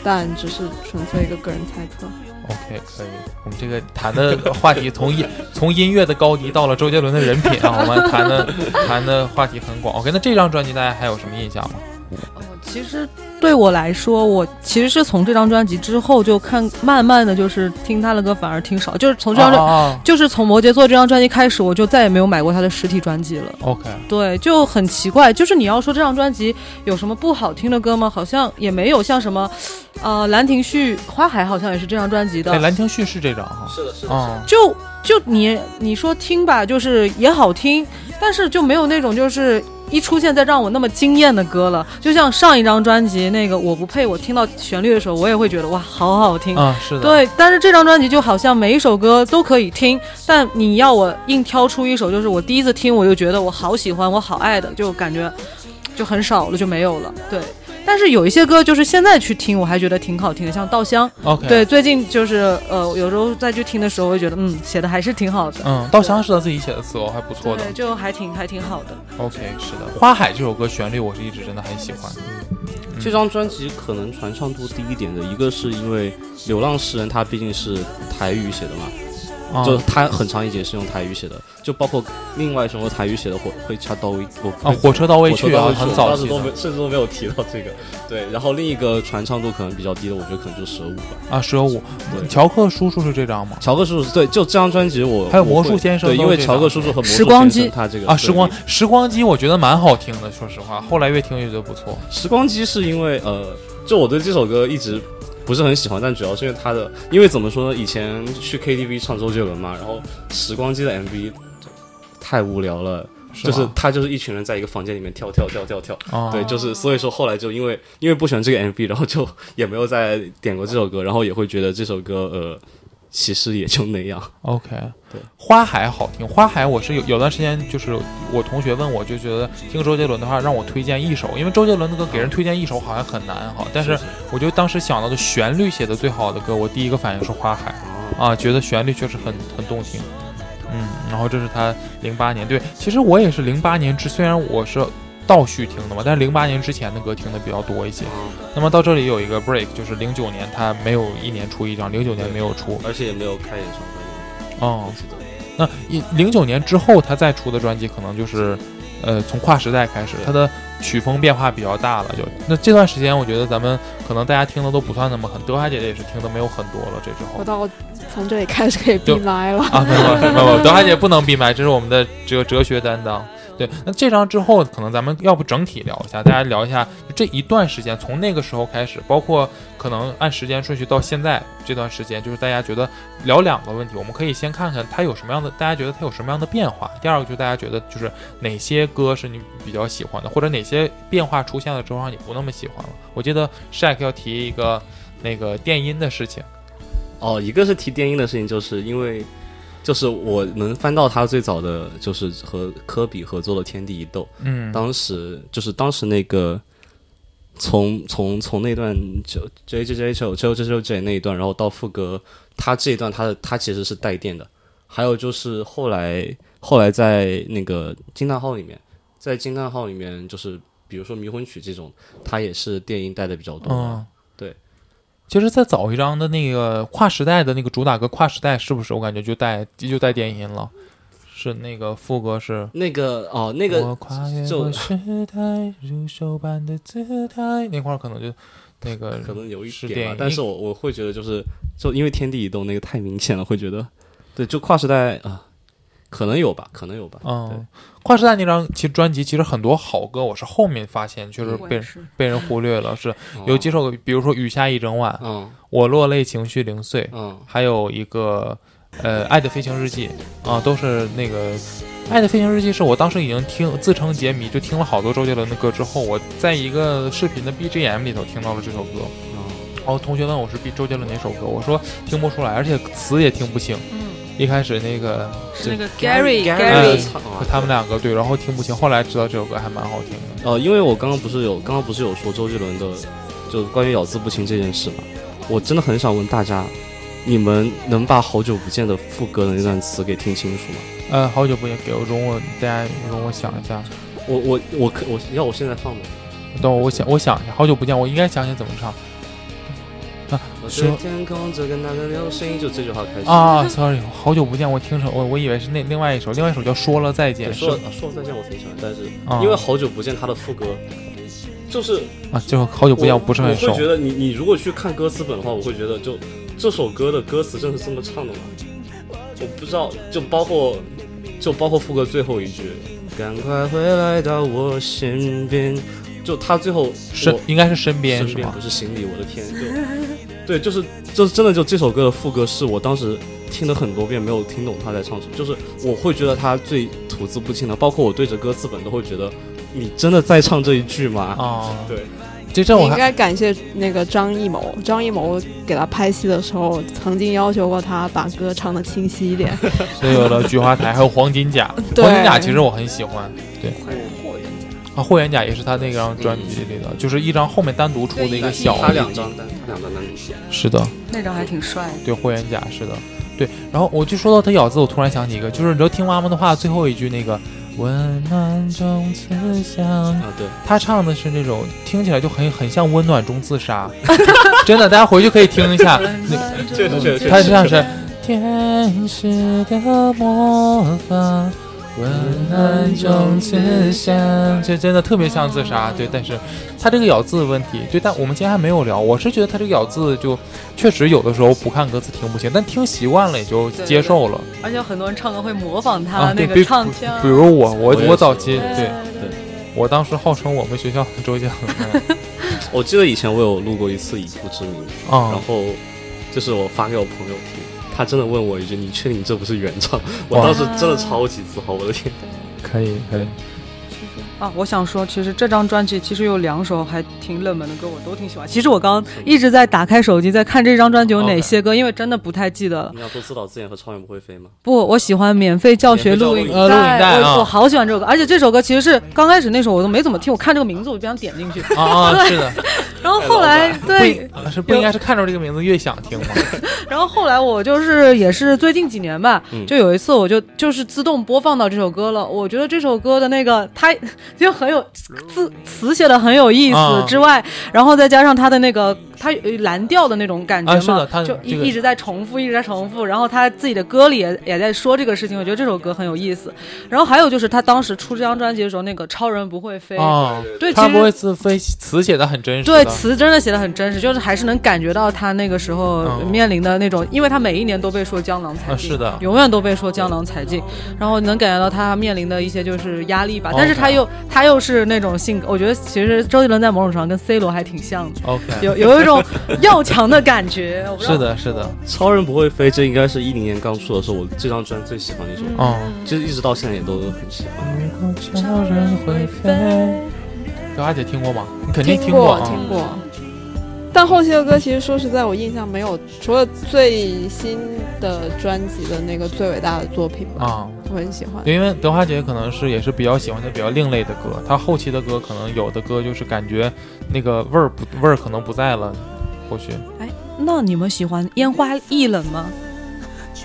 Speaker 4: 但只是纯粹一个个人猜测。
Speaker 1: OK，可以。我们这个谈的话题从音从音乐的高低到了周杰伦的人品啊，我们谈的谈的话题很广。OK，那这张专辑大家还有什么印象吗？
Speaker 3: 哦我其实对我来说，我其实是从这张专辑之后就看，慢慢的就是听他的歌反而听少，就是从这张专，
Speaker 1: 啊
Speaker 3: 就是从《摩羯座》这张专辑开始，我就再也没有买过他的实体专辑了。
Speaker 1: 哦 OK，
Speaker 3: 对，就很奇怪，就是你要说这张专辑有什么不好听的歌吗？好像也没有，像什么，呃，兰亭序《花海》好像也是这张专辑的
Speaker 1: 哎，，兰亭序是这张哈，
Speaker 2: 是的，是
Speaker 1: 啊，
Speaker 3: 就就你你说听吧，就是也好听，但是就没有那种就是一出现再让我那么惊艳的歌了。就像上一张专辑那个《我不配》，我听到旋律的时候，我也会觉得哇，好好听。
Speaker 1: 啊，是的，，
Speaker 3: 对，但是这张专辑就好像每一首歌都可以听，但你要我硬挑出一首，就是我第一次听我就觉得我好喜欢，我好爱的，就感觉就很少了，就没有了。对，但是有一些歌就是现在去听，我还觉得挺好听的，像《稻香》。
Speaker 1: OK，
Speaker 3: 对，，最近就是呃，有时候再去听的时候，会觉得嗯，写的还是挺好的，
Speaker 1: 嗯，稻香是他自己写的词哦，还不错的
Speaker 3: 对，就还挺还挺好的。
Speaker 1: ，OK，是的，《花海》这首歌旋律我是一直真的很喜欢，嗯
Speaker 2: 这张专辑可能传唱度低一点的，一个是因为《流浪诗人》他毕竟是台语写的嘛，
Speaker 3: 嗯
Speaker 1: 啊
Speaker 2: 就他很长一节是用台语写的，就包括另外一首用台语写的《火会插刀》，我
Speaker 1: 啊，火车到
Speaker 2: 我
Speaker 1: 未
Speaker 2: 我说
Speaker 1: 去
Speaker 2: 到
Speaker 1: 啊，
Speaker 2: 位去
Speaker 1: 很
Speaker 2: 我
Speaker 1: 早
Speaker 2: 当时
Speaker 1: 期
Speaker 2: 都
Speaker 1: 的
Speaker 2: 没，甚至都没有提到这个。对，然后另一个传唱度可能比较低的，我觉得可能就蛇舞吧。
Speaker 1: 啊，十有五，
Speaker 2: 对，
Speaker 1: 乔克叔叔是这张吗？
Speaker 2: 乔克叔叔对，就这张专辑我
Speaker 1: 还有魔
Speaker 2: 我会
Speaker 1: 术先生
Speaker 2: 对，
Speaker 1: 都
Speaker 2: 因为
Speaker 1: 是这
Speaker 2: 乔克
Speaker 1: 张
Speaker 2: 叔叔和魔
Speaker 3: 时
Speaker 2: 术
Speaker 3: 光
Speaker 2: 先
Speaker 3: 机
Speaker 2: 生他这个
Speaker 1: 啊，
Speaker 2: 对
Speaker 1: 时光时光机我觉得蛮好听的，说实话，后来越听越觉得不错。
Speaker 2: 时光机是因为呃，就我对这首歌一直不是很喜欢，但主要是因为它的，因为怎么说呢，以前去 KTV 唱周杰伦嘛，然后时光机的 MV 太无聊了，
Speaker 1: 是
Speaker 2: 就
Speaker 1: 吧
Speaker 2: 是他就是一群人在一个房间里面跳跳跳跳跳，
Speaker 1: 啊，
Speaker 2: 对，就是所以说后来就因为因为不喜欢这个 MV，然后就也没有再点过这首歌，然后也会觉得这首歌呃。其实也就那样，
Speaker 1: OK，
Speaker 2: 对
Speaker 1: 花海好听。花海我是有有段时间，就是我同学问我，就觉得听周杰伦的话，让我推荐一首，因为周杰伦的歌给人推荐一首好像很难哈。但是我就当时想到的旋律写的最好的歌，我第一个反应是花海啊，觉得旋律确实很很动听。嗯，然后这是他零八年，对，其实我也是零八年之，虽然我是倒叙听的嘛，但是零八年之前的歌听的比较多一些。那么到这里有一个 break，就是零九年他没有一年出一张，零九年没有出，
Speaker 2: 而且也没有开演唱会，
Speaker 1: 哦
Speaker 2: 我，记得。
Speaker 1: 那一零九年之后，他再出的专辑可能就是，呃，从跨时代开始，
Speaker 2: 对
Speaker 1: 他的曲风变化比较大了。就那这段时间，我觉得咱们可能大家听的都不算那么狠，德华姐姐也是听的没有很多了。这之后
Speaker 4: 我到从这里开始可以闭
Speaker 1: 就
Speaker 4: 麦了。
Speaker 1: 啊，没有没有没有，德华姐不能闭麦，这是我们的哲哲学担当。对，那这张之后，可能咱们要不整体聊一下，大家聊一下这一段时间，从那个时候开始，包括可能按时间顺序到现在这段时间，就是大家觉得聊两个问题，我们可以先看看它有什么样的，大家觉得它有什么样的变化。第二个就是大家觉得就是哪些歌是你比较喜欢的，或者哪些变化出现了之后让你不那么喜欢了。我记得 Shaq 要提一个那个电音的事情，
Speaker 2: 哦，一个是提电音的事情，就是因为就是我能翻到他最早的就是和科比合作的《天地一斗》，
Speaker 1: 嗯，
Speaker 2: 当时就是当时那个从从从那段就 J J J J J J J J 那一段，然后到副歌，他这一段他的他其实是带电的，还有就是后来后来在那个惊叹号里面，在惊叹号里面就是比如说迷魂曲这种，他也是电音带的比较多的。
Speaker 1: 嗯，
Speaker 2: 对。
Speaker 1: 其实，在早一张的那个跨时代的那个主打歌《跨时代》，是不是我感觉就带就带电音了？是那个副歌是
Speaker 2: 那个哦，那
Speaker 1: 我
Speaker 2: 个
Speaker 1: 跨越
Speaker 2: 就
Speaker 1: 过时代，如手般的姿态，那块儿可能就那个
Speaker 2: 可能有一
Speaker 1: 是
Speaker 2: 点
Speaker 1: 电
Speaker 2: 吧
Speaker 1: 影，
Speaker 2: 嗯但是我我会觉得就是就因为天地移动那个太明显了，会觉得对，就跨时代啊、可能有吧，可能有吧。
Speaker 1: 嗯，跨时代那张其实专辑其实很多好歌，我是后面发现确实
Speaker 3: 我
Speaker 1: 被
Speaker 3: 也
Speaker 1: 人
Speaker 3: 是
Speaker 1: 被人忽略了，是
Speaker 2: 对
Speaker 1: 有几首歌，比如说《雨下一整晚》，
Speaker 2: 哦嗯
Speaker 1: 我落泪，情绪零碎，
Speaker 2: 嗯
Speaker 1: 还有一个呃《爱的飞行日记》啊，都是那个《爱的飞行日记》是我当时已经听自称杰迷，就听了好多周杰伦的歌之后，我在一个视频的 BGM 里头听到了这首歌。
Speaker 2: 嗯
Speaker 1: 然后同学问我是 B 周杰伦哪首歌，我说听不出来，而且词也听不清。
Speaker 3: 嗯，
Speaker 1: 一开始那个
Speaker 3: 是那个
Speaker 2: Gary- 呃哦
Speaker 3: Gary
Speaker 2: Gary-
Speaker 3: Gary，
Speaker 1: 他们两个对，然后听不清，后来知道这首歌还蛮好听的。
Speaker 2: 呃，因为我刚刚不是有刚刚不是有说周杰伦的，就关于咬字不清这件事嘛，我真的很想问大家，你们能把好久不见的副歌的那段词给听清楚吗？
Speaker 1: 呃，好久不见，给我容我大家容我想一下，
Speaker 2: 我我我可我要我现在放吗？
Speaker 1: 等我我想我想一下，好久不见，我应该想想怎么唱
Speaker 2: 我
Speaker 1: 说
Speaker 2: 对天空这个那个流星，就这句话开始。
Speaker 1: 啊！Sorry，好久不见，我听成我我以为是那另外一首，另外一首叫《说了再见
Speaker 2: 对》，啊
Speaker 1: 是
Speaker 2: 说说再见我挺喜欢，但是
Speaker 1: 啊
Speaker 2: 因为好久不见他的副歌，就是
Speaker 1: 啊，就好久不见，
Speaker 2: 我
Speaker 1: 不是很熟
Speaker 2: 我会。觉得你你如果去看歌词本的话，我会觉得就这首歌的歌词真的是这么唱的吗？我不知道，就包括就包括副歌最后一句，赶快回来到我身边，就他最后
Speaker 1: 身
Speaker 2: 我
Speaker 1: 应该是身边
Speaker 2: 身
Speaker 1: 是
Speaker 2: 边
Speaker 1: 吗
Speaker 2: 不？是心里，我的天，就对，就是就是真的就这首歌的副歌是我当时听了很多遍没有听懂他在唱什么，就是我会觉得他最吐字不清的，包括我对着歌词本都会觉得你真的在唱这一句吗？
Speaker 1: 啊，
Speaker 2: 对，
Speaker 1: 这这我
Speaker 4: 应
Speaker 1: 还
Speaker 4: 该感谢那个张艺谋，张艺谋给他拍戏的时候，曾经要求过他把歌唱的清晰一点。
Speaker 1: 所以有了菊花台，还有黄金 甲。
Speaker 4: 对
Speaker 1: 黄金甲其实我很喜欢
Speaker 4: 霍元甲
Speaker 1: 啊，霍元甲也是他那张专辑里的，就是一张后面单独出的一个小
Speaker 2: 他两张单，他两张单独出。
Speaker 1: 是的，
Speaker 3: 那张还挺帅的。
Speaker 1: 对霍元甲是的，对。然后我就说到他咬字，我突然想起一个，就是你知道听妈妈的话最后一句那个温暖中慈祥，
Speaker 2: 啊，对，
Speaker 1: 他唱的是那种听起来就很很像温暖中自杀， 真的，大家回去可以听一 下。那个
Speaker 2: 确实确实
Speaker 1: 他唱是天使的魔法，温暖中慈祥，这真的特别像自杀。
Speaker 3: 嗯
Speaker 1: 对，但是他这个咬字问题，对，但我们今天还没有聊。我是觉得他这个咬字就确实有的时候不看歌词听不清，但听习惯了也就接受了。
Speaker 3: 而且很多人唱歌会模仿
Speaker 1: 啊
Speaker 3: 他
Speaker 1: 对
Speaker 3: 那个
Speaker 1: 比
Speaker 3: 唱腔。嗯
Speaker 1: 比如我，我
Speaker 2: 我也
Speaker 1: 我
Speaker 2: 是
Speaker 1: 早期对
Speaker 3: 对
Speaker 1: 我当时号称我们学校的周 嗯杰伦
Speaker 2: 我记得以前我有录过一次以父之名，然
Speaker 1: 啊，
Speaker 2: 后就是我发给我朋友听，他真的问我一句：“你确定这不是原唱？”我当时真的超级自豪，我的天！
Speaker 1: 可以可以，
Speaker 3: 啊，我想说，其实这张专辑其实有两首还挺冷门的歌，我都挺喜欢。其实我刚刚一直在打开手机在看这张专辑有哪些歌，因为真的不太记得了。
Speaker 2: 你要说自导自演和超人不会飞吗？
Speaker 3: 不，我喜欢免费教学录影
Speaker 2: 免
Speaker 1: 教录影呃
Speaker 2: 费
Speaker 3: 带，
Speaker 1: 录影带啊
Speaker 3: 我我好喜欢这首歌，而且这首歌其实是刚开始那时候我都没怎么听，我看这个名字我就想点进去，
Speaker 1: 啊 啊，是的，
Speaker 3: 然后后来
Speaker 1: 不
Speaker 3: 对
Speaker 1: 应，啊是不应该是看着这个名字越想听吗？
Speaker 3: 然后后来我就是也是最近几年吧，
Speaker 2: 嗯
Speaker 3: 就有一次我就就是自动播放到这首歌了。我觉得这首歌的那个它就很有字词写的很有意
Speaker 1: 啊
Speaker 3: 思之外，然后再加上它的那个它有蓝调的那种感觉
Speaker 1: 啊
Speaker 3: 嘛，
Speaker 1: 是的它
Speaker 3: 就一、
Speaker 1: 这个
Speaker 3: 一直在重复，一直在重复。然后他自己的歌里也也在说这个事情，我觉得这首歌很有意思。然后还有就是他当时出这张专辑的时候，那个超人不会飞，
Speaker 1: 啊，
Speaker 3: 对，其
Speaker 1: 他
Speaker 3: 实。
Speaker 1: 不会自非词写的很真实的，
Speaker 3: 对词真的写的很真实，就是还是能感觉到他那个时候
Speaker 1: 嗯
Speaker 3: 面临的那种，因为他每一年都被说江郎才
Speaker 1: 啊
Speaker 3: 尽，
Speaker 1: 是的
Speaker 3: 永远都被说江郎才尽，然后能感觉到他面临的一些就是压力吧。但是
Speaker 1: 哦 OK
Speaker 3: 他又他又是那种性格，我觉得其实周杰伦在某种程度上跟 C 罗还挺像的，
Speaker 1: OK，
Speaker 3: 有有 一种要强的感觉。我不知道
Speaker 1: 是，的，是的，
Speaker 2: 超人不会飞，这应该是一零年刚出的时候，我这张专最喜欢的一首歌，
Speaker 1: 嗯。
Speaker 2: 就是一直到现在也都很喜欢。
Speaker 1: 超人会飞。小花姐听过吗？你肯定
Speaker 4: 听
Speaker 1: 过
Speaker 4: 过
Speaker 1: 啊。
Speaker 4: 听过。嗯但后期的歌其实说实在，我印象没有，除了最新的专辑的那个最伟大的作品吧，
Speaker 1: 啊，
Speaker 4: 我很喜欢。
Speaker 1: 对因为德华姐可能是也是比较喜欢那比较另类的歌，她后期的歌可能有的歌就是感觉那个味儿不味儿可能不在了，或许。
Speaker 3: 那你们喜欢烟花易冷吗？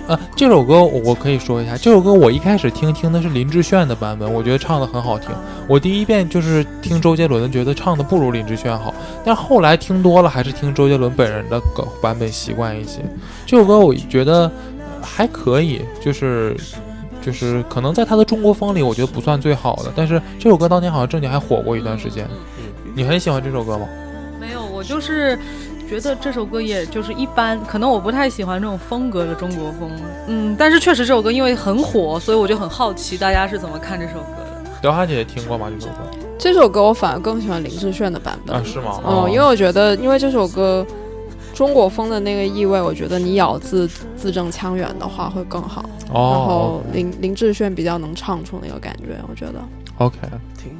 Speaker 1: 呃，这首歌我我可以说一下，这首歌我一开始听听的是林志炫的版本，我觉得唱的很好听。我第一遍就是听周杰伦的，觉得唱的不如林志炫好，但后来听多了还是听周杰伦本人的歌版本习惯一些。这首歌我觉得呃还可以，就是。就是可能在他的中国风里，我觉得不算最好的，但是这首歌当年好像正经还火过一段时间。你很喜欢这首歌吗？
Speaker 3: 没有，我就是觉得这首歌也就是一般，可能我不太喜欢这种风格的中国风。嗯，但是确实这首歌因为很火，所以我就很好奇大家是怎么看这首歌的。
Speaker 1: 刘哈姐也听过吗？这首歌
Speaker 4: 这首歌我反而更喜欢林志炫的版本。
Speaker 1: 啊，是吗？
Speaker 4: 哦，因为我觉得，因为这首歌中国风的那个意味，我觉得你咬字字正腔圆的话会更好。然
Speaker 1: 哦
Speaker 4: 后林林志炫比较能唱出那个感觉，我觉得。
Speaker 1: ，OK，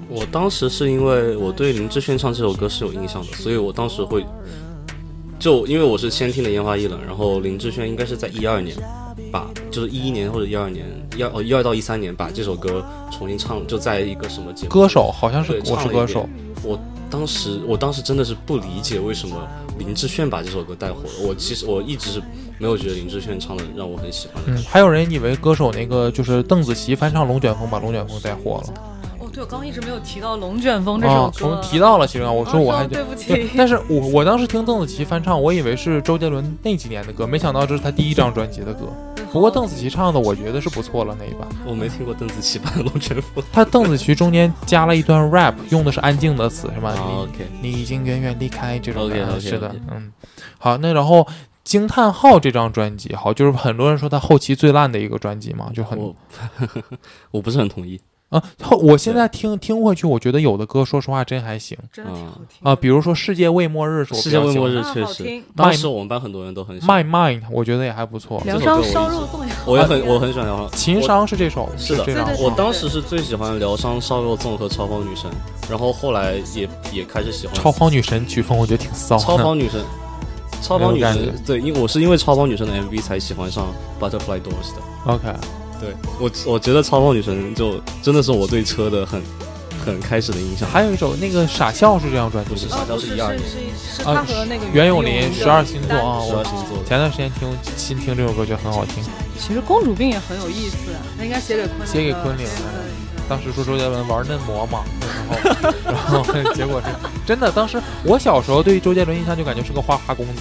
Speaker 2: 我当时是因为我对林志炫唱这首歌是有印象的，所以我当时会就因为我是先听的《烟花易冷》，然后林志炫应该是在一二年把就是一一年或者一二年一二哦一二到一三年把这首歌重新唱，就在一个什么节目
Speaker 1: 歌手好像是
Speaker 2: 对
Speaker 1: 我
Speaker 2: 唱
Speaker 1: 是
Speaker 2: 了一
Speaker 1: 歌
Speaker 2: 遍
Speaker 1: 手，
Speaker 2: 当时我当时真的是不理解为什么林志炫把这首歌带火了。我其实我一直是没有觉得林志炫唱的让我很喜欢的。
Speaker 1: 嗯，还有人以为歌手那个就是邓紫棋翻唱《龙卷风》，把《龙卷风》带火了。
Speaker 3: 哦，对，我刚刚一直没有提到《龙卷风》这
Speaker 1: 啊
Speaker 3: 首，
Speaker 1: 我
Speaker 3: 歌。
Speaker 1: 们提到了，其实啊，我
Speaker 3: 哦
Speaker 1: 说我还
Speaker 3: 对不
Speaker 1: 对
Speaker 3: 起，，
Speaker 1: 但是我我当时听邓紫棋翻唱，我以为是周杰伦那几年的歌，没想到这是他第一张专辑的歌。不过邓紫棋唱的我觉得是不错了那一版，
Speaker 2: 我没听过邓紫棋版的《龙卷风》
Speaker 1: 她邓紫棋中间加了一段 rap，用的是安静的词是吧？
Speaker 2: 啊
Speaker 1: 你
Speaker 2: ，OK，
Speaker 1: 你已经远远离开这种
Speaker 2: OK，
Speaker 1: 感觉
Speaker 2: OK，
Speaker 1: 是的
Speaker 2: OK
Speaker 1: 嗯，好，那然后惊叹号这张专辑，好，就是很多人说它后期最烂的一个专辑嘛，就很
Speaker 2: 我 我不是很同意。
Speaker 1: 啊，后我现在听听回去，我觉得有的歌说实话真还行
Speaker 3: 真的挺好听
Speaker 2: 嗯
Speaker 1: 啊，比如说《世界未末日》是我比
Speaker 2: 世界
Speaker 1: 较
Speaker 2: 未
Speaker 1: 喜
Speaker 2: 末
Speaker 1: 欢
Speaker 2: 日
Speaker 1: 的，
Speaker 3: 啊
Speaker 2: 确
Speaker 3: 好
Speaker 2: 实
Speaker 3: 听，
Speaker 2: 当时我们班很多人都很喜欢，
Speaker 1: 《My Mind》我觉得也还不错，
Speaker 3: 梁
Speaker 2: 这首歌
Speaker 3: 山
Speaker 2: 我一直
Speaker 3: 烧肉粽也好
Speaker 2: 我也
Speaker 3: 听
Speaker 2: 很我很喜欢聊。
Speaker 1: 情商是这首，
Speaker 2: 是的
Speaker 1: 这张
Speaker 3: 对对
Speaker 2: 我
Speaker 3: 对
Speaker 2: 当时是最喜欢疗伤烧肉粽和超跑女神，然后后来也也开始喜欢
Speaker 1: 超跑女神曲风，我觉得挺骚的。
Speaker 2: 超跑女神，超跑
Speaker 1: 没
Speaker 2: 女
Speaker 1: 有感
Speaker 2: 神对，因为我是因为超跑女神的 MV 才喜欢上 Butterfly Doors 的。
Speaker 1: OK，
Speaker 2: 对我我觉得超跑女神就真的是我对车的很很开始的印象。
Speaker 1: 还有一首那个《傻笑》是这张专辑
Speaker 2: 不是
Speaker 1: 的，
Speaker 3: 哦，
Speaker 2: 傻笑
Speaker 3: 不
Speaker 2: 是
Speaker 3: 是
Speaker 2: 12
Speaker 3: 是
Speaker 2: 年
Speaker 3: 是是
Speaker 1: 啊
Speaker 3: 他和那个
Speaker 1: 袁
Speaker 3: 咏
Speaker 1: 咏琳十二星座啊，
Speaker 2: 十
Speaker 1: 我
Speaker 2: 二星座的
Speaker 1: 前段时间听新听这首歌，觉得很好听。
Speaker 3: 其实公主病也很有意思，那应该写给昆凌的。
Speaker 1: 写给昆凌的
Speaker 3: 写给的
Speaker 1: 当时说周杰伦玩嫩模嘛，然后然后结果是真的。当时我小时候对周杰伦印象就感觉是个花花公子，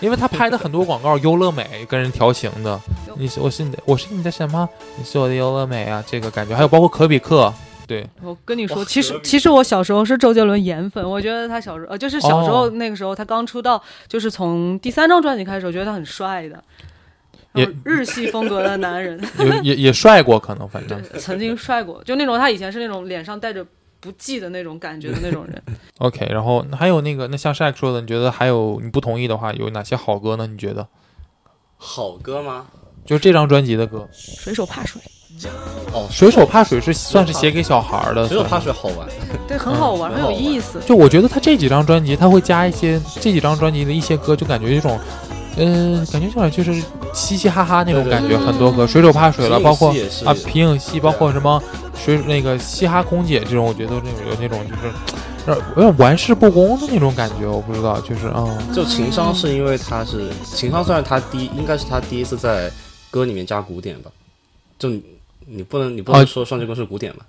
Speaker 1: 因为他拍的很多广告，优乐美跟人调情的，你是我是你的我是你的什么？你是我的优乐美啊，这个感觉。还有包括可比克，对，
Speaker 3: 我跟你说，
Speaker 2: 哇
Speaker 3: 其
Speaker 2: 可
Speaker 3: 实
Speaker 2: 比
Speaker 3: 其实我小时候是周杰伦颜粉，我觉得他小时候呃，就是小时候
Speaker 1: 哦
Speaker 3: 那个时候他刚出道，就是从第三张专辑开始，我觉得他很帅的，然后
Speaker 1: 也
Speaker 3: 日系风格的男人，
Speaker 1: 也也也帅过，可能反正。
Speaker 3: 曾经帅过，就那种他以前是那种脸上带着不羁的那种感觉的那 种人。
Speaker 1: OK，然后还有那个，那像 Shaq 说的，你觉得还有你不同意的话，有哪些好歌呢？你觉得？
Speaker 2: 好歌吗？
Speaker 1: 就这张专辑的歌，
Speaker 3: 水手怕水，
Speaker 2: 哦
Speaker 1: 《水手怕水》是算是写给小孩儿的，
Speaker 2: 水手怕
Speaker 1: 呃算是
Speaker 2: 水好玩，
Speaker 3: 对，很好玩，
Speaker 2: 嗯
Speaker 3: 很有意思。
Speaker 1: 就我觉得他这几张专辑，他会加一些这几张专辑的一些歌，就感觉一种，嗯、感觉有点就是嘻嘻哈哈那种
Speaker 2: 对对
Speaker 1: 感觉。
Speaker 3: 对
Speaker 1: 很多歌，《水手怕水》了，
Speaker 2: 皮
Speaker 1: 包
Speaker 2: 影戏
Speaker 1: 括
Speaker 2: 也是
Speaker 1: 啊皮影戏，包括什么水那个嘻哈空姐这种，我觉得那种有那种就是有点有点玩世不恭的那种感觉，我不知道，就是嗯，
Speaker 2: 就情商是因为他是情商，虽然他第一应该是他第一次在歌里面加鼓点吧，就你你不能你不
Speaker 1: 啊
Speaker 2: 能说双截棍是鼓点嘛，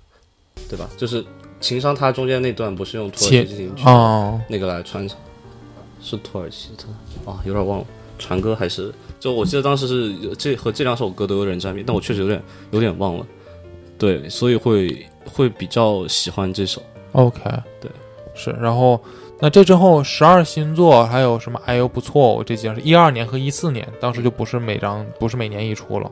Speaker 2: 对吧？就是情商，它中间那段不是用土耳其进行曲
Speaker 1: 哦、
Speaker 2: 那个来穿插，是土耳其的啊，有点忘了。传歌还是就我记得当时是有这和这两首歌都有点沾边，但我确实有点有点忘了，对，所以会会比较喜欢这首。
Speaker 1: OK，
Speaker 2: 对，
Speaker 1: 是。然后那这之后，十二星座还有什么？哎呦不错，我这几张是一二年和一四年，当时就不是每张不是每年一出了。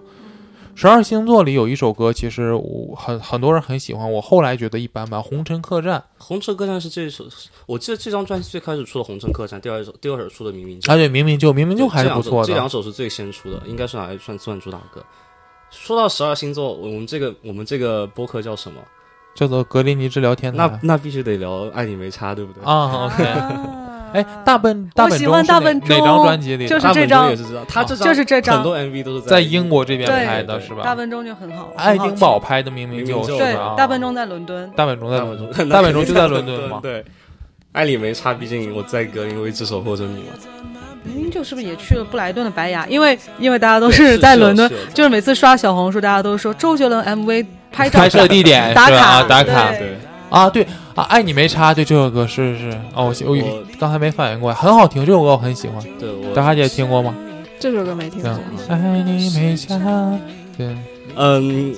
Speaker 1: 十二星座里有一首歌，其实我很很多人很喜欢，我后来觉得一般般，《红尘客栈》
Speaker 2: 红尘客栈是这一首，我记得这张专辑最开始出的《红尘客栈》，第二首第二首出的《明明正
Speaker 1: 啊，对，明明就明明就
Speaker 2: 对
Speaker 1: 还
Speaker 2: 这
Speaker 1: 是
Speaker 2: 两
Speaker 1: 不
Speaker 2: 首
Speaker 1: 错
Speaker 2: 这两
Speaker 1: 的。
Speaker 2: 首是最先出的，应该是拿来算算主打歌。说到十二星座，我们这个我们这个播客叫什么？
Speaker 1: 叫做格林尼治聊天台
Speaker 2: 那那必须得聊《爱你没差》，对不对？
Speaker 1: 啊，OK。
Speaker 3: 啊
Speaker 1: 哎，大笨大本
Speaker 3: 喜
Speaker 1: 钟
Speaker 3: 欢
Speaker 1: 是
Speaker 3: 大
Speaker 1: 哪
Speaker 3: 笨
Speaker 1: 哪张
Speaker 3: 钟
Speaker 1: 专辑里的？
Speaker 3: 就是
Speaker 2: 他
Speaker 3: 这
Speaker 2: 本
Speaker 3: 张啊
Speaker 2: 周也是知道，他这张
Speaker 3: 就是这张
Speaker 2: 很多 MV 都是
Speaker 1: 在
Speaker 2: 英
Speaker 1: 英国这边
Speaker 3: 对
Speaker 1: 拍的
Speaker 2: 对
Speaker 1: 是
Speaker 3: 大
Speaker 1: 吧？
Speaker 3: 笨钟就很好，
Speaker 1: 爱
Speaker 3: 很好
Speaker 1: 丁堡
Speaker 3: 听
Speaker 1: 拍的明明
Speaker 2: 明明
Speaker 1: 就是
Speaker 2: 就
Speaker 3: 对
Speaker 2: 是吧
Speaker 1: 啊，
Speaker 3: 大笨钟在伦敦，
Speaker 1: 大本钟在
Speaker 2: 大
Speaker 1: 伦
Speaker 2: 本
Speaker 1: 敦。
Speaker 2: 钟，
Speaker 1: 大本钟就在
Speaker 2: 伦
Speaker 1: 伦敦嘛
Speaker 2: 对，爱你没差，毕竟我在格林威治守候着你嘛。
Speaker 3: 明就是不是也去了布莱顿的白崖？因为因为大家都是
Speaker 2: 是
Speaker 3: 在伦敦
Speaker 2: 是有是有，
Speaker 3: 就是每次刷小红书，大家都说周杰伦 MV 拍照
Speaker 1: 拍摄地点
Speaker 3: 打
Speaker 1: 是吧
Speaker 3: 卡
Speaker 1: 啊打卡
Speaker 3: 对
Speaker 2: 对，
Speaker 1: 啊，对啊，爱你没差，对这首歌是是哦，我我
Speaker 2: 我
Speaker 1: 刚才没反应过来，很好听，这首歌我很喜欢。
Speaker 2: 对
Speaker 1: 大
Speaker 2: 我
Speaker 1: 哈姐听过吗？
Speaker 4: 这首歌没听
Speaker 1: 对
Speaker 4: 过。
Speaker 1: 啊，爱你没差，对，
Speaker 2: 嗯，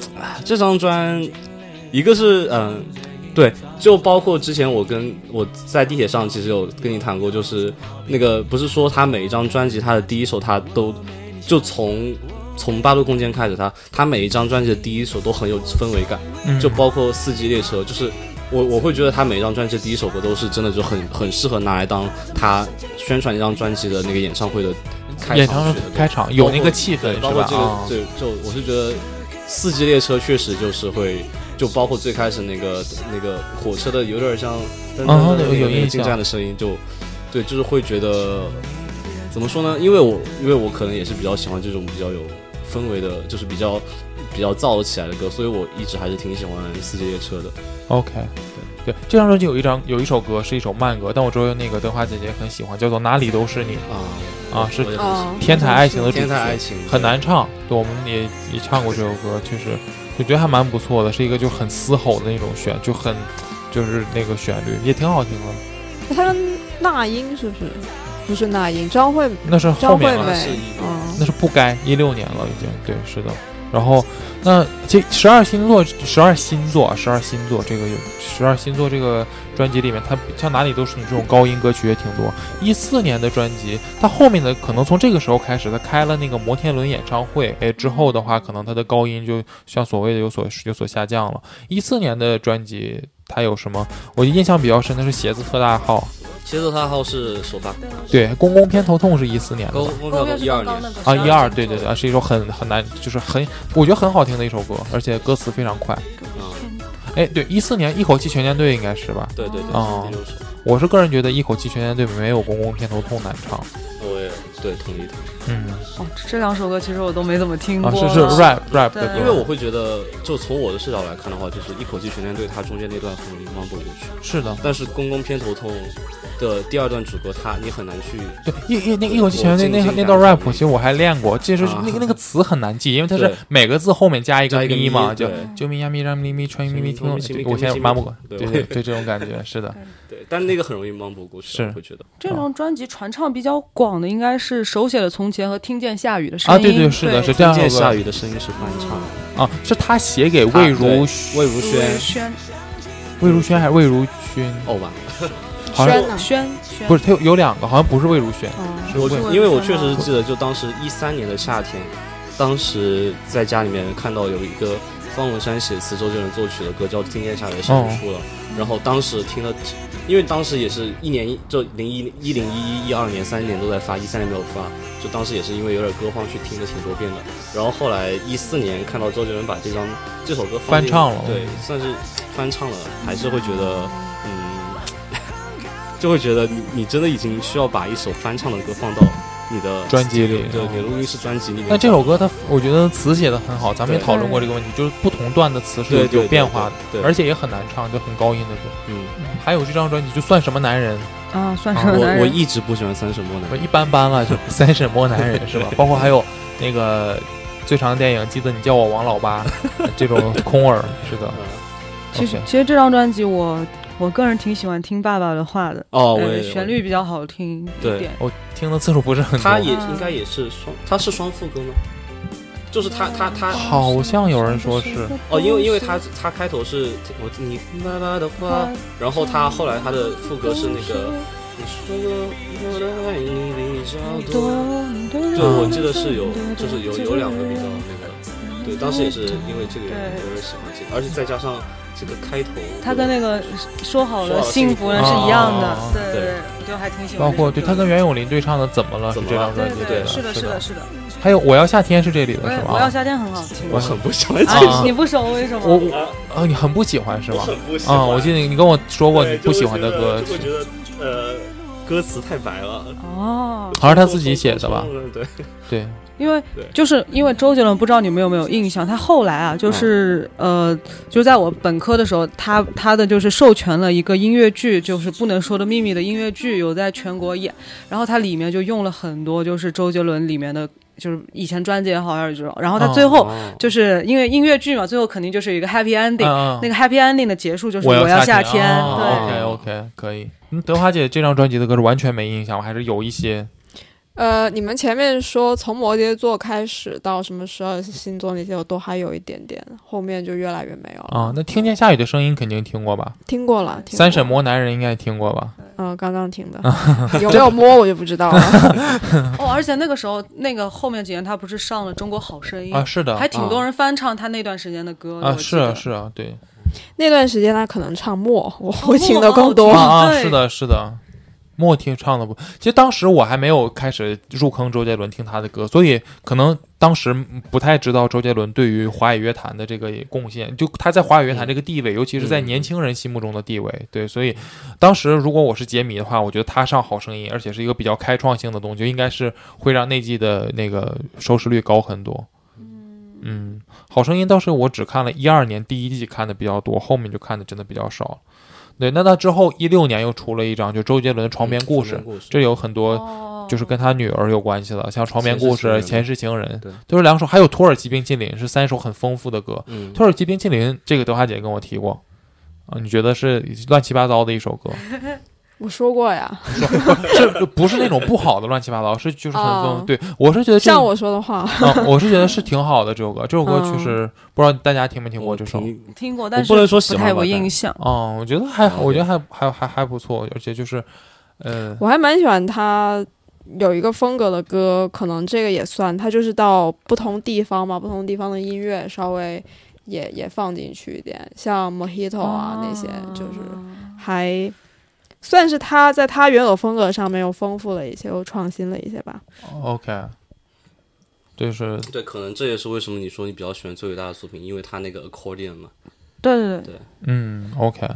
Speaker 2: 这张专，一个是嗯，对，就包括之前我跟我在地铁上其实有跟你谈过，就是那个不是说他每一张专辑他的第一首他都就从从八度空间开始他他每一张专辑的第一首都很有氛围感。
Speaker 1: 嗯，
Speaker 2: 就包括《四季列车》，就是我我会觉得他每一张专辑的第一首歌都是真的就很很适合拿来当他宣传一张专辑的那个演唱会的开
Speaker 1: 演
Speaker 2: 场
Speaker 1: 唱
Speaker 2: 曲的歌
Speaker 1: 开场啊有那个气氛
Speaker 2: 对，
Speaker 1: 是
Speaker 2: 包括
Speaker 1: 吧？
Speaker 2: 这个
Speaker 1: 啊，
Speaker 2: 对，就我是觉得《四季列车》确实就是会，就包括最开始那个那个火车的有点像噔噔
Speaker 1: 啊
Speaker 2: 噔
Speaker 1: 对
Speaker 2: 那个
Speaker 1: 有
Speaker 2: 那个
Speaker 1: 印
Speaker 2: 进
Speaker 1: 象
Speaker 2: 站的声音，就对，就是会觉得怎么说呢？因为我因为我可能也是比较喜欢这种比较有氛围的，就是比较比较燥起来的歌，所以我一直还是挺喜欢《四季列车》的。
Speaker 1: OK，对，这张专辑有一张有一首歌是一首慢歌，但我知道那个德华姐姐很喜欢，叫做《哪里都是你
Speaker 2: 啊
Speaker 1: 啊是
Speaker 2: 我也很喜欢
Speaker 4: 哦，
Speaker 1: 天台爱情的主
Speaker 2: 天
Speaker 1: 题
Speaker 2: 台爱情
Speaker 1: 很难唱，对，我们也也唱过这首歌，确实我觉得还蛮不错的，是一个就很嘶吼的那种旋，就很就是那个旋律也挺好听的。
Speaker 4: 它跟那英是不是？不是那英，张惠
Speaker 1: 那是后
Speaker 4: 张惠
Speaker 1: 面了，
Speaker 4: 妹
Speaker 2: 是一，
Speaker 4: 嗯，
Speaker 1: 那是不该一六年了已经。对，是的。然后，那这十二星座，十二星座，十二星座这个有十二星座这个专辑里面，它像哪里都是你这种高音歌曲也挺多。一四年的专辑，它后面的可能从这个时候开始，它开了那个摩天轮演唱会，哎，之后的话，可能它的高音就像所谓的有所有所下降了。一四年的专辑，它有什么？我印象比较深的是鞋子特大号，
Speaker 2: 其实他号是首发，
Speaker 1: 对，公公偏头痛是一四年的
Speaker 2: 高
Speaker 1: 吧。
Speaker 2: 峰票一二年，
Speaker 1: 啊，一二，对对对，啊是一首很很难，就是很我觉得很好听的一首歌，而且歌词非常快。
Speaker 3: 嗯
Speaker 1: 哎，对，一四年一口气全舰队应该是吧？
Speaker 2: 对对对，
Speaker 1: 哦
Speaker 2: 第六首，
Speaker 1: 我是个人觉得一口气全舰队没有公公偏头痛难唱。
Speaker 2: 我也对同意同意，
Speaker 1: 嗯，
Speaker 3: 哦，这两首歌其实我都没怎么听过
Speaker 1: 啊
Speaker 3: 了。
Speaker 1: 是是 rap rap 的歌，
Speaker 3: 对
Speaker 2: 因为我会觉得，就从我的视角来看的话，就是一口气全天对他中间那段很容易翻滚过去，
Speaker 1: 是的，
Speaker 2: 但是公公偏头痛的第二段主歌，他你很难去
Speaker 1: 对一一那一口气全舰队那
Speaker 2: 我
Speaker 1: 那
Speaker 2: 进
Speaker 1: 那段
Speaker 2: 进
Speaker 1: rap，
Speaker 2: 感
Speaker 1: 其实我还练过，这就是
Speaker 2: 啊
Speaker 1: 那个那个词很难记，因为它是
Speaker 2: 对
Speaker 1: 每个字后面加一个
Speaker 2: 加一个
Speaker 1: 咪
Speaker 2: 咪
Speaker 1: 嘛，就
Speaker 2: 对
Speaker 1: 就咪呀咪呀咪咪穿咪咪
Speaker 2: 行
Speaker 1: 听，
Speaker 2: 行
Speaker 1: 我
Speaker 2: 行
Speaker 1: 现在
Speaker 2: 行
Speaker 1: 麻木过，
Speaker 2: 对
Speaker 1: 对对对，这种感觉是的，
Speaker 2: 对，但那个很容易忙不过去，
Speaker 1: 是
Speaker 2: 我会觉得
Speaker 3: 这张专辑传唱比较广的应该是手写的《从前》和《听见下雨的声
Speaker 1: 啊
Speaker 3: 音》。
Speaker 1: 对对是的是这样
Speaker 2: 听见
Speaker 1: 的
Speaker 2: 下雨的声音是翻唱，
Speaker 1: 啊，是他写给
Speaker 2: 啊
Speaker 1: 魏如
Speaker 2: 对
Speaker 1: 萱
Speaker 2: 魏如萱，
Speaker 3: 轩
Speaker 1: 魏如萱还是魏如萱，
Speaker 2: 哦吧，
Speaker 1: 好像
Speaker 4: 轩呢？
Speaker 3: 轩轩
Speaker 1: 啊不是，他有有两个，好像不是魏如萱，
Speaker 4: 嗯
Speaker 1: 是
Speaker 2: 我
Speaker 1: 魏
Speaker 3: 是
Speaker 2: 因为我确实记得，就当时一三年的夏天，当时在家里面看到有一个方文山写词、周杰伦作曲的歌叫《听见下雨的声音》
Speaker 1: 哦
Speaker 2: 出了，然后当时听了，因为当时也是一年一就零一一零一一一二年三年都在发，一三年没有发，就当时也是因为有点歌荒去听了挺多遍的，然后后来一四年看到周杰伦把这张这首歌放
Speaker 1: 翻
Speaker 2: 进
Speaker 1: 唱了哦
Speaker 2: 对，算是翻唱了，还是会觉得嗯。 就会觉得你你真的已经需要把一首翻唱的歌放到你的
Speaker 1: 专辑里
Speaker 2: 对，你的录音室专辑里面。
Speaker 1: 那这首歌它，我觉得词写的很好，咱们也
Speaker 2: 对
Speaker 1: 讨论过这个问题，就是不同段的词是
Speaker 2: 对
Speaker 1: 有
Speaker 2: 对对
Speaker 1: 有变化的，
Speaker 2: 对，
Speaker 1: 而
Speaker 2: 且
Speaker 1: 且也很难唱，就很高音的歌。
Speaker 2: 嗯，
Speaker 1: 还有这张专辑就算什么男人，
Speaker 3: 啊，算是
Speaker 1: 啊
Speaker 3: 男
Speaker 2: 我我
Speaker 3: 人。
Speaker 2: 一直不喜欢三什么
Speaker 1: 不
Speaker 2: 男，
Speaker 1: 一般般了，就三审摸男人 是吧？包括还有那个最长的电影，记得你叫我王老 八这种空耳，是的。
Speaker 2: 嗯
Speaker 3: 其实
Speaker 1: OK
Speaker 3: 其实这张专辑我我个人挺喜欢听爸爸的话的，
Speaker 2: 哦，我
Speaker 3: 呃，
Speaker 2: 也
Speaker 3: 旋。律比较好听一
Speaker 2: 对
Speaker 3: 点。
Speaker 1: 我听的次数不是很
Speaker 2: 他
Speaker 1: 多，
Speaker 2: 也应该也是双，他是双副歌吗？就是他他他
Speaker 1: 好像有人说是
Speaker 2: 哦，因为因为他他开头是我你妈妈的话，然后他后来他的副歌是那个你说过我的爱你比你少多。对，我记得是有，就是有有两个比较那个，对，当时也是因为这个原因
Speaker 3: 对
Speaker 2: 有点喜欢这个，而且再加上这个开头，
Speaker 3: 他跟那个说好
Speaker 2: 说
Speaker 3: 了
Speaker 2: 好
Speaker 3: 幸
Speaker 2: 幸
Speaker 3: 福
Speaker 2: 福
Speaker 3: 呢是一样的
Speaker 1: 啊，
Speaker 3: 对
Speaker 2: 对
Speaker 3: 对，我就还挺喜欢
Speaker 1: 包
Speaker 3: 这首歌。
Speaker 1: 括对他跟袁咏琳对唱的《怎么了》是
Speaker 2: 怎么
Speaker 1: 这张
Speaker 2: 了
Speaker 1: 专
Speaker 3: 对
Speaker 1: 辑
Speaker 3: 对
Speaker 1: 里
Speaker 3: 对，
Speaker 2: 的
Speaker 3: 是的，
Speaker 1: 是
Speaker 3: 是的，是的。
Speaker 1: 还有我要夏天是这里的
Speaker 3: 我也
Speaker 1: 是吧？
Speaker 3: 我要夏天很好听
Speaker 2: 我。很不喜欢这
Speaker 1: 啊
Speaker 2: 个，
Speaker 3: 啊，你 不熟为什么？
Speaker 1: 我啊，你很不喜欢是
Speaker 2: 我
Speaker 1: 吧？
Speaker 2: 很不喜欢。
Speaker 1: 啊、我记得你跟我说过
Speaker 2: 对
Speaker 1: 你不喜欢的歌
Speaker 2: 就
Speaker 1: 曲，
Speaker 2: 会觉得就会觉得呃歌词太白了，
Speaker 3: 哦，
Speaker 1: 好像是他自己写的吧？
Speaker 2: 对，
Speaker 1: 对，
Speaker 3: 因为
Speaker 2: 对
Speaker 3: 就是因为周杰伦，不知道你们有没有印象，他后来啊，就是、呃，就在我本科的时候，他他的就是授权了一个音乐剧，就是《不能说的秘密》的音乐剧，有在全国演，然后它里面就用了很多就是周杰伦里面的，就是以前专辑也好，还是这种，然后他
Speaker 1: 哦
Speaker 3: 最后
Speaker 2: 哦
Speaker 3: 就是因为音乐剧嘛，最后肯定就是有一个 happy ending，、
Speaker 1: 嗯嗯
Speaker 3: 那个 happy ending 的结束就是
Speaker 1: 我
Speaker 3: 要
Speaker 1: 夏
Speaker 3: 天，
Speaker 1: OK
Speaker 3: 对。
Speaker 1: OK 可以。嗯，德华姐这张专辑的歌是完全没印象，我还是有一些
Speaker 4: 呃，你们前面说从摩羯座开始到什么十二星座那些，我都还有一点点，后面就越来越没有了。
Speaker 1: 啊。那听见下雨的声音肯定听过吧？
Speaker 4: 听过了，听过
Speaker 1: 三审摸男人应该听过吧？
Speaker 4: 嗯，刚刚听 的，有没有摸我就不知道了。
Speaker 3: 哦，而且那个时候，那个后面几年他不是上了《中国好声音》
Speaker 1: 啊，是的，
Speaker 3: 嗯还挺多人翻唱他那段时间的歌的
Speaker 1: 啊，
Speaker 3: 我记
Speaker 1: 是
Speaker 3: 得
Speaker 1: 啊是啊，对
Speaker 4: 那段时间他可能唱默，我
Speaker 3: 默
Speaker 4: 会听的更
Speaker 3: 哦
Speaker 1: 啊
Speaker 4: 多。
Speaker 1: 啊，
Speaker 3: 对
Speaker 1: 是的是的。莫听唱的不，其实当时我还没有开始入坑周杰伦听他的歌，所以可能当时不太知道周杰伦对于华语乐坛的这个贡献，就他在华语乐坛这个地位，尤其是在
Speaker 2: 嗯
Speaker 1: 年轻人心目中的地位。对，所以当时如果我是杰米的话，我觉得他上《好声音》，而且是一个比较开创性的东西，就应该是会让内地的那个收视率高很多。嗯，《好声音》当时我只看了一二年第一季看的比较多，后面就看的真的比较少了。对，那到之后一六年又出了一张，就周杰伦的《床边故事》
Speaker 2: 嗯床边故事
Speaker 1: 这有很多
Speaker 3: 哦
Speaker 1: 啊就是跟他女儿有关系的，像《床边
Speaker 2: 前世
Speaker 1: 故
Speaker 2: 情
Speaker 1: 事》《
Speaker 2: 人
Speaker 1: 前世情人
Speaker 2: 对》，
Speaker 1: 都是两首，还有《土耳其冰淇淋》是三首很丰富的歌。
Speaker 2: 嗯
Speaker 1: 《土耳其冰淇淋》这个德华姐跟我提过，啊，你觉得是乱七八糟的一首歌？
Speaker 4: 我说过呀，
Speaker 1: 这不是那种不好的乱七八糟，是就是很
Speaker 4: 啊
Speaker 1: 疯。对我是觉得这
Speaker 4: 像我说的话，
Speaker 1: 啊，我是觉得是挺好的这首歌，这首歌确实不知道大家听没听过
Speaker 2: 我
Speaker 1: 这首。
Speaker 2: 挺
Speaker 3: 哦听过，
Speaker 2: 我
Speaker 3: 但是
Speaker 2: 不能说喜欢
Speaker 3: 太
Speaker 2: 吧
Speaker 3: 有
Speaker 2: 但
Speaker 3: 印象。
Speaker 1: 嗯，我觉得还好，
Speaker 2: 嗯
Speaker 1: 我觉得还还还还不错，而且就是，呃，
Speaker 4: 我还蛮喜欢他有一个风格的歌，可能这个也算，他就是到不同地方嘛，不同地方的音乐稍微也也放进去一点，像 Mojito 啊、那些，就是
Speaker 3: 哦
Speaker 4: 还算是他在他原有风格上面又丰富了一些，又创新了一些吧。
Speaker 1: OK，就是
Speaker 2: 对，可能这也是为什么你说你比较喜欢最伟大的作品，因为它那个 accordion 嘛。
Speaker 3: 对对对，
Speaker 1: 嗯，OK，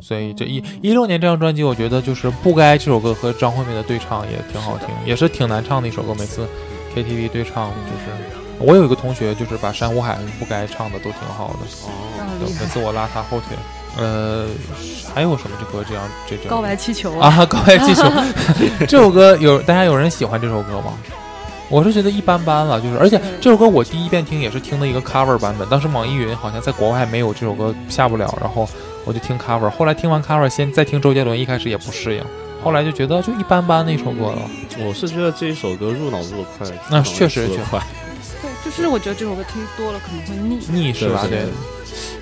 Speaker 1: 所以这一一六年这张专辑，我觉得就是《不该》这首歌和张惠妹的对唱也挺好听，也是挺难唱的一首歌。每次 KTV 对唱，就是我有一个同学，就是把《珊瑚海》《不该》唱的都挺好的，
Speaker 2: 哦，
Speaker 3: 很
Speaker 1: 对
Speaker 3: 厉害
Speaker 1: 每。次我拉他后腿。呃，还有什么这歌这样这这
Speaker 3: 告白气球啊，
Speaker 1: 嗯啊，高白气球， 这首歌有大家有人喜欢这首歌吗？我是觉得一般般了，就是而且这首歌我第一遍听也是听的一个 cover 版本，当时网易云好像在国外没有这首歌下不了，然后我就听 cover，后来听完 cover 先再听周杰伦，一开始也不适应，后来就觉得就一般般那首歌了。
Speaker 2: 我是觉得这一首歌入脑入的快，
Speaker 1: 那
Speaker 2: 出脑
Speaker 1: 确实
Speaker 2: 出得
Speaker 1: 确实
Speaker 2: 快。
Speaker 3: 对，就是我觉得这首歌听多了可能会腻。
Speaker 1: 逆是吧？
Speaker 2: 对
Speaker 1: 对
Speaker 2: 对，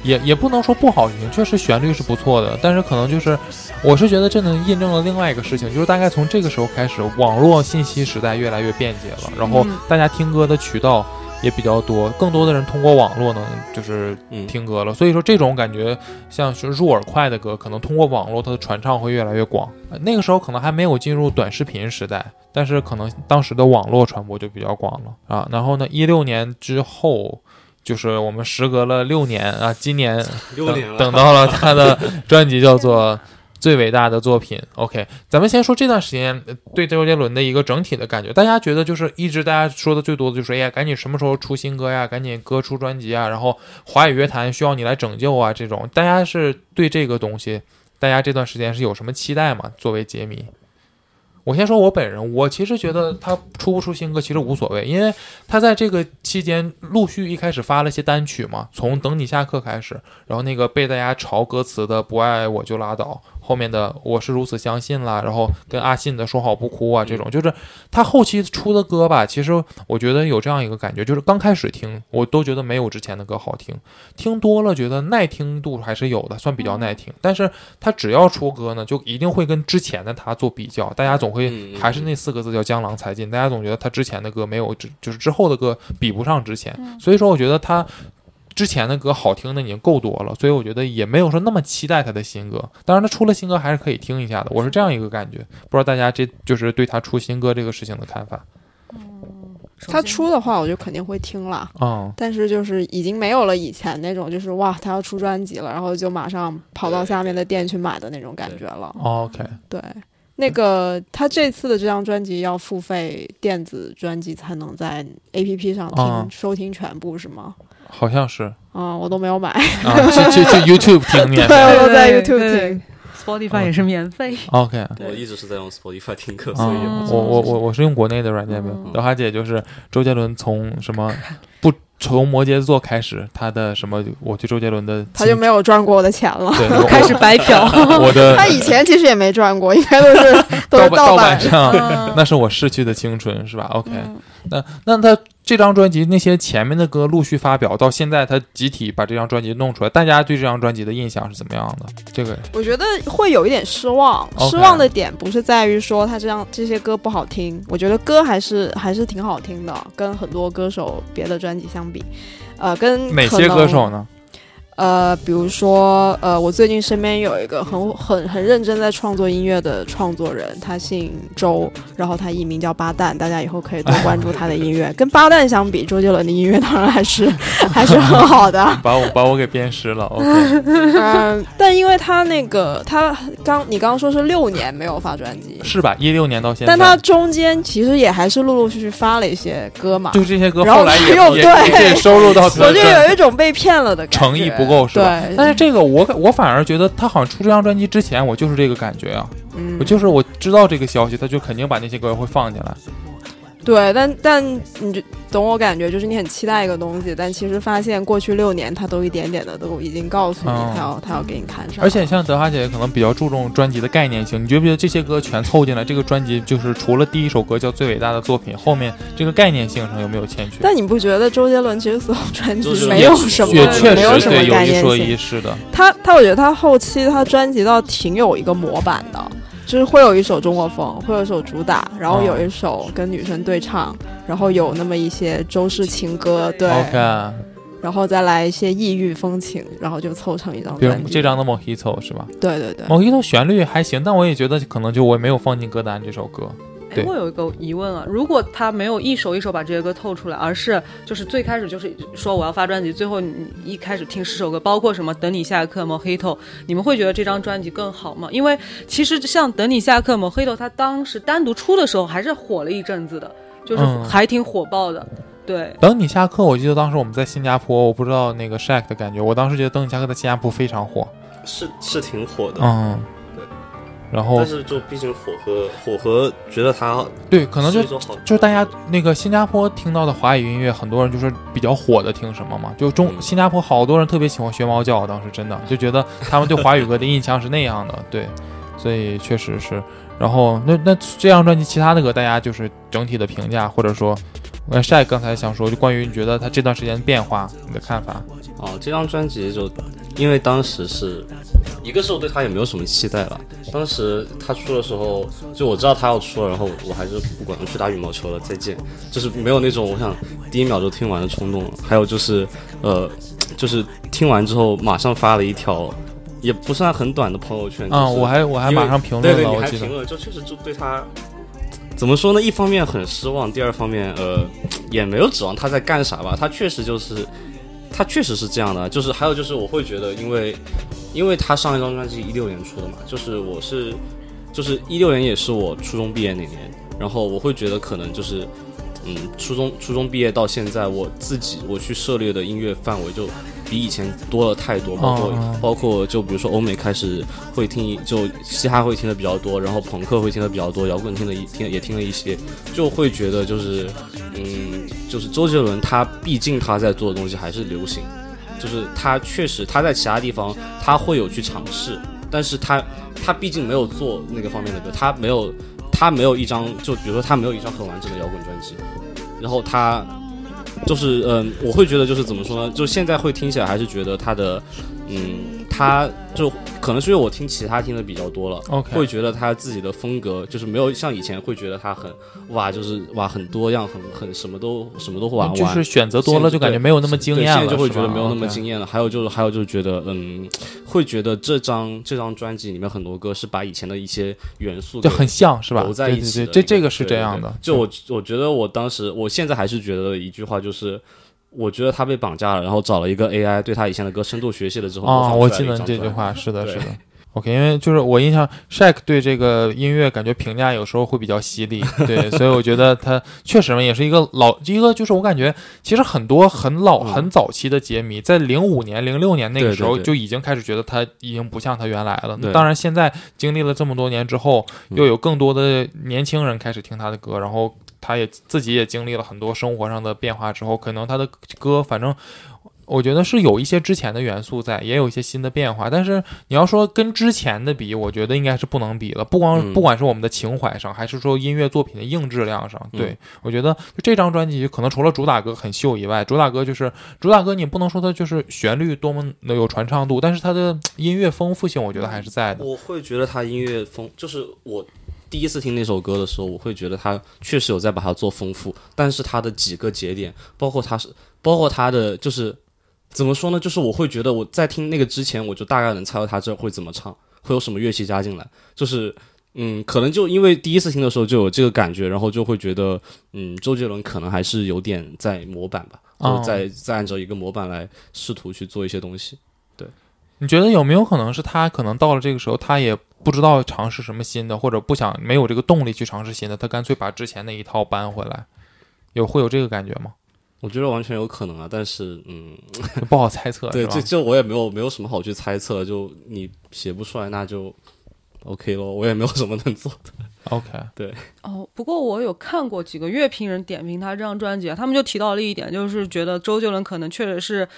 Speaker 1: 也也不能说不好听，确实旋律是不错的，但是可能就是，我是觉得这能印证了另外一个事情，就是大概从这个时候开始，网络信息时代越来越便捷了，然后
Speaker 4: 嗯
Speaker 1: 大家听歌的渠道也比较多，更多的人通过网络能就是
Speaker 2: 嗯，
Speaker 1: 听歌了，所以说这种感觉像是入耳快的歌，可能通过网络它的传唱会越来越广。呃那个时候可能还没有进入短视频时代，但是可能当时的网络传播就比较广了啊。然后呢，一六年之后。就是我们时隔了六年啊，今年
Speaker 2: 六年了，
Speaker 1: 等到了他的专辑叫做《最伟大的作品》。OK，咱们先说这段时间呃对周杰伦的一个整体的感觉。大家觉得就是一直大家说的最多的就是，哎呀，赶紧什么时候出新歌呀？赶紧歌出专辑啊！然后华语乐坛需要你来拯救啊！这种，大家是对这个东西，大家这段时间是有什么期待吗？作为杰迷。我先说我本人，我其实觉得他出不出新歌其实无所谓，因为他在这个期间陆续一开始发了一些单曲嘛，从《等你下课》开始，然后那个被大家嘲歌词的“不爱我就拉倒”，后面的“我是如此相信”啦，然后跟阿信的“说好不哭啊”这种，就是他后期出的歌吧，其实我觉得有这样一个感觉，就是刚开始听我都觉得没有之前的歌好听，听多了觉得耐听度还是有的，算比较耐听。但是他只要出歌呢，就一定会跟之前的他做比较，大家总会
Speaker 2: 嗯嗯
Speaker 1: 还是那四个字叫江郎才尽，大家总觉得他之前的歌没有之就是之后的歌比不上之前，所以说我觉得他。之前的歌好听的已经够多了，所以我觉得也没有说那么期待他的新歌。当然，他出了新歌还是可以听一下的，我是这样一个感觉。不知道大家这就是对他出新歌这个事情的看法。
Speaker 4: 他出的话，我就肯定会听啦。
Speaker 2: 哦
Speaker 1: 嗯，
Speaker 4: 但是就是已经没有了以前那种，就是哇，他要出专辑了，然后就马上跑到下面的店去买的那种感觉了。
Speaker 2: 哦
Speaker 1: OK，
Speaker 4: 对，那个他这次的这张专辑要付费电子专辑才能在 APP 上听、
Speaker 1: 啊
Speaker 4: 收听全部是吗？
Speaker 1: 好像是
Speaker 4: 啊、我都没有买，
Speaker 1: 啊，去去去 YouTube 听免费。
Speaker 4: 我都在
Speaker 3: 对对
Speaker 4: YouTube
Speaker 3: 对
Speaker 4: 听。
Speaker 1: 嗯
Speaker 3: Spotify 也是免费。
Speaker 1: OK，啊，
Speaker 2: 我一直是在用 Spotify 听歌，所以也不
Speaker 1: 我
Speaker 2: 错
Speaker 1: 我我我是用国内的软件呗。
Speaker 4: 嗯
Speaker 1: 老哈姐就是周杰伦从什么不从摩羯座开始，他的什么我对周杰伦的
Speaker 4: 他就没有赚过我的钱了。
Speaker 1: 对我
Speaker 3: 开始白 嫖，
Speaker 1: 我我的
Speaker 4: 他以前其实也没赚过，应该都 是都
Speaker 1: 盗
Speaker 4: 是
Speaker 1: 版盗
Speaker 4: 版
Speaker 1: 版。上，
Speaker 3: 嗯
Speaker 1: 啊那是哎我逝去的青春是吧？OK，、那
Speaker 4: 嗯
Speaker 1: 那他这张专辑那些前面的歌陆续发表，到现在他集体把这张专辑弄出来，大家对这张专辑的印象是怎么样的？这个
Speaker 4: 我觉得会有一点失望
Speaker 1: OK
Speaker 4: 失望的点不是在于说他这样这些歌不好听，我觉得歌还是还是挺好听的，跟很多歌手别的专辑相比，呃，跟
Speaker 1: 哪
Speaker 4: 可
Speaker 1: 些歌
Speaker 4: 能
Speaker 1: 手呢？
Speaker 4: 呃，比如说，呃，我最近身边有一个很很很认真在创作音乐的创作人，他姓周，然后他艺名叫八蛋，大家以后可以多关注他的音乐。跟八蛋相比，周杰伦的音乐当然还是 还是很好的。
Speaker 1: 把我把我给鞭尸了。OK，
Speaker 4: 嗯，但因为他那个他刚你刚刚说是六年没有发专辑，
Speaker 1: 是吧？一六年到现在，
Speaker 4: 但他中间其实也还是陆陆续续发了一些歌嘛，
Speaker 1: 就是这些歌
Speaker 4: 然后
Speaker 1: 后来也
Speaker 4: 又
Speaker 1: 也
Speaker 4: 对
Speaker 1: 也也收入 到
Speaker 4: 我就有一种被骗了的感觉，
Speaker 1: 诚意不够是吧？哎但
Speaker 4: 对，
Speaker 1: 是这个我感我反而觉得他好像出这张专辑之前，我就是这个感觉啊，
Speaker 4: 嗯
Speaker 1: 我，就是我知道这个消息，他就肯定把那些歌会放进来。
Speaker 4: 对，但但你就懂我感觉，就是你很期待一个东西，但其实发现过去六年他都一点点的都已经告诉你
Speaker 1: 哦
Speaker 4: 他要、他要给你看上，
Speaker 1: 而且像德华姐可能比较注重专辑的概念性，你觉不觉得这些歌全凑进来，这个专辑就是除了第一首歌叫《最伟大的作品》，后面这个概念性上有没有欠缺？
Speaker 4: 但你不觉得周杰伦其实所有专
Speaker 2: 周杰
Speaker 4: 辑
Speaker 2: 伦
Speaker 4: 没有什么
Speaker 1: 也确
Speaker 4: 没有
Speaker 1: 实
Speaker 4: 什
Speaker 1: 对
Speaker 4: 么
Speaker 1: 有
Speaker 4: 概
Speaker 1: 一
Speaker 4: 念
Speaker 1: 说
Speaker 4: 性？
Speaker 1: 一，是的，
Speaker 4: 他他我觉得他后期他专辑倒挺有一个模板的，就是会有一首中国风，会有一首主打，然后
Speaker 1: 哦
Speaker 4: 有一首跟女生对唱，然后有那么一些周氏情歌，对
Speaker 1: 哦 OK，
Speaker 4: 然后再来一些异域风情，然后就凑成一张
Speaker 1: 比如
Speaker 4: 专辑。
Speaker 1: 这张的《Mojito》是吧？
Speaker 4: 对对对，
Speaker 1: 《Mojito》旋律还行，但我也觉得可能就我没有放进歌单这首歌。
Speaker 3: 哎
Speaker 1: 对，
Speaker 3: 我有一个疑问啊，如果他没有一首一首把这些歌透出来，而是就是最开始就是说我要发专辑，最后你一开始听十首歌，包括什么等你下课 Mojito，你们会觉得这张专辑更好吗？因为其实像等你下课 Mojito，它当时单独出的时候还是火了一阵子的，就是
Speaker 1: 嗯
Speaker 3: 还挺火爆的。对，
Speaker 1: 等你下课，我记得当时我们在新加坡，我不知道那个 Shaq 的感觉，我当时觉得等你下课在新加坡非常火，
Speaker 2: 是是挺火的，
Speaker 1: 嗯，
Speaker 2: 对。
Speaker 1: 然后
Speaker 2: 但是就毕竟火和火和觉得它
Speaker 1: 对，可能就
Speaker 2: 一种好，
Speaker 1: 就是大家那个新加坡听到的华语音乐，很多人就是比较火的听什么嘛，就中
Speaker 2: 嗯
Speaker 1: 新加坡好多人特别喜欢学猫叫，当时真的就觉得他们对华语歌的印象是那样的，对，所以确实是。然后那那这张专辑其他的歌，大家就是整体的评价，或者说，呃晒刚才想说，就关于你觉得他这段时间的变化，你的看法？
Speaker 2: 哦，这张专辑就因为当时是一个是我对他也没有什么期待吧，当时他出的时候就我知道他要出了，然后我还是不管我去打羽毛球了，再见，就是没有那种我想第一秒就听完的冲动了。还有就是呃，就是听完之后马上发了一条也不算很短的朋友圈，
Speaker 1: 啊、
Speaker 2: 嗯就是
Speaker 1: 我还我还
Speaker 2: 因为
Speaker 1: 马上评
Speaker 2: 对
Speaker 1: 论
Speaker 2: 对，
Speaker 1: 了，
Speaker 2: 你
Speaker 1: 我
Speaker 2: 还
Speaker 1: 记得
Speaker 2: 评，论，就确实就对他怎么说呢？一方面很失望，第二方面呃也没有指望他在干啥吧，他确实就是他确实是这样的，就是还有就是我会觉得，因为因为他上一张专辑一六年出的嘛，就是我是就是一六年也是我初中毕业那年，然后我会觉得可能就是。嗯，初中初中毕业到现在，我自己我去涉猎的音乐范围就比以前多了太多，包括、
Speaker 1: 嗯嗯
Speaker 2: 包括就比如说欧美开始会听，就嘻哈会听的比较多，然后朋克会听的比较多，摇滚听的一听也听了一些，就会觉得就是嗯，就是周杰伦他毕竟他在做的东西还是流行，就是他确实他在其他地方他会有去尝试，但是他他毕竟没有做那个方面的歌，他没有他没有一张就比如说他没有一张很完整的摇滚专辑，然后他就是嗯，我会觉得就是怎么说呢，就现在会听起来还是觉得他的嗯，他就可能是因为我听其他听的比较多了。
Speaker 1: OK
Speaker 2: 会觉得他自己的风格就是没有像以前会觉得他很哇，就是哇很多样，很很什么都什么都玩玩，
Speaker 1: 嗯就是选择多
Speaker 2: 现
Speaker 1: 了，
Speaker 2: 在
Speaker 1: 就感觉
Speaker 2: 对
Speaker 1: 没有那么惊
Speaker 2: 对
Speaker 1: 艳
Speaker 2: 现
Speaker 1: 了，
Speaker 2: 在就会
Speaker 1: 是
Speaker 2: 觉得
Speaker 1: 吧
Speaker 2: 没有那么
Speaker 1: OK
Speaker 2: 惊艳了。还有就是，还有就是觉得，嗯，会觉得这张这张专辑里面很多歌是把以前的一些元素
Speaker 1: 就
Speaker 2: 给
Speaker 1: 很像是吧？
Speaker 2: 揉在
Speaker 1: 对
Speaker 2: 一起
Speaker 1: 对对，
Speaker 2: 的
Speaker 1: 这
Speaker 2: 一
Speaker 1: 这个是
Speaker 2: 对
Speaker 1: 这
Speaker 2: 对
Speaker 1: 样
Speaker 2: 对
Speaker 1: 的。
Speaker 2: 就我我觉得我当时，我现在还是觉得一句话就是。我觉得他被绑架了，然后找了一个 AI 对他以前的歌深度学习了之后，
Speaker 1: 啊、
Speaker 2: 模仿
Speaker 1: 我记
Speaker 2: 出来
Speaker 1: 得
Speaker 2: 了一
Speaker 1: 你
Speaker 2: 张
Speaker 1: 这句
Speaker 2: 专辑。
Speaker 1: 话，是的，是
Speaker 2: 对
Speaker 1: 的。OK，因为就是我印象，Shaq 对这个音乐感觉评价有时候会比较犀 利，对，所以我觉得他确实嘛，也是一个老一个，就是我感觉其实很多很老、
Speaker 2: 嗯
Speaker 1: 很早期的杰迷，在零五年、零六年那个
Speaker 2: 对对
Speaker 1: 时候
Speaker 2: 对
Speaker 1: 就已经开始觉得他已经不像他原来了。那
Speaker 2: 对
Speaker 1: 当然，现在经历了这么多年之后，
Speaker 2: 嗯
Speaker 1: 又有更多的年轻人开始听他的歌，然后他也自己也经历了很多生活上的变化之后，可能他的歌反正。我觉得是有一些之前的元素在，也有一些新的变化，但是你要说跟之前的比，我觉得应该是不能比了。不光、
Speaker 2: 嗯
Speaker 1: 不管是我们的情怀上，还是说音乐作品的硬质量上，
Speaker 2: 嗯
Speaker 1: 对、我觉得就这张专辑，可能除了主打歌很秀以外，主打歌就是主打歌，你不能说它就是旋律多么的有传唱度，但是它的音乐丰富性，我觉得还是在的。
Speaker 2: 我会觉得他音乐风，就是我第一次听那首歌的时候，我会觉得他确实有在把它做丰富，但是他的几个节点，包括他是，包括他的就是怎么说呢？就是我会觉得我在听那个之前，我就大概能猜到他这会怎么唱，会有什么乐器加进来，就是。嗯，可能就因为第一次听的时候就有这个感觉，然后就会觉得，嗯，周杰伦可能还是有点在模板吧，
Speaker 1: 哦
Speaker 2: 就在在按照一个模板来试图去做一些东西。
Speaker 1: 你觉得有没有可能是他可能到了这个时候，他也不知道尝试什么新的，或者不想没有这个动力去尝试新的，他干脆把之前那一套搬回来，有会有这个感觉吗？
Speaker 2: 我觉得完全有可能啊，但是，嗯，
Speaker 1: 就不好猜 测，
Speaker 2: 对，
Speaker 1: 是吧
Speaker 2: 这这我也没有没有什么好去猜测，就你写不出来那就 OK 咯，我也没有什么能做的。
Speaker 1: OK，
Speaker 3: 哦，不过我有看过几个乐评人点评他这张专辑啊，他们就提到了一点，就是觉得周杰伦可能确实是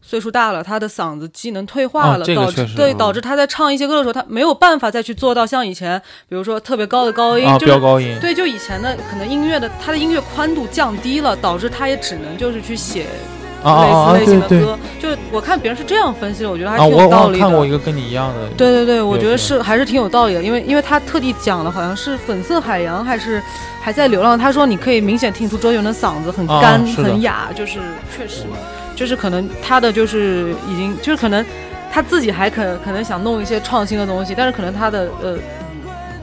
Speaker 3: 岁数大了，他的嗓子机能退化
Speaker 1: 哦
Speaker 3: 了，
Speaker 1: 这个
Speaker 3: 导
Speaker 1: 确
Speaker 3: 致
Speaker 1: 实
Speaker 3: 对
Speaker 1: 嗯
Speaker 3: 导致他在唱一些歌的时候，他没有办法再去做到像以前，比如说特别高的高音，
Speaker 1: 啊，
Speaker 3: 就是
Speaker 1: 飙高音，
Speaker 3: 对，就以前的可能音乐的他的音乐宽度降低了，导致他也只能就是去写
Speaker 1: 啊啊
Speaker 3: 类似
Speaker 1: 啊，
Speaker 3: 类型
Speaker 1: 对
Speaker 3: 的
Speaker 1: 对
Speaker 3: 歌。就我看别人是这样分析的，我觉得还
Speaker 1: 啊，
Speaker 3: 挺
Speaker 1: 我
Speaker 3: 有道
Speaker 1: 我
Speaker 3: 理的。
Speaker 1: 看过一个跟你一样的，
Speaker 3: 对对对，我
Speaker 1: 有
Speaker 3: 觉得
Speaker 1: 有
Speaker 3: 是还是挺有道理的，因为因为他特地讲了，好像是粉色海洋还是还在流浪，他说你可以明显听出周杰伦的嗓子很
Speaker 1: 啊
Speaker 3: 干、
Speaker 1: 是的
Speaker 3: 很哑，就是确实，就是可能他的就是已经就是可能他自己还可可能想弄一些创新的东西，但是可能他的呃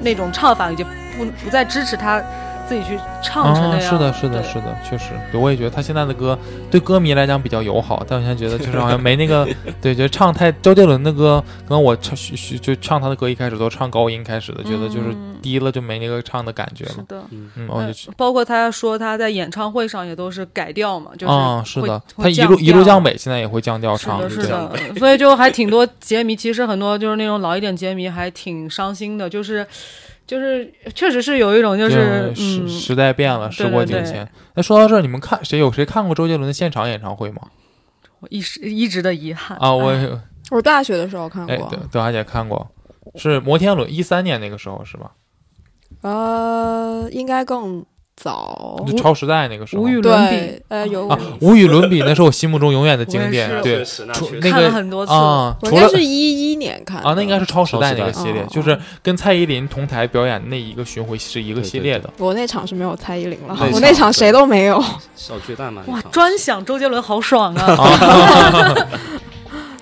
Speaker 3: 那种唱法已经不不再支持他自己去唱成
Speaker 1: 啊，
Speaker 3: 那样，
Speaker 1: 是的，是的，
Speaker 3: 对
Speaker 1: 是的，确实，对我也觉得他现在的歌对歌迷来讲比较友好，但我现在觉得就是好像没那 个，对，觉得唱太周杰伦的歌，跟我唱学学就唱他的歌一开始都唱高音开始的，觉得就是
Speaker 3: 嗯
Speaker 1: 低了就没那个唱的感觉
Speaker 3: 是
Speaker 1: 了，
Speaker 3: 的。
Speaker 1: 嗯，我就去。
Speaker 3: 嗯包括他说他在演唱会上也都是改调嘛，就是
Speaker 1: 啊、是的，
Speaker 3: 会
Speaker 1: 他
Speaker 3: 会
Speaker 1: 一
Speaker 3: 降
Speaker 1: 路一路
Speaker 3: 调
Speaker 1: 降北，现在也会降调
Speaker 3: 是
Speaker 1: 唱，
Speaker 3: 的，
Speaker 1: 对
Speaker 3: 是
Speaker 1: 这样
Speaker 3: 的， 所以就还挺多杰迷，其实很多就是那种老一点杰迷还挺伤心的，就是就是确实是有一种就
Speaker 1: 就是时
Speaker 3: 嗯，
Speaker 1: 时代变了，时
Speaker 3: 对
Speaker 1: 过
Speaker 3: 对
Speaker 1: 境
Speaker 3: 对
Speaker 1: 迁。那说到这儿，你们看谁有谁看过周杰伦的现场演唱会吗？
Speaker 3: 我一时一直的遗憾
Speaker 1: 啊，我
Speaker 3: 哎
Speaker 4: 我大学的时候看
Speaker 1: 哎，
Speaker 4: 过
Speaker 1: 对，，对，华姐看过，是摩天轮一三年那个时候是吧？
Speaker 4: 呃，应该更早。
Speaker 1: 就超时代那个时候。
Speaker 3: 无与伦比
Speaker 4: 对，呃，有
Speaker 1: 啊，无与伦比，那是我心目中永远的经典
Speaker 3: 我。也是
Speaker 1: 对，
Speaker 2: 是
Speaker 1: 除
Speaker 2: 那
Speaker 1: 那
Speaker 3: 看了
Speaker 1: 个
Speaker 3: 很多次，
Speaker 1: 啊，
Speaker 4: 我
Speaker 1: 除
Speaker 4: 应该
Speaker 1: 了
Speaker 4: 是一一年看的
Speaker 1: 啊，那应该是超时代那个
Speaker 2: 超
Speaker 4: 时代
Speaker 1: 系列
Speaker 4: 哦，
Speaker 3: 嗯
Speaker 1: 就是跟蔡依林同台表演那一个巡回是一个
Speaker 2: 对
Speaker 1: 系
Speaker 2: 对
Speaker 1: 列
Speaker 2: 对
Speaker 1: 的。
Speaker 4: 我那场是没有蔡依林了，
Speaker 2: 对
Speaker 4: 我那场谁都没有。
Speaker 2: 小巨蛋嘛，
Speaker 3: 哇
Speaker 2: 那，场
Speaker 3: 专享周杰伦好爽啊！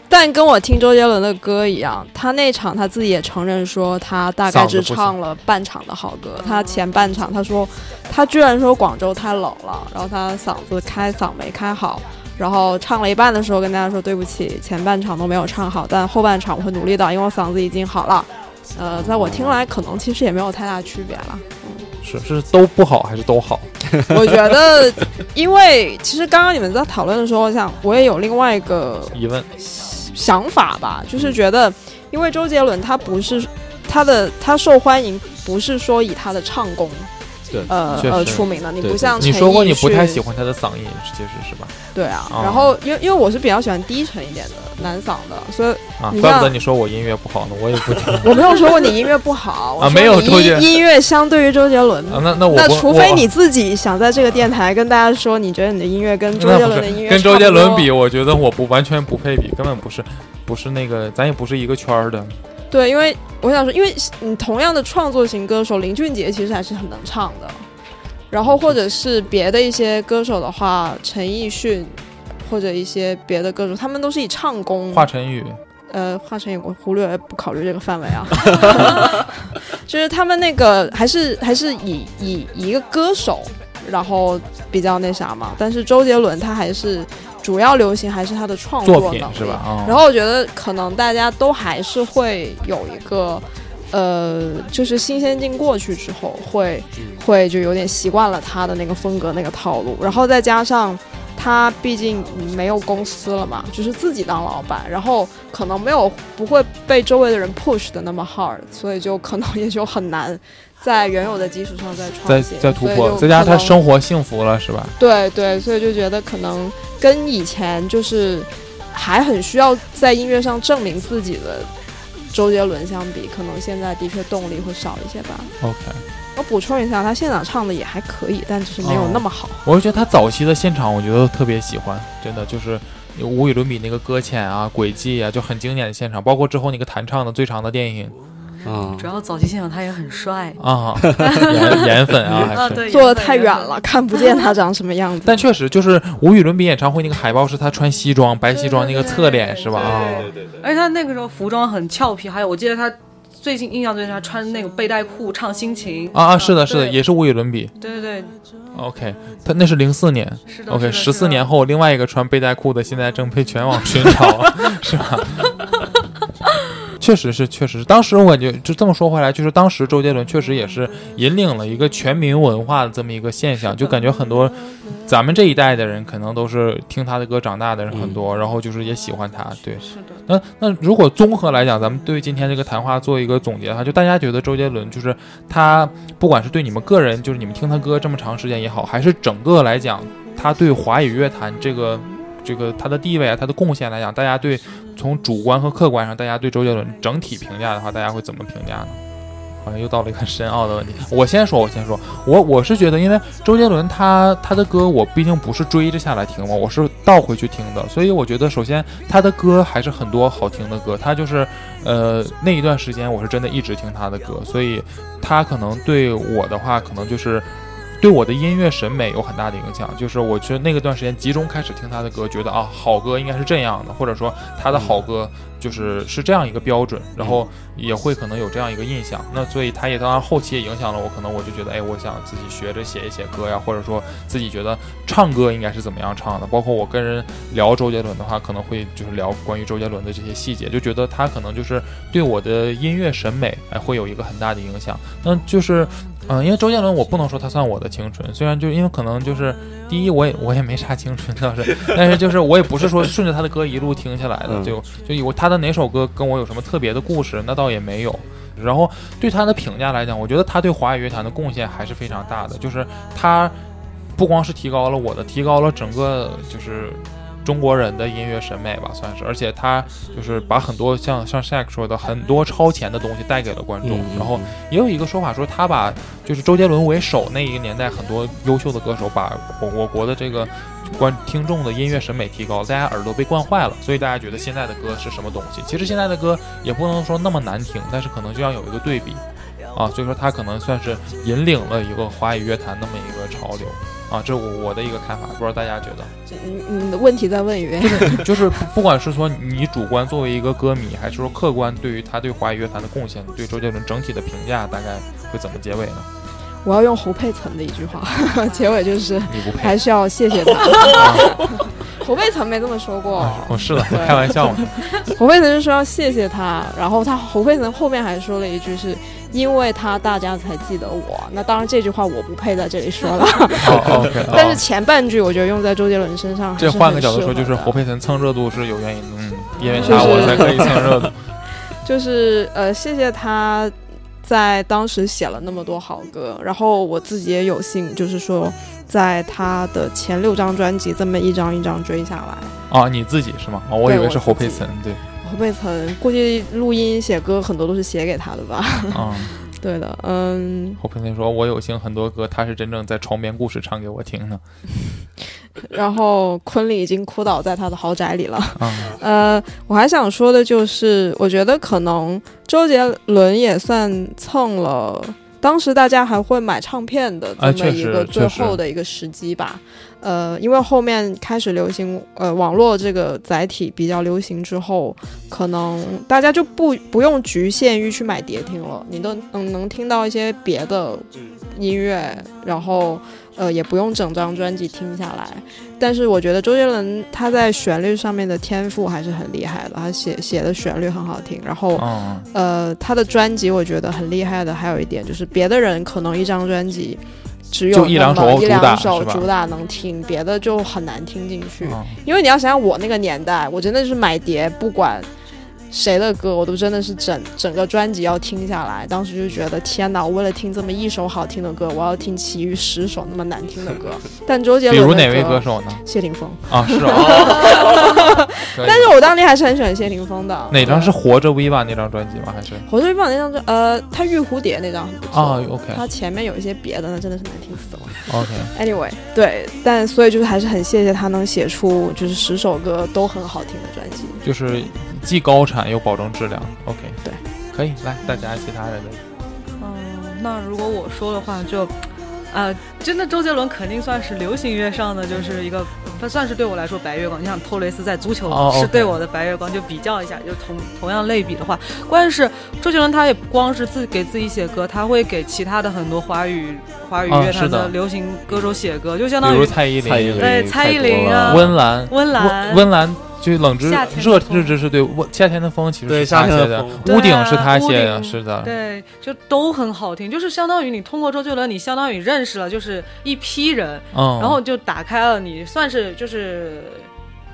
Speaker 4: 但跟我听周杰伦的歌一样，他那场他自己也承认说，他大概只唱了半场的好歌。他前半场他说，他居然说广州太冷了，然后他嗓子开嗓没开好，然后唱了一半的时候跟大家说对不起，前半场都没有唱好，但后半场我会努力的，因为我嗓子已经好了。呃，在我听来，可能其实也没有太大区别了。
Speaker 1: 是是都不好还是都好？
Speaker 4: 我觉得，因为其实刚刚你们在讨论的时候，我想我也有另外一个
Speaker 1: 疑问
Speaker 4: 想法吧，就是
Speaker 1: 嗯
Speaker 4: 觉得，因为周杰伦他不是他的他受欢迎，不是说以他的唱功，
Speaker 2: 对
Speaker 4: 呃
Speaker 1: 确实
Speaker 4: 呃出名的，你
Speaker 2: 对
Speaker 4: 不像
Speaker 1: 你
Speaker 4: 陈
Speaker 1: 说
Speaker 4: 奕
Speaker 1: 过你不
Speaker 4: 迅
Speaker 1: 太喜，欢他的嗓音，其实是吧？
Speaker 4: 对啊，
Speaker 1: 哦
Speaker 4: 然后因为因为我是比较喜欢低沉一点的男嗓的，所以
Speaker 1: 啊，
Speaker 4: 你
Speaker 1: 怪不
Speaker 4: 像
Speaker 1: 得你说我音乐不好呢，我也不听啊。
Speaker 4: 我没有说过你音乐 不好，我
Speaker 1: 啊
Speaker 4: 说
Speaker 1: 没有
Speaker 4: 你
Speaker 1: 周杰
Speaker 4: 音音乐相对于周杰伦。
Speaker 1: 啊那那我
Speaker 4: 那
Speaker 1: 不
Speaker 4: 除非你自己想在这个电台跟大家说，你觉得你的音乐跟周
Speaker 1: 那
Speaker 4: 杰
Speaker 1: 不
Speaker 4: 伦
Speaker 1: 是
Speaker 4: 的音乐
Speaker 1: 跟
Speaker 4: 差不
Speaker 1: 周杰伦
Speaker 4: 多
Speaker 1: 比，我觉得我不完全不配比，根本不是，不是那个，咱也不是一个圈儿的。
Speaker 4: 对，因为我想说，因为你同样的创作型歌手林俊杰其实还是很能唱的，然后或者是别的一些歌手的话，陈奕迅或者一些别的歌手，他们都是以唱功
Speaker 1: 华晨宇
Speaker 4: 呃，华晨宇我忽略不考虑这个范围啊， 就是他们那个还是还是以以以一个歌手，然后比较那啥嘛，但是周杰伦他还是主要流行还是他的创
Speaker 1: 作
Speaker 4: 作
Speaker 1: 品
Speaker 4: 能力
Speaker 1: 是吧？啊，
Speaker 4: 然后我觉得可能大家都还是会有一个，呃，就是新鲜劲过去之后，会
Speaker 1: 嗯
Speaker 4: 会就有点习惯了他的那个风格、那个套路，然后再加上。他毕竟没有公司了嘛，就是自己当老板，然后可能没有不会被周围的人 push 的那么 hard，所以就可能也就很难在原有的基础上再
Speaker 1: 再
Speaker 4: 创新、
Speaker 1: 再突
Speaker 4: 所以
Speaker 1: 破，
Speaker 4: 就
Speaker 1: 再加上
Speaker 4: 可
Speaker 1: 他
Speaker 4: 能
Speaker 1: 生活幸福了是吧？
Speaker 4: 对对，所以就觉得可能跟以前就是还很需要在音乐上证明自己的周杰伦相比，可能现在的确动力会少一些吧。
Speaker 1: OK，
Speaker 4: 我补充一下，他现场唱的也还可以，但只是没有那么好。
Speaker 1: 我是觉得他早期的现场，我觉得特别喜欢，真的就是有无与伦比那个搁浅啊、轨迹啊，就很经典的现场，包括之后那个弹唱的最长的电影
Speaker 2: 啊
Speaker 3: 主，要早期现场他也很帅
Speaker 1: 啊，颜颜粉啊，还
Speaker 3: 啊，
Speaker 1: 是。
Speaker 3: 对，
Speaker 4: 坐得
Speaker 3: 也很
Speaker 4: 太
Speaker 3: 也
Speaker 4: 远
Speaker 3: 很
Speaker 4: 了，看不见他长什么样子。
Speaker 1: 但确实就是无与伦比演唱会那个海报是他穿西装、白西装那个侧脸是吧？
Speaker 3: 对
Speaker 1: 啊，
Speaker 2: 对对，
Speaker 3: 而且他那个时候服装很俏皮，还有我记得他最近印象最深，他穿那个背带裤唱心情
Speaker 1: 啊啊，是的，是的，
Speaker 3: 嗯对
Speaker 1: 也是无与伦比。
Speaker 3: 对对对，
Speaker 1: OK，他那是零四年
Speaker 3: 是的
Speaker 1: ，OK，
Speaker 3: 是的
Speaker 1: 十四
Speaker 3: 是的
Speaker 1: 年后，另外 一个穿背带裤的现在正被全网寻找，是吧？确实是，确实是。当时我感觉，就这么说回来，就是当时周杰伦确实也是引领了一个全民文化的这么一个现象，就感觉很多咱们这一代的人可能都是听他的歌长大的人很多，然后就是也喜欢他。对，
Speaker 3: 嗯是的，
Speaker 1: 那那如果综合来讲，咱们对今天这个谈话做一个总结的话，就大家觉得周杰伦就是他，不管是对你们个人，就是你们听他歌这么长时间也好，还是整个来讲，他对华语乐坛这个这个他的地位啊，他的贡献来讲，大家对从主观和客观上，大家对周杰伦整体评价的话，大家会怎么评价呢？好像又到了一个很深奥的问题。我先说，我先说，我我是觉得，因为周杰伦他他的歌，我毕竟不是追着下来听嘛，我是倒回去听的，所以我觉得，首先他的歌还是很多好听的歌，他就是呃那一段时间我是真的一直听他的歌，所以他可能对我的话，可能就是。对我的音乐审美有很大的影响，就是我觉得那个段时间集中开始听他的歌，觉得啊，好歌应该是这样的，或者说他的好歌就是是这样一个标准，然后也会可能有这样一个印象。那所以他也当然后期也影响了我，可能我就觉得，哎，我想自己学着写一写歌呀，或者说自己觉得唱歌应该是怎么样唱的。包括我跟人聊周杰伦的话，可能会就是聊关于周杰伦的这些细节，就觉得他可能就是对我的音乐审美哎会有一个很大的影响。那就是嗯，因为周杰伦，我不能说他算我的青春，虽然就因为可能就是第一，我也我也没啥青春倒是，但是就是我也不是说顺着他的歌一路听下来的，
Speaker 2: 嗯
Speaker 1: 就就有他的哪首歌跟我有什么特别的故事，那倒也没有。然后对他的评价来讲，我觉得他对华语乐坛的贡献还是非常大的，就是他不光是提高了我的，提高了整个就是中国人的音乐审美吧，算是，而且他就是把很多像像 Shaq 说的很多超前的东西带给了
Speaker 2: 嗯
Speaker 1: 观众，然后也有一个说法说，他把就是周杰伦为首那一个年代很多优秀的歌手，把我我国的这个观听众的音乐审美提高，大家耳朵被惯坏了，所以大家觉得现在的歌是什么东西？其实现在的歌也不能说那么难听，但是可能就要有一个对比啊，所以说他可能算是引领了一个华语乐坛那么一个潮流啊，这是我我的一个看法，不知道大家觉得。
Speaker 4: 你嗯你的问题再问一遍。
Speaker 1: 就是不不管是说你主观作为一个歌迷，还是说客观对于他对华语乐坛的贡献，对周杰伦整体的评价，大概会怎么结尾呢？
Speaker 4: 我要用侯佩岑的一句话，结尾就是
Speaker 1: 你不配
Speaker 4: 还是要谢谢他。 侯佩岑没这么说过，
Speaker 1: 啊！我是的，开玩笑嘛。
Speaker 4: 侯佩岑就说要谢谢他，然后他侯佩岑后面还说了一句是因为他大家才记得我。那当然这句话我不配在这里说了，
Speaker 1: 哦，OK 哦。
Speaker 4: 但是前半句我觉得用在周杰伦身上还是
Speaker 1: 这换个角度
Speaker 4: 很
Speaker 1: 说，
Speaker 4: 适合
Speaker 1: 就是
Speaker 4: 的
Speaker 1: 侯佩岑蹭热度是有原因的，嗯，因为
Speaker 4: 就
Speaker 1: 他
Speaker 4: 是
Speaker 1: 我才可以蹭热度。
Speaker 4: 就是呃，谢谢他在当时写了那么多好歌，然后我自己也有幸，就是说在他的前六张专辑这么一张一张追下来。
Speaker 1: 啊，你自己是吗？哦，我以为是侯佩岑，对，
Speaker 4: 侯佩岑估计录音写歌很多都是写给他的吧？
Speaker 1: 啊，
Speaker 4: 对的，嗯，
Speaker 1: 侯佩岑说，我有幸很多歌，他是真正在床边故事唱给我听的。
Speaker 4: 然后昆凌已经哭倒在他的豪宅里了。
Speaker 1: 啊，
Speaker 4: 呃，我还想说的就是，我觉得可能周杰伦也算蹭了当时大家还会买唱片的
Speaker 1: 哎
Speaker 4: 这么
Speaker 1: 确
Speaker 4: 一
Speaker 1: 实
Speaker 4: 个最
Speaker 1: 确实
Speaker 4: 后的一个时机吧。呃，因为后面开始流行呃网络这个载体比较流行之后，可能大家就不不用局限于去买碟听了，你都能能听到一些别的音乐，然后呃也不用整张专辑听下来。但是我觉得周杰伦他在旋律上面的天赋还是很厉害的，他写写的旋律很好听，然后
Speaker 1: 嗯，
Speaker 4: 呃他的专辑我觉得很厉害的还有一点就是别的人可能一张专辑。只有
Speaker 1: 就一两
Speaker 4: 那么
Speaker 1: 首
Speaker 4: 一
Speaker 1: 主打
Speaker 4: 两首
Speaker 1: 是吧
Speaker 4: 主打能听，别的就很难听进去。
Speaker 1: 嗯
Speaker 4: 因为你要想想我那个年代，我真的是买碟，不管谁的歌，我都真的是整整个专辑要听下来。当时就觉得天哪，我为了听这么一首好听的歌，我要听其余十首那么难听的歌。但周杰
Speaker 1: 比
Speaker 4: 伦的
Speaker 1: 如哪位歌？手呢？
Speaker 4: 谢霆锋。
Speaker 1: 啊，是哦。 但
Speaker 4: 但是我当年还是很喜欢谢霆锋的。
Speaker 1: 哪张是《
Speaker 4: 《
Speaker 1: 活着 V 吧》那张专辑吗？还是
Speaker 4: 活着一棒》那张专？呃，他《玉蝴蝶》那张很不错。
Speaker 1: 啊？OK
Speaker 4: 他前面有一些别的呢，真的是难听死了。
Speaker 1: OK，
Speaker 4: Anyway，对，但所以就是还是很谢谢他能写出就是十首歌都很好听的专辑。
Speaker 1: 就是既高产又保证质量。OK，
Speaker 4: 对，
Speaker 1: 可以来大家其他人的
Speaker 3: 嗯，那如果我说的话就。啊、真的，周杰伦肯定算是流行乐上的，就是一个，他算是对我来说白月光。你想，托雷斯在足球
Speaker 1: 哦
Speaker 3: 是
Speaker 1: OK
Speaker 3: 对我的白月光，就比较一下，就同同样类比的话，关键是周杰伦他也不光是自己给自己写歌，他会给其他的很多华语华语
Speaker 1: 啊
Speaker 3: 乐
Speaker 1: 是
Speaker 3: 坛
Speaker 1: 的
Speaker 3: 的流行歌手写歌，就相
Speaker 1: 比
Speaker 3: 当
Speaker 1: 如
Speaker 3: 于
Speaker 1: 蔡依林、
Speaker 2: 蔡依林
Speaker 3: 对蔡依林啊
Speaker 1: 温岚、
Speaker 3: 温岚
Speaker 1: 温温岚就冷知
Speaker 3: 夏天的
Speaker 1: 热
Speaker 3: 风
Speaker 1: 日知识对，我夏天的风其实
Speaker 2: 对
Speaker 1: 是
Speaker 2: 夏
Speaker 1: 他
Speaker 2: 天
Speaker 1: 写
Speaker 2: 的
Speaker 1: 的，
Speaker 2: 风，
Speaker 3: 对
Speaker 1: 屋顶是
Speaker 3: 啊
Speaker 1: 他
Speaker 3: 屋
Speaker 1: 写的，
Speaker 3: 顶
Speaker 1: 是的，
Speaker 3: 对，就都很好听，就是相当于你通过周杰伦，你相当于认识了就是一批人，
Speaker 1: 嗯，
Speaker 3: 然后就打开了你算是就是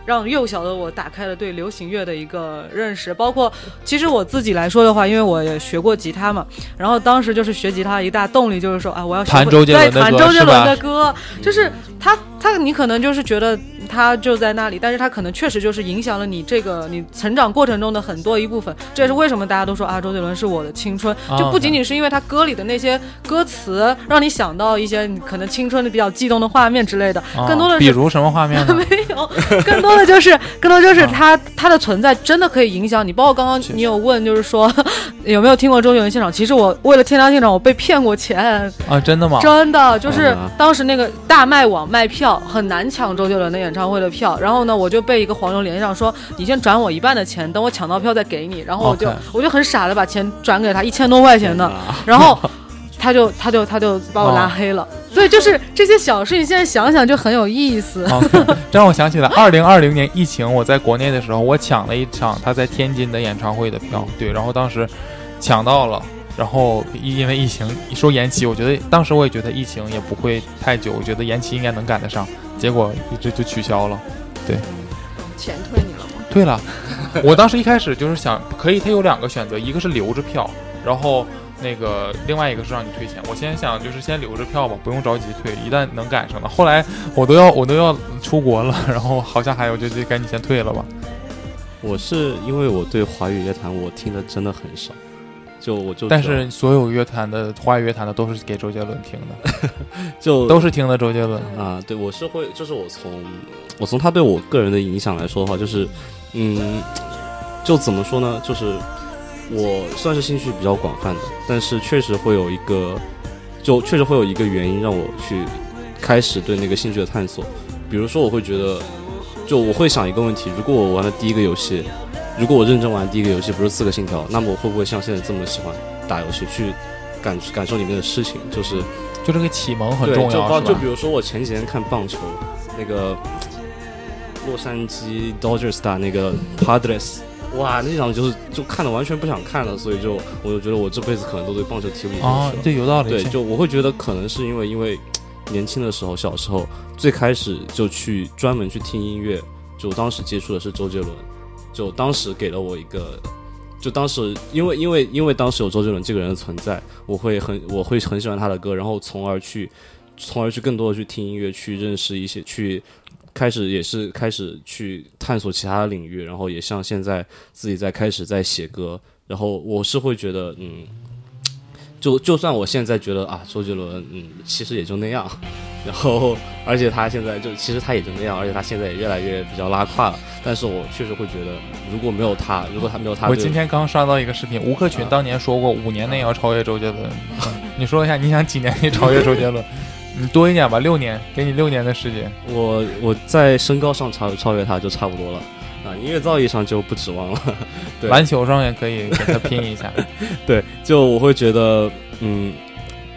Speaker 3: 让幼小的我打开了对流行乐的一个认识，包括其实我自己来说的话，因为我也学过吉他嘛，然后当时就是学吉他一大动力就是说啊，我要学
Speaker 1: 弹
Speaker 3: 会
Speaker 1: 周杰伦的
Speaker 3: 对弹
Speaker 1: 歌
Speaker 3: 周杰
Speaker 1: 是吧
Speaker 3: 伦的歌，就是他他你可能就是觉得他就在那里，但是他可能确实就是影响了你这个你成长过程中的很多一部分，这也是为什么大家都说啊，周杰伦是我的青春，就
Speaker 1: 啊
Speaker 3: 不仅仅是因为他歌里的那些歌词让你想到一些你可能青春的比较激动的画面之类的，
Speaker 1: 啊
Speaker 3: 更多的
Speaker 1: 比
Speaker 3: 是。
Speaker 1: 如什么画面呢？
Speaker 3: 没有，更多的就是， 更多就是
Speaker 1: 啊
Speaker 3: 他他的存在真的可以影响你。包括刚
Speaker 1: 确
Speaker 3: 刚
Speaker 1: 实
Speaker 3: 你有问，就是说 有没有听过周杰伦现场？其实我为了听他现场，我被骗过钱，
Speaker 1: 啊，真的吗？
Speaker 3: 真的就是
Speaker 2: 啊
Speaker 3: 当时那个大麦网卖票很难抢周杰伦的演唱会的票，然后呢，我就被一个黄牛联系上说，你先转我一半的钱，等我抢到票再给你。然后我就
Speaker 1: OK
Speaker 3: 我就很傻的把钱转给他一千多块钱呢，然后他就他就他就把我拉
Speaker 1: 哦
Speaker 3: 黑了。对，就是这些小事情，现在想想就很有意思。
Speaker 1: 哦， 这让我想起来，二零二零年疫情，我在国内的时候，我抢了一场他在天津的演唱会的票，对，然后当时抢到了，然后因为疫情说延期，我觉得当时我也觉得疫情也不会太久，我觉得延期应该能赶得上，结果一直就取消了。
Speaker 4: 钱退你了吗？
Speaker 1: 对了，我当时一开始就是想，可以，他有两个选择，一个是留着票，然后那个另外一个是让你退钱。我先想就是先留着票吧，不用着急退，一旦能赶上的。后来我都要我都要出国了，然后好像还有就就赶紧先退了吧。
Speaker 2: 我是因为我对华语乐坛我听的真的很少，就我就
Speaker 1: 但
Speaker 2: 知道
Speaker 1: 是所有乐坛的华语乐坛的都是给周杰伦听的，
Speaker 2: 就
Speaker 1: 都是听的周杰伦。
Speaker 2: 啊、对我是会，就是我从我从他对我个人的影响来说的话，就是嗯，就怎么说呢，就是我算是兴趣比较广泛的，但是确实会有一个，就确实会有一个原因让我去开始对那个兴趣的探索。比如说，我会觉得，就我会想一个问题：如果我玩了第一个游戏，如果我认真玩第一个游戏不是《刺客信条》，那么我会不会像现在这么喜欢打游戏，去感感受里面的事情？就是
Speaker 1: 就这个启蒙很
Speaker 2: 对，
Speaker 1: 重
Speaker 2: 就
Speaker 1: 要，
Speaker 2: 包
Speaker 1: 是
Speaker 2: 就
Speaker 1: 吧
Speaker 2: 比？如说我前几天看棒球，那个洛杉矶 Dodgers 打那个 Padres，哇，那场就是就看的完全不想看了，所以就我就觉得我这辈子可能都对棒球提不起兴趣
Speaker 1: 啊
Speaker 2: 了。，
Speaker 1: 对，有道理。
Speaker 2: 对，
Speaker 1: 这
Speaker 2: 就我会觉得可能是因为因为年轻的时候，小时候最开始就去专门去听音乐，就当时接触的是周杰伦，就当时给了我一个，就当时因为因为因为当时有周杰伦这个人的存在，我会很我会很喜欢他的歌，然后从而去从而去更多的去听音乐，去认识一些去。开始也是开始去探索其他的领域，然后也像现在自己在开始在写歌，然后我是会觉得，嗯，就就算我现在觉得啊，周杰伦，嗯，其实也就那样，然后而且他现在就啊嗯其实他也就那样，而且他现在也越来越比较拉胯了，但是我确实会觉得，如果没有他，如果他没有他啊这个，
Speaker 1: 我今天刚刷到一个视频，吴克群当年说过，五年内要超越周杰伦。嗯你说一下，你想几年内超越周杰伦？ 你多一点吧，六年，给你六年的时间。
Speaker 2: 我我在身高上超超越他就差不多了。啊，音乐造诣上就不指望了。 对
Speaker 1: 篮球上也可以给他拼一下。
Speaker 2: 对，就我会觉得，嗯，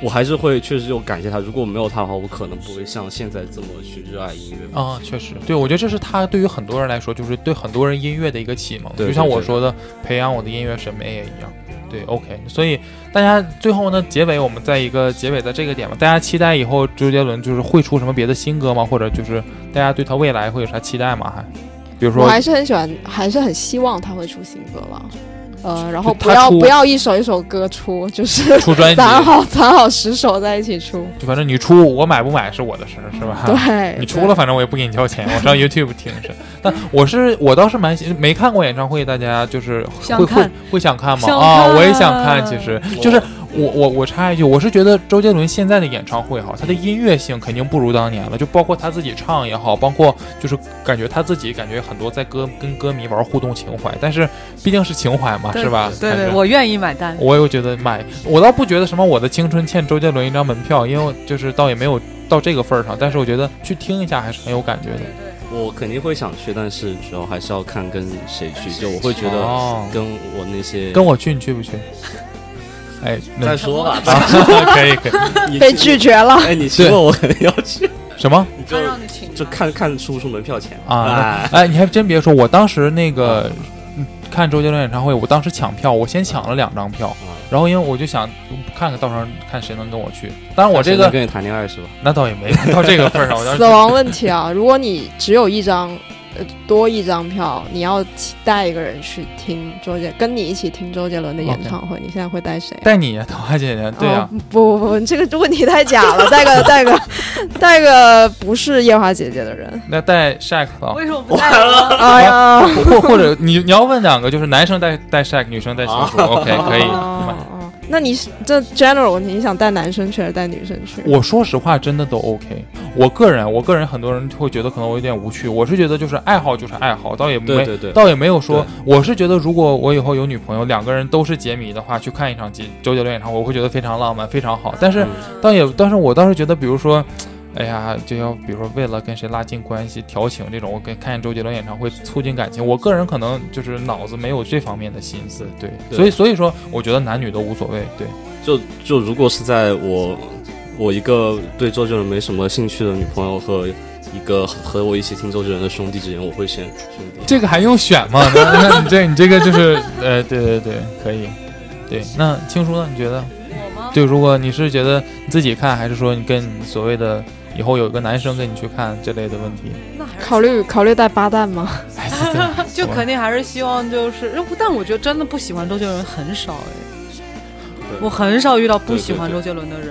Speaker 2: 我还是会确实就感谢他。如果没有他的话，我可能不会像现在这么去热爱音乐。
Speaker 1: 啊、确实，对我觉得这是他对于很多人来说，就是对很多人音乐的一个启蒙。
Speaker 2: 对
Speaker 1: 就像我
Speaker 2: 对对
Speaker 1: 说的，培养我的音乐审美也一样。对，OK，所以大家最后呢，结尾我们在一个结尾在这个点嘛，大家期待以后周杰伦就是会出什么别的新歌吗？或者就是大家对他未来会有啥期待吗？还比如
Speaker 4: 我
Speaker 1: 说
Speaker 4: 还是很喜欢，还是很希望他会出新歌了。呃，然后
Speaker 1: 就他
Speaker 4: 不要
Speaker 1: 出哎
Speaker 4: 不要一首一首歌出， 就是
Speaker 1: 出专辑，
Speaker 4: 攒好攒好十首在一起出。
Speaker 1: 就反正你出，我买不买是我的事儿，是吧？
Speaker 4: 对，
Speaker 1: 啊 你出了，反正我也不给你交钱，我上 YouTube 听去。但我是我倒是蛮喜没看过演唱会，大家就是
Speaker 3: 想
Speaker 1: 会会
Speaker 3: 看
Speaker 1: 会想看吗？
Speaker 3: 想
Speaker 1: 啊、
Speaker 3: 看
Speaker 1: 我也想看，其实
Speaker 2: 我
Speaker 1: 就是我我我插一句，我是觉得周杰伦现在的演唱会哈，他的音乐性肯定不如当年了，就包括他自己唱也好，包括就是感觉他自己感觉很多在歌跟歌迷玩互动情怀，但是毕竟是情怀嘛，
Speaker 3: 对
Speaker 1: 是吧？
Speaker 3: 对
Speaker 1: 还是
Speaker 3: 对，我愿意买单。
Speaker 1: 我又觉得买，我倒不觉得什么我的青春欠周杰伦一张门票，因为我就是倒也没有到这个份儿上，但是我觉得去听一下还是很有感觉的。
Speaker 2: 我肯定会想去，但是主要还是要看跟谁去。就我会觉得
Speaker 1: 哦，
Speaker 2: 跟我那些
Speaker 1: 跟我去，你去 不去？哎，那
Speaker 2: 再说 吧，
Speaker 1: 啊，可以可以，
Speaker 2: 你
Speaker 4: 被
Speaker 2: 去
Speaker 4: 拒绝了。
Speaker 2: 哎，你去
Speaker 1: 对
Speaker 2: 过我肯定要去。
Speaker 1: 什么
Speaker 2: 就
Speaker 3: 让你请
Speaker 2: 就看看出不出门票钱
Speaker 1: 啊？哎，你还真别说，我当时那个嗯看周杰伦演唱会，我当时抢票，我先抢了两张票，然后因为我就想嗯看看到时候看谁能跟我去。当然我这
Speaker 2: 谁能
Speaker 1: 个
Speaker 2: 跟你谈恋爱是吧？
Speaker 1: 那倒也没 到这个份儿上，我当
Speaker 4: 死
Speaker 1: 时
Speaker 4: 亡问题啊！如果你只有一张，呃，多一张票，你要带一个人去听周杰，跟你一起听周杰伦的演唱会，你现在会带谁？啊
Speaker 1: 带你呀，桃花姐姐，对啊呀
Speaker 4: 哦，不不不，你这个问题太假了，带个带个带个不是夜华姐姐的人。
Speaker 1: 那带 Shaq 了。
Speaker 3: 为什么不带呢？
Speaker 4: 哎呀，
Speaker 1: 或或者你你要问两个，就是男生带带 Shaq，女生带小
Speaker 2: 啊
Speaker 1: 鼠、o k 可以。
Speaker 4: 哦哦那你是这 general 问题，你想带男生去还是带女生去？
Speaker 1: 我说实话，真的都 OK。我个人，我个人很多人会觉得可能我有点无趣，我是觉得就是爱好就是爱好，倒也没
Speaker 2: 对对对
Speaker 1: 倒也没有说，我是觉得如果我以后有女朋友，两个人都是杰迷的话，去看一场杰周杰伦演唱会，我会觉得非常浪漫，非常好。但是
Speaker 2: 嗯
Speaker 1: 倒也，但是我倒是觉得，比如说。哎呀，就要比如说为了跟谁拉近关系、调情这种，我跟看周杰伦演唱会促进感情，我个人可能就是脑子没有这方面的心思，对，
Speaker 2: 对
Speaker 1: 所以所以说我觉得男女都无所谓，对，
Speaker 2: 就就如果是在我我一个对周杰伦没什么兴趣的女朋友和一个和我一起听周杰伦的兄弟之间，我会选兄弟。
Speaker 1: 这个还用选 吗？那那你这你这个就是呃，对对对，可以。对，那青叔呢？你觉得？
Speaker 3: 我吗？
Speaker 1: 对，如果你是觉得你自己看，还是说你跟你所谓的以后有个男生跟你去看这类的问题？
Speaker 3: 那还是
Speaker 4: 考虑考虑带八蛋吗？
Speaker 1: 哎是这样
Speaker 3: 就肯定还是希望就是，但我觉得真的不喜欢周杰伦很少哎，我很少遇到不喜欢周杰伦的人。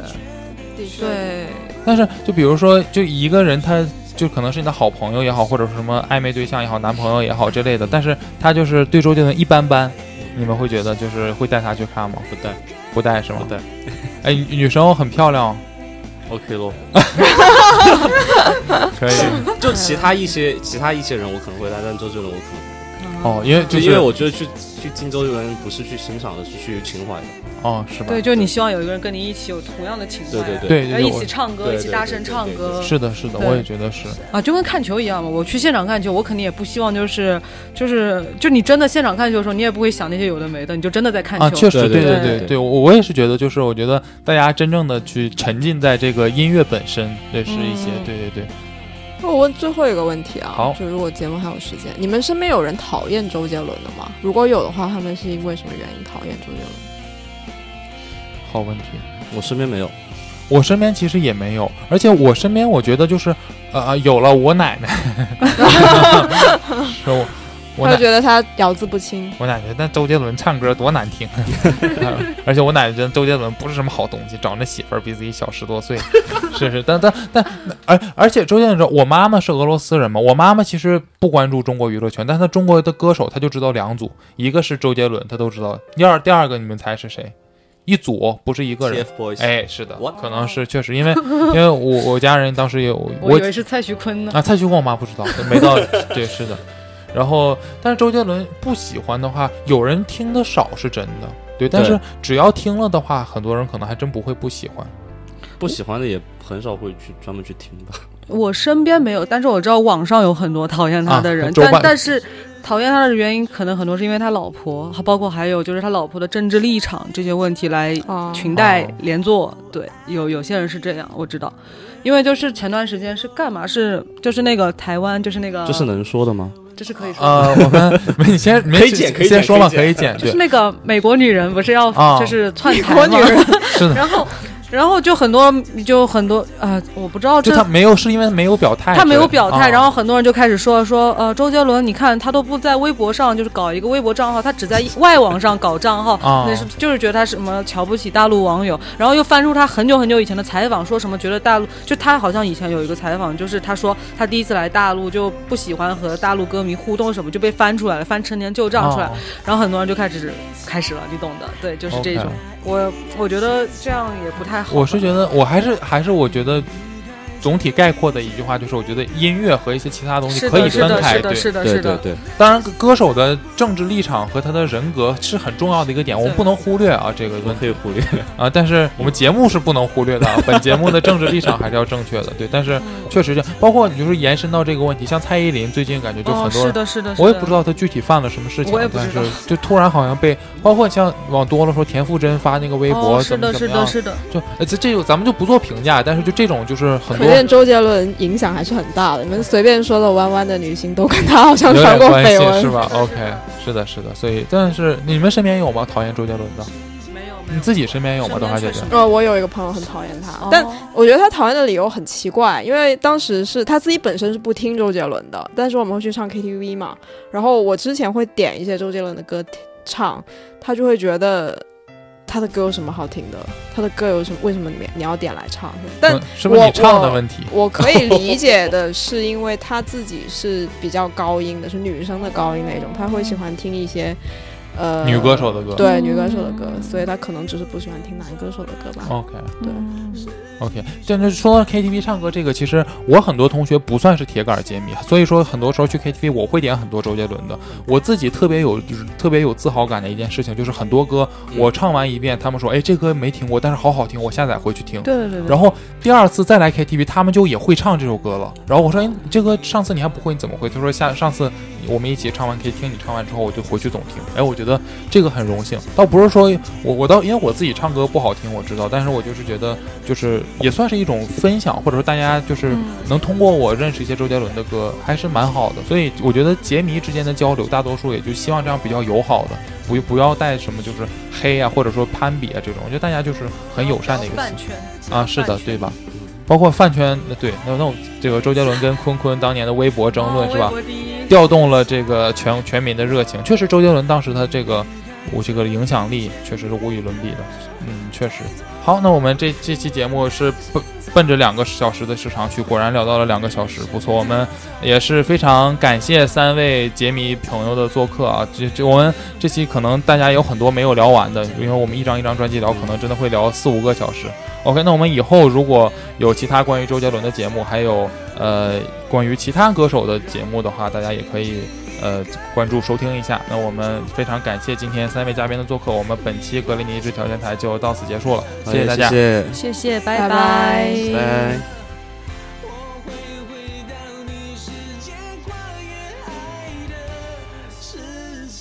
Speaker 3: 对，
Speaker 1: 但是就比如说，就一个人他。就可能是你的好朋友也好，或者是什么暧昧对象也好，男朋友也好之类的，但是他就是对周杰伦一般般，你们会觉得就是会带他去看吗？
Speaker 2: 不带
Speaker 1: 不带是吗
Speaker 2: 不？带
Speaker 1: 哎，女女生很漂亮，
Speaker 2: ，OK 咯。
Speaker 1: 可以
Speaker 2: 就其他一些其他一些人我可能会带，但周杰伦我可能
Speaker 3: 嗯
Speaker 1: 哦，因为
Speaker 2: 就
Speaker 1: 就是
Speaker 2: 因为我觉得去去听周杰伦不是去欣赏的，是去情怀的。
Speaker 1: 哦是吧？
Speaker 3: 对，就你希望有一个人跟你一起有同样的情怀，
Speaker 2: 对对
Speaker 1: 对
Speaker 3: 要
Speaker 1: 对，
Speaker 3: 一
Speaker 1: 我
Speaker 3: 起唱歌，
Speaker 2: 对
Speaker 3: 一起
Speaker 2: 对
Speaker 3: 大
Speaker 2: 对
Speaker 3: 声
Speaker 2: 对
Speaker 3: 唱
Speaker 2: 对
Speaker 3: 歌
Speaker 1: 是的，是的，
Speaker 3: 对
Speaker 1: 我也觉得是。
Speaker 3: 啊，就跟看球一样嘛。我去现场看球，我肯定也不希望就是就是就你真的现场看球的时候，你也不会想那些有的没的，你就真的在看球。
Speaker 1: 啊，确实，
Speaker 2: 对对
Speaker 1: 对
Speaker 3: 对
Speaker 1: 对
Speaker 2: 对
Speaker 1: 对，我我也是觉得，就是我觉得大家真正的去沉浸在这个音乐本身，对，是一些，
Speaker 4: 嗯
Speaker 1: 对对对，
Speaker 4: 那哦我问最后一个问题啊，
Speaker 1: 好
Speaker 4: 就如果节目还有时间，你们身边有人讨厌周杰伦的吗？如果有的话，他们是因为什么原因讨厌周杰伦？
Speaker 1: 好问题。
Speaker 2: 我身边没有，
Speaker 1: 我身边其实也没有，而且我身边我觉得就是，呃，有了我奶 奶，是我我奶
Speaker 4: 他就觉得他咬字不清，
Speaker 1: 我奶奶，但周杰伦唱歌多难听，啊 而且我奶奶觉得周杰伦不是什么好东西，找那媳妇儿比自己小十多岁，是是，但但但而而且周杰伦说，我妈妈是俄罗斯人嘛，我妈妈其实不关注中国娱乐圈，但她中国的歌手她就知道两组，一个是周杰伦，她都知道，第二第二个你们猜是谁？一组不是一个人。
Speaker 2: TFBOYS，
Speaker 1: 哎，是的
Speaker 2: What？，
Speaker 1: 可能是确实，因为因为我我家人当时有
Speaker 3: 我以为是蔡徐坤呢。
Speaker 1: 啊，蔡徐坤我妈不知道，没到对是的。然后，但是周杰伦不喜欢的话，有人听的少是真的，对。但
Speaker 2: 对
Speaker 1: 是只要听了的话，很多人可能还真不会不喜欢。
Speaker 2: 不喜欢的也很少会去专门去听吧。
Speaker 3: 我身边没有，但是我知道网上有很多讨厌他的人，
Speaker 1: 啊周
Speaker 3: 但
Speaker 1: 办
Speaker 3: 但是讨厌他的原因可能很多是因为他老婆，包括还有就是他老婆的政治立场这些问题来
Speaker 4: 啊
Speaker 3: 裙带
Speaker 1: 哦
Speaker 3: 连坐。对，有有些人是这样，我知道，因为就是前段时间是干嘛？是就是那个台湾，就是那个，
Speaker 2: 这是能说的吗？
Speaker 3: 这是可以说的。
Speaker 1: 呃，我 们没你先没
Speaker 2: 可以
Speaker 1: 事
Speaker 2: 剪可以
Speaker 1: 先
Speaker 2: 剪
Speaker 1: 说
Speaker 2: 可以
Speaker 1: 吧，
Speaker 2: 剪
Speaker 1: 可以剪，
Speaker 3: 就
Speaker 1: 对
Speaker 3: 是，那个美国女人不是要
Speaker 1: 啊
Speaker 3: 就是窜台
Speaker 4: 国
Speaker 3: 吗？
Speaker 4: 女人
Speaker 1: 是的。
Speaker 3: 然后然后就很多就很多啊、我不知道
Speaker 1: 就
Speaker 3: 这
Speaker 1: 他没有，是因为没有表态之类的，
Speaker 3: 他没有表态，
Speaker 1: 啊
Speaker 3: 然后很多人就开始说说，呃，周杰伦，你看他都不在微博上，就是搞一个微博账号，他只在外网上搞账号，
Speaker 1: 啊
Speaker 3: 那是就是觉得他什么瞧不起大陆网友，然后又翻出他很久很久以前的采访，说什么觉得大陆就他好像以前有一个采访，就是他说他第一次来大陆就不喜欢和大陆歌迷互动什么，就被翻出来了，翻陈年旧账出来，
Speaker 1: 啊
Speaker 3: 然后很多人就开始开始了，你懂的，对，就是这种
Speaker 1: OK
Speaker 3: 我我觉得这样也不太好吧，
Speaker 1: 我是觉得，我还是还是我觉得，总体概括的一句话就是，我觉得音乐和一些其他东西
Speaker 3: 是
Speaker 1: 可以
Speaker 3: 的，是
Speaker 1: 分
Speaker 3: 的，
Speaker 1: 开，
Speaker 3: 是
Speaker 1: 对
Speaker 3: 的，。是的，
Speaker 2: 对
Speaker 3: 是
Speaker 2: 对
Speaker 3: 的。
Speaker 2: 对，
Speaker 1: 当然，歌手的政治立场和他的人格是很重要的一个点，我们不能忽略啊这个
Speaker 2: 我
Speaker 1: 问题
Speaker 2: 可以忽略。
Speaker 1: 啊。但是我们节目是不能忽略的啊，本节目的政治立场还是要正确的。对，但是
Speaker 3: 嗯
Speaker 1: 确实这样，包括你就是延伸到这个问题，像蔡依林最近感觉就
Speaker 3: 哦，
Speaker 1: 很多
Speaker 3: 是
Speaker 1: 人。
Speaker 3: 的，是的，是
Speaker 1: 我也
Speaker 3: 的
Speaker 1: 不知道她具体犯了什么事情啊
Speaker 3: 我也，不
Speaker 1: 但
Speaker 3: 知道
Speaker 1: 是就突然好像被，包括像往多了说田馥甄发那个微博
Speaker 3: 哦、
Speaker 1: 怎
Speaker 3: 是
Speaker 1: 么
Speaker 3: 的，
Speaker 1: 怎
Speaker 3: 是
Speaker 1: 么样
Speaker 3: 的，，是的，
Speaker 1: 就呃这这种咱们就不做评价，但是就这种就是很多
Speaker 4: 便周杰伦影响还是很大的。你们随便说的弯弯的女星都跟他好像
Speaker 1: 有
Speaker 4: 传
Speaker 1: 点
Speaker 4: 过
Speaker 1: 关系
Speaker 4: 绯
Speaker 1: 是
Speaker 4: 闻。
Speaker 1: 吧？OK，是的，是的。所以，但是你们身边有吗？讨厌周杰伦的？
Speaker 3: 没有没
Speaker 1: 你自己身边有吗？
Speaker 3: 身边
Speaker 1: 豆花姐
Speaker 3: 确
Speaker 1: 姐
Speaker 3: 实？哦
Speaker 4: 呃，我有一个朋友很讨厌他，
Speaker 3: 有，
Speaker 4: 但
Speaker 3: 哦
Speaker 4: 我觉得他讨厌的理由很奇怪，因为当时是他自己本身是不听周杰伦的，但是我们会去唱 KTV 嘛，然后我之前会点一些周杰伦的歌听唱，他就会觉得他的歌有什么好听的，他的歌有什么为什么你你要点来唱？但
Speaker 1: 嗯是不是
Speaker 4: 我
Speaker 1: 你唱的问题？
Speaker 4: 我可 以理解的是，因为他自己是比较高音的，是女生的高音那种，他会喜欢听一些呃
Speaker 1: 女歌手的歌。
Speaker 4: 对女歌手的歌，所以他可能只是不喜欢听男歌手的歌吧。
Speaker 1: OK
Speaker 4: 对
Speaker 1: OK，但是说到 KTV 唱歌这个，其实我很多同学不算是铁杆街迷，所以说很多时候去 KTV 我会点很多周杰伦的。我自己特别有就是特别有自豪感的一件事情，就是很多歌
Speaker 3: 嗯
Speaker 1: 我唱完一遍，他们说哎这歌没听过，但是好好听，我下载回去听。
Speaker 3: 对对对对，
Speaker 1: 然后第二次再来 KTV，他们就也会唱这首歌了。然后我说：“哎，你这歌上次你还不会，你怎么会？”他说：“下上次我们一起唱完 K 听，你唱完之后，我就回去总听。”哎，我觉得这个很荣幸，倒不是说我我倒因为我自己唱歌不好听，我知道，但是我就是觉得就是也算是一种分享，或者说大家就是
Speaker 3: 嗯
Speaker 1: 能通过我认识一些周杰伦的歌，还是蛮好的。所以我觉得杰迷之间的交流，大多数也就希望这样比较友好的，不不要带什么就是黑啊，或者说攀比啊这种。我觉得大家就是很友善的一个心
Speaker 3: 饭圈
Speaker 1: 啊，是的，
Speaker 3: 饭圈
Speaker 1: 对吧？包括饭圈，呃对，那那我这个周杰伦跟坤坤当年的微博争
Speaker 3: 哦
Speaker 1: 论、是吧？？调动了这个全全民的热情，确实周杰伦当时他这个我这个影响力确实是无与伦比的，嗯，确实。好，那我们这这期节目是奔奔着两个小时的时长去，果然聊到了两个小时，不错。我们也是非常感谢三位杰迷朋友的做客啊，这这我们这期可能大家有很多没有聊完的，因为我们一张一张专辑聊，可能真的会聊四五个小时。OK，那我们以后如果有其他关于周杰伦的节目，还有呃关于其他歌手的节目的话，大家也可以呃关注收听一下。那我们非常感谢今天三位嘉宾的做客，我们本期 格林尼治调件台就到此结束了，谢谢大家。
Speaker 2: 谢，
Speaker 3: 谢谢，
Speaker 4: 拜
Speaker 3: 拜
Speaker 4: 拜
Speaker 2: 拜。